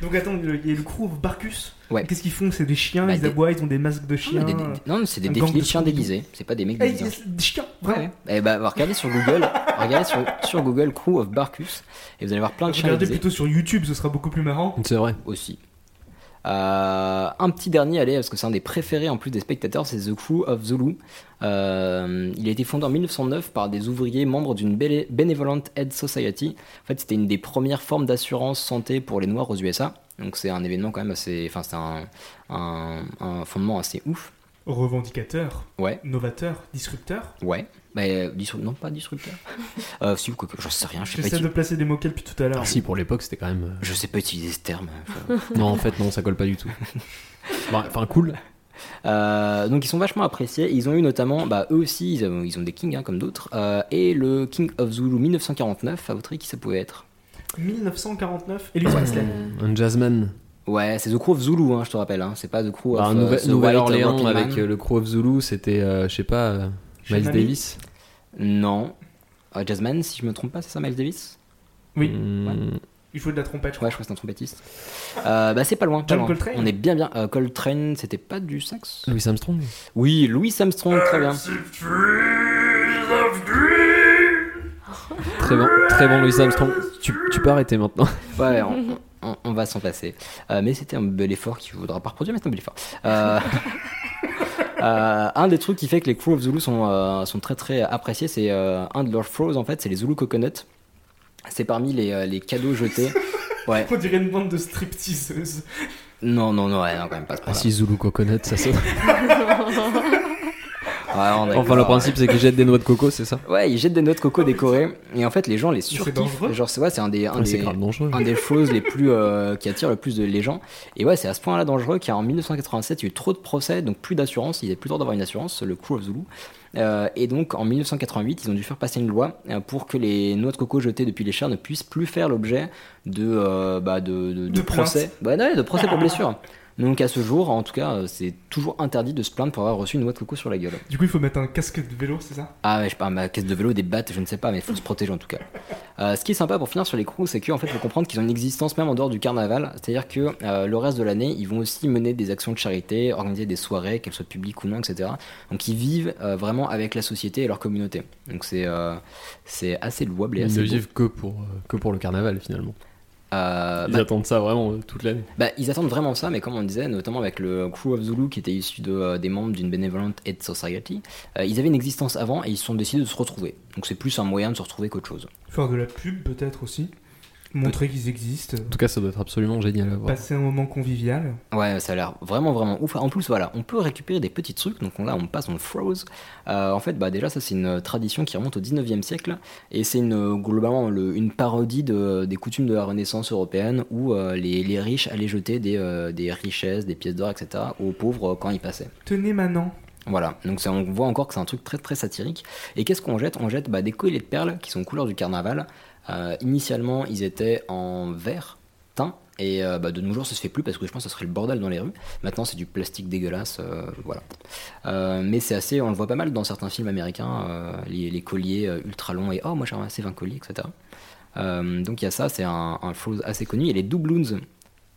Donc attends, le- il y a le crew of Barcus.
Ouais.
Qu'est-ce qu'ils font C'est des chiens,
Bah,
ils
des-
aboient, ils ont des masques de chiens.
Non, mais des- des- non, mais c'est des
un gang
défilés de chiens
Scooby-Doo.
déguisés. C'est pas des mecs
Eh,
déguisés. en
c'est Des chiens, vraiment.
Eh bah, regardez sur Google, regardez sur, sur Google Crew of Barcus et vous allez voir plein de chiens.
Regardez
déguisés.
plutôt sur YouTube, ce sera beaucoup plus marrant.
C'est vrai.
Aussi. Euh, un petit dernier, allez, parce que c'est un des préférés en plus des spectateurs, c'est The Crew of Zulu. Euh, il a été fondé en 1909 par des ouvriers membres d'une béné- Benevolent Aid Society. En fait, c'était une des premières formes d'assurance santé pour les Noirs aux USA. Donc, c'est un événement quand même assez. Enfin, c'est un, un- un fondement assez ouf.
Revendicateur,
Ouais.
novateur, disrupteur.
Ouais. Bah, euh, disrup- non, pas disrupteur. euh, si, quoi que- j'en sais rien, je sais pas.
J'essaie de
utiliser-
placer des mots-clés depuis tout à l'heure.
Si, pour l'époque, c'était quand même. euh,
Je sais pas utiliser ce terme.
non, en fait, non, ça colle pas du tout. Bah, Enfin, cool.
Euh, donc ils sont vachement appréciés. Ils ont eu notamment, bah, eux aussi, ils ont, ils ont des kings hein, comme d'autres. Euh, et le King of Zulu 1949, à votre avis, qui ça pouvait être
1949, Elvis Presley.
Un jazzman.
Ouais, c'est The Crew of Zulu, hein, je te rappelle. hein, C'est pas The Crew of
Bah, un
euh,
Nouvel-
The White
Nouvelle-Orléans
Working Man.
avec euh, le crew of Zulu, c'était, euh, je sais pas, euh, Miles
Shannon
Davis.
Non. Euh, Jazzman, si je me trompe pas, c'est ça, Miles Davis
Oui.
Ouais.
Il joue de la trompette, je
crois. Ouais, je crois que c'est un trompettiste. Euh, bah, c'est pas loin. pas
John
loin.
Coltrane Mm.
On est bien bien. Euh, Coltrane, c'était pas du sax
Louis Armstrong.
Oui, Louis Armstrong,
Euh,
très bien.
Très bon, très bon Louis Armstrong. Tu, tu peux arrêter maintenant.
Ouais, on, on- on va s'en passer. Euh, mais c'était un bel effort qu'il ne faudra pas reproduire, mais c'est un bel effort. Euh, euh, un des trucs qui fait que les crew of Zulu sont, euh, sont très très appréciés, c'est euh, un de leurs throws en fait, c'est les Zulu Coconuts. C'est parmi les, euh, les cadeaux jetés. Ouais.
On dirait une bande de stripteaseuses.
Non, non, non, ouais, non, quand même pas. ce
Ah
point-là.
si, Zulu Coconut, ça c'est.
Ouais, on est
Enfin, le
d'accord.
principe, c'est qu'ils jettent des noix de coco, c'est ça
Ouais, ils jettent des noix de coco décorées et en fait les gens les
c'est
surkiffent.
dangereux.
Genre c'est ouais, c'est un des un
Ouais, c'est
des,
grave dangereux.
un des choses les plus euh, qui attire le plus de, les gens. Et ouais, c'est à ce point-là dangereux qu'en 1987, il y a eu trop de procès, donc plus d'assurance, il y avait plus le droit d'avoir une assurance, le Crew of Zulu. Euh, et donc en 1988, ils ont dû faire passer une loi euh, pour que les noix de coco jetées depuis les chars ne puissent plus faire l'objet de euh, bah, de, de, de
De plainte.
procès. Ouais, ouais, de procès pour blessure. Donc à ce jour, en tout cas, euh, c'est toujours interdit de se plaindre pour avoir reçu une noix de coco sur la gueule.
Du coup, il faut mettre un casque de vélo, c'est ça
Ah ouais, je sais pas, ma caisse de vélo, des battes, je ne sais pas, mais il faut se protéger en tout cas. Euh, ce qui est sympa pour finir sur les crews, c'est qu'en fait, faut comprendre qu'ils ont une existence même en dehors du carnaval. C'est-à-dire que euh, le reste de l'année, ils vont aussi mener des actions de charité, organiser des soirées, qu'elles soient publiques ou non, etc. Donc ils vivent euh, vraiment avec la société et leur communauté. Donc c'est euh, c'est assez louable et
Ils
assez
ne
beau.
vivent que pour, euh, que pour le carnaval finalement.
Euh,
Ils
bah-
attendent ça vraiment euh, toute l'année.
Bah, ils attendent vraiment ça, mais comme on disait, notamment avec le Crew of Zulu qui était issu de, euh, des membres d'une Benevolent Aid Society, euh, ils avaient une existence avant et ils se sont décidés de se retrouver. Donc c'est plus un moyen de se retrouver qu'autre chose.
Faire de la pub, peut-être aussi. Montrer qu'ils existent.
En tout cas, ça doit être absolument génial à voir.
Passer un moment convivial.
Ouais, ça a l'air vraiment vraiment ouf. En plus, voilà, on peut récupérer des petits trucs. Donc on- là, on passe, on froze. Euh, en fait, bah déjà, ça c'est une tradition qui remonte au 19e siècle et c'est une euh, globalement le- une parodie de- des coutumes de la Renaissance européenne où euh, les, les riches allaient jeter des, euh, des richesses, des pièces d'or, etc. aux pauvres euh, quand ils passaient.
Tenez maintenant.
Voilà, donc ça, on voit encore que c'est un truc très très satirique. Et qu'est-ce qu'on jette On jette bah, des colliers de perles qui sont couleur du carnaval. Euh, initialement, ils étaient en vert, teint, et euh, bah, de nos jours, ça se fait plus parce que je pense que ce serait le bordel dans les rues. Maintenant, c'est du plastique dégueulasse, euh, voilà. Euh, mais c'est assez, on le voit pas mal dans certains films américains, euh, les, les colliers euh, ultra longs et oh, moi j'ai ramassé 20 colliers, etc. Euh, donc il y a ça, c'est un, un chose assez connu. Et les doubloons,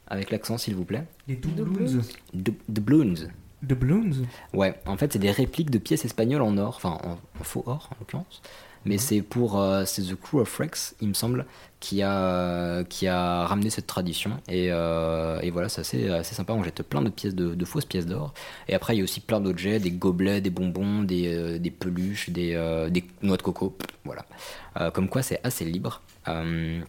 avec l'accent s'il vous plaît.
Les doubloons.
Dou- Doubloons.
Doubloons
Ouais, en fait, c'est des répliques de pièces espagnoles en or, enfin en, en faux or en l'occurrence. Mais c'est pour euh, c'est The Crew of Rex, il me semble, qui a qui a ramené cette tradition et, euh, et voilà, c'est assez, assez sympa. On jette plein de pièces de, de fausses pièces d'or et après il y a aussi plein d'objets, des gobelets, des bonbons, des, euh, des peluches, des, euh, des noix de coco, voilà. Euh, comme quoi, c'est assez libre. Euh,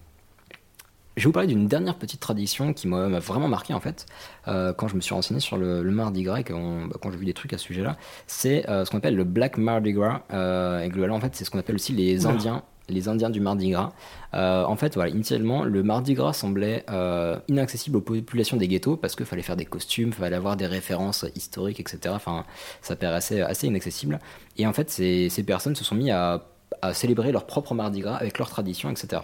je vais vous parler d'une dernière petite tradition qui m'a m'a vraiment marqué en fait, euh, quand je me suis renseigné sur le, le Mardi Gras, et qu'on- bah, quand j'ai vu des trucs à ce sujet-là, c'est euh, ce qu'on appelle le Black Mardi Gras. euh, et globalement, en fait, c'est ce qu'on appelle aussi les
Oula.
Indiens. les Indiens du Mardi Gras. Euh, en fait, voilà, initialement, le Mardi Gras semblait euh, inaccessible aux populations des ghettos parce qu'il fallait faire des costumes, fallait avoir des références historiques, etc. Enfin, ça paraissait assez inaccessible. Et en fait, ces, ces personnes se sont mis à, à célébrer leur propre Mardi Gras avec leurs traditions, etc.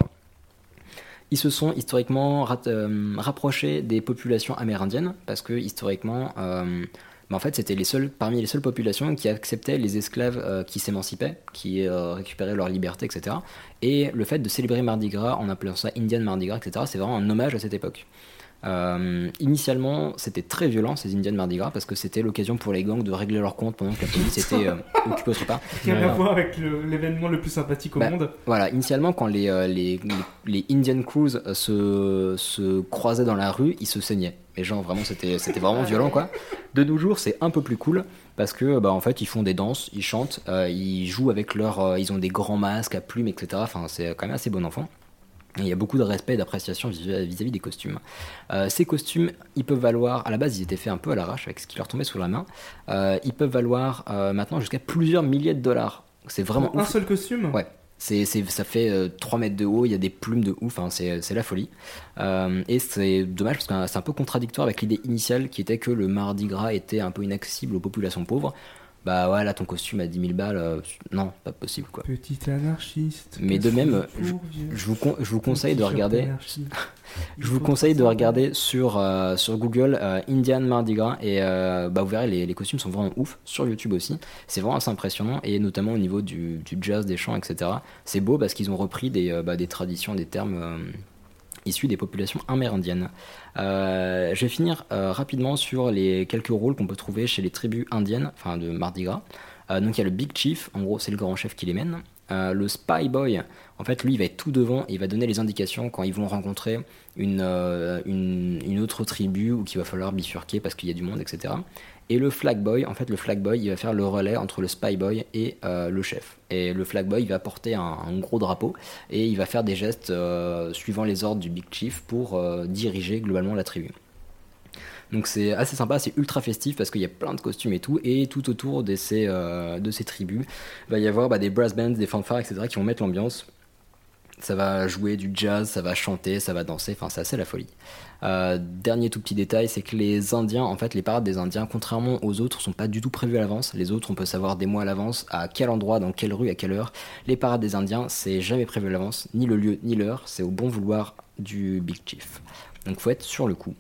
Ils se sont historiquement rat- euh, rapprochés des populations amérindiennes parce que historiquement, euh, bah, en fait, c'était les seuls, parmi les seules populations qui acceptaient les esclaves euh, qui s'émancipaient, qui euh, récupéraient leur liberté, etc. Et le fait de célébrer Mardi Gras en appelant ça Indian Mardi Gras, etc., c'est vraiment un hommage à cette époque. Euh, initialement, c'était très violent ces Indian Mardi Gras parce que c'était l'occasion pour les gangs de régler leurs comptes pendant que la police était euh, occupée autre part.
Rien à voir avec le- l'événement le plus sympathique au
Bah,
monde.
Voilà, initialement, quand les, euh, les, les- les Indian crews euh, se, se croisaient dans la rue, ils se saignaient. Mais genre, vraiment, c'était c'était vraiment violent, quoi. De nos jours, c'est un peu plus cool parce que, bah, en fait, ils font des danses, ils chantent, euh, ils jouent avec leur. euh, ils ont des grands masques à plumes, etc. Enfin, c'est quand même assez bon enfant. Et il y a beaucoup de respect et d'appréciation vis- vis-à-vis des costumes. Euh, ces costumes, ils peuvent valoir, à la base ils étaient faits un peu à l'arrache avec ce qui leur tombait sous la main, Euh, ils peuvent valoir euh, maintenant jusqu'à plusieurs milliers de dollars. C'est vraiment...
Un
ouf.
seul costume
Ouais. C'est, c'est- ça fait euh, 3 mètres de haut, il y a des plumes de ouf, hein, c'est, c'est la folie. Euh, et c'est dommage parce que hein, c'est un peu contradictoire avec l'idée initiale qui était que le Mardi Gras était un peu inaccessible aux populations pauvres. Bah ouais, là ton costume à 10 000 balles, euh, non, pas possible quoi.
Petit anarchiste.
Mais de
casse-toi
même,
le
je,
four, vieux.
je vous, con- je vous
Ton
conseille de
t-shirt
regarder.
anarchiste.
Je vous conseille de regarder sur, euh, sur Google euh, Indian Mardi Gras et euh, bah, vous verrez les, les costumes sont vraiment ouf sur YouTube aussi. C'est vraiment assez impressionnant et notamment au niveau du, du jazz, des chants, etc. C'est beau parce qu'ils ont repris des, euh, bah, des traditions, des termes euh, issus des populations amérindiennes. Euh, je vais finir euh, rapidement sur les quelques rôles qu'on peut trouver chez les tribus indiennes, enfin de Mardi Gras. Euh, donc il y a le Big Chief, en gros c'est le grand chef qui les mène. Euh, le Spy Boy, en fait lui il va être tout devant et il va donner les indications quand ils vont rencontrer une, euh, une, une autre tribu ou qu'il va falloir bifurquer parce qu'il y a du monde, etc. Et le Flag Boy, en fait le Flag Boy il va faire le relais entre le Spy Boy et euh, le chef. Et le Flag Boy il va porter un, un gros drapeau et il va faire des gestes euh, suivant les ordres du Big Chief pour euh, diriger globalement la tribu. Donc c'est assez sympa, c'est ultra festif parce qu'il y a plein de costumes et tout. Et tout autour de ces, euh, de ces tribus, il va y avoir bah, des brass bands, des fanfares, etc. qui vont mettre l'ambiance. Ça va jouer du jazz, ça va chanter, ça va danser, enfin c'est assez la folie. Euh, dernier tout petit détail, c'est que les Indiens, en fait les parades des Indiens, contrairement aux autres, sont pas du tout prévues à l'avance. Les autres, on peut savoir des mois à l'avance à quel endroit, dans quelle rue, à quelle heure. Les parades des Indiens, c'est jamais prévu à l'avance, ni le lieu, ni l'heure, c'est au bon vouloir du Big Chief. Donc faut être sur le coup.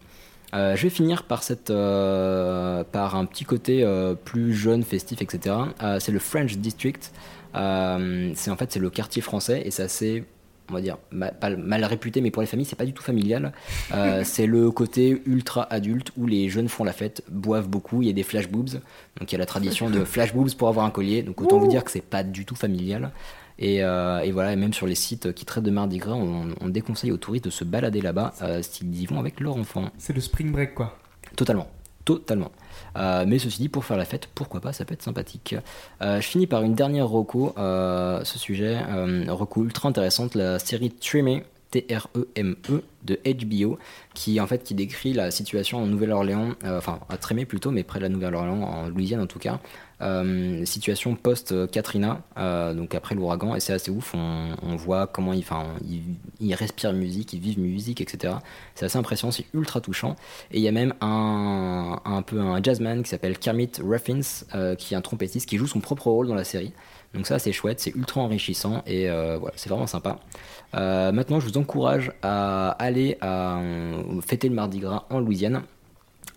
Euh, je vais finir par, cette, euh, par un petit côté euh, plus jeune, festif, etc. Euh, c'est le French District. Euh, c'est en fait c'est le quartier français et c'est assez on va dire ma- pas- mal réputé mais pour les familles c'est pas du tout familial Euh, c'est le côté ultra adulte où les jeunes font la fête boivent beaucoup il y a des flash boobs donc il y a la tradition de flash boobs pour avoir un collier donc autant vous dire que c'est pas du tout familial et, euh, et voilà et même sur les sites qui traitent de Mardi Gras on, on déconseille aux touristes de se balader là-bas euh, s'ils y vont avec leur enfant
C'est le spring break quoi.
Totalement. Totalement. Euh, mais ceci dit, pour faire la fête, pourquoi pas, ça peut être sympathique. Euh, je finis par une dernière reco, euh, ce sujet, euh, reco ultra intéressante, la série Treme, T-R-E-M-E, E de HBO, qui en fait qui décrit la situation en Nouvelle-Orléans, euh, enfin à Treme plutôt, mais près de la Nouvelle-Orléans, en Louisiane en tout cas, euh, situation post-Katrina, euh, donc après l'ouragan, et c'est assez ouf. On, on voit comment ils, enfin, ils, ils respirent musique, ils vivent musique, etc. C'est assez impressionnant, c'est ultra touchant. Et il y a même un, un peu un jazzman qui s'appelle Kermit Ruffins, euh, qui est un trompettiste qui joue son propre rôle dans la série. Donc ça, c'est chouette, c'est ultra enrichissant et euh, voilà, c'est vraiment sympa. Euh, maintenant, je vous encourage à aller à, euh, fêter le Mardi Gras en Louisiane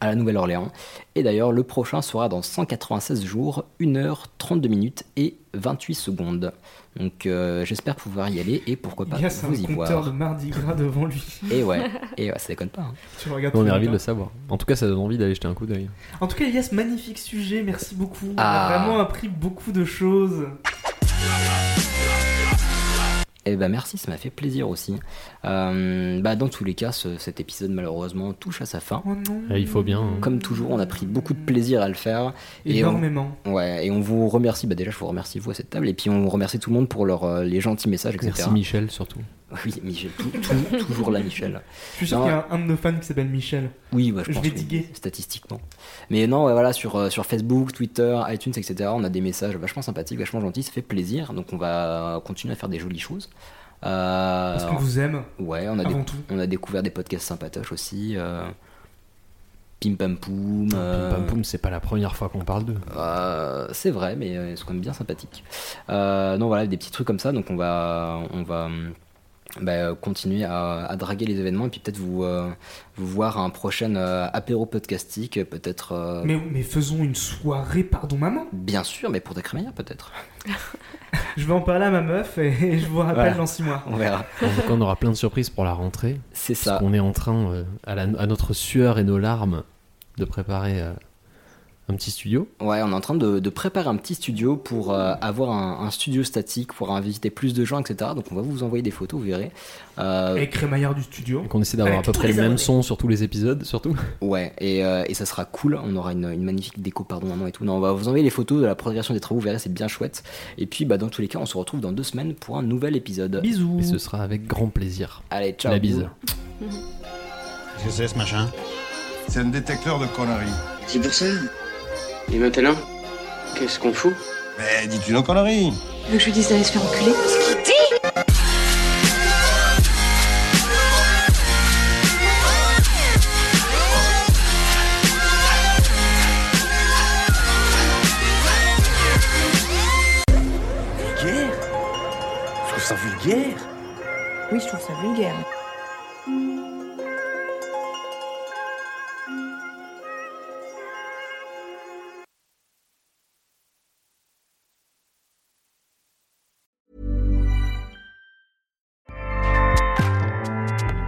à la Nouvelle-Orléans. Et d'ailleurs, le prochain sera dans 196 jours, 1h32 minutes et 28 secondes. Donc euh, j'espère pouvoir y aller et pourquoi pas
Il y a ça,
vous
un
y
compteur de
voir.
mardi gras devant lui.
Et ouais, et ouais, ça déconne pas. hein.
Tu le regardes
On est
tous les
ravis de
matins.
le savoir. En tout cas, ça donne envie d'aller jeter un coup d'œil.
En tout cas, Elias, magnifique sujet, merci beaucoup. On
Ah.
a vraiment appris beaucoup de choses.
Eh ben merci, ça m'a fait plaisir aussi. Euh, bah dans tous les cas, ce- cet épisode malheureusement touche à sa fin.
Oh
Eh, il faut bien.
Mmh.
hein.
Comme toujours, on a pris beaucoup de plaisir à le faire. Et on-
Énormément.
ouais, et on vous remercie. Bah déjà, je vous remercie vous à cette table, et puis on remercie tout le monde pour leur, euh, les gentils messages, etc.
Merci Michel surtout.
Oui, Michel, tout- tout- toujours là, Michel.
Je suis sûr
Non,
qu'il y a un, un de nos fans qui s'appelle Michel.
Oui, bah, je,
Je
pense
vais
oui,
diguer.
statistiquement. Mais non, ouais, voilà, sur, euh, sur Facebook, Twitter, iTunes, etc., on a des messages vachement sympathiques, vachement gentils, ça fait plaisir. Donc on va continuer à faire des jolies choses. Euh,
Parce qu'on vous Ah, aime,
Ouais, on a,
avant
déc-
tout.
on a découvert des podcasts sympatoches aussi. euh, Pim Pam Poum. euh,
Pim Pam Poum, c'est pas la première fois qu'on parle d'eux.
euh, c'est vrai, mais euh, ils sont quand même bien sympathiques. Euh, non, voilà, des petits trucs comme ça. Donc, on va, on va hum, bah, continuer à, à draguer les événements et puis peut-être vous, euh, vous voir à un prochain euh, apéro podcastique, peut-être. euh,
Mais, mais faisons une soirée, pardon maman.
Bien sûr, mais pour des crémaillères, peut-être.
Je vais en parler à ma meuf et, et je vous rappelle
Voilà.
dans 6 mois.
On verra.
En tout cas, on aura plein de surprises pour la rentrée.
C'est
ça. On est en train, euh, à, la- à notre sueur et nos larmes, de préparer euh, un petit studio.
Ouais, on est en train de, de préparer un petit studio pour euh, avoir un, un studio statique, pour inviter plus de gens, etc. Donc, on va vous envoyer des photos, vous verrez. Euh,
Et crémaillère du studio.
Et qu'on essaie d'avoir à
Avec
peu
tous
près
les
le même
abonnés.
son sur tous les épisodes, surtout.
Ouais, et, euh, et ça sera cool. On aura une, une magnifique déco, pardon, maman et tout. Non, on va vous envoyer les photos de la progression des travaux, vous verrez, c'est bien chouette. Et puis, bah, dans tous les cas, on se retrouve dans deux semaines pour un nouvel épisode.
Bisous.
Et ce sera avec grand plaisir.
Allez, ciao.
La bise.
Qu'est-ce que c'est ce machin C'est un détecteur de conneries.
C'est pour ça. Et maintenant, qu'est-ce qu'on fout
Mais dis-tu nos conneries
Tu veux que je lui dise d'aller se faire enculer
Vulgaire Je trouve ça vulgaire
Oui, je trouve ça vulgaire.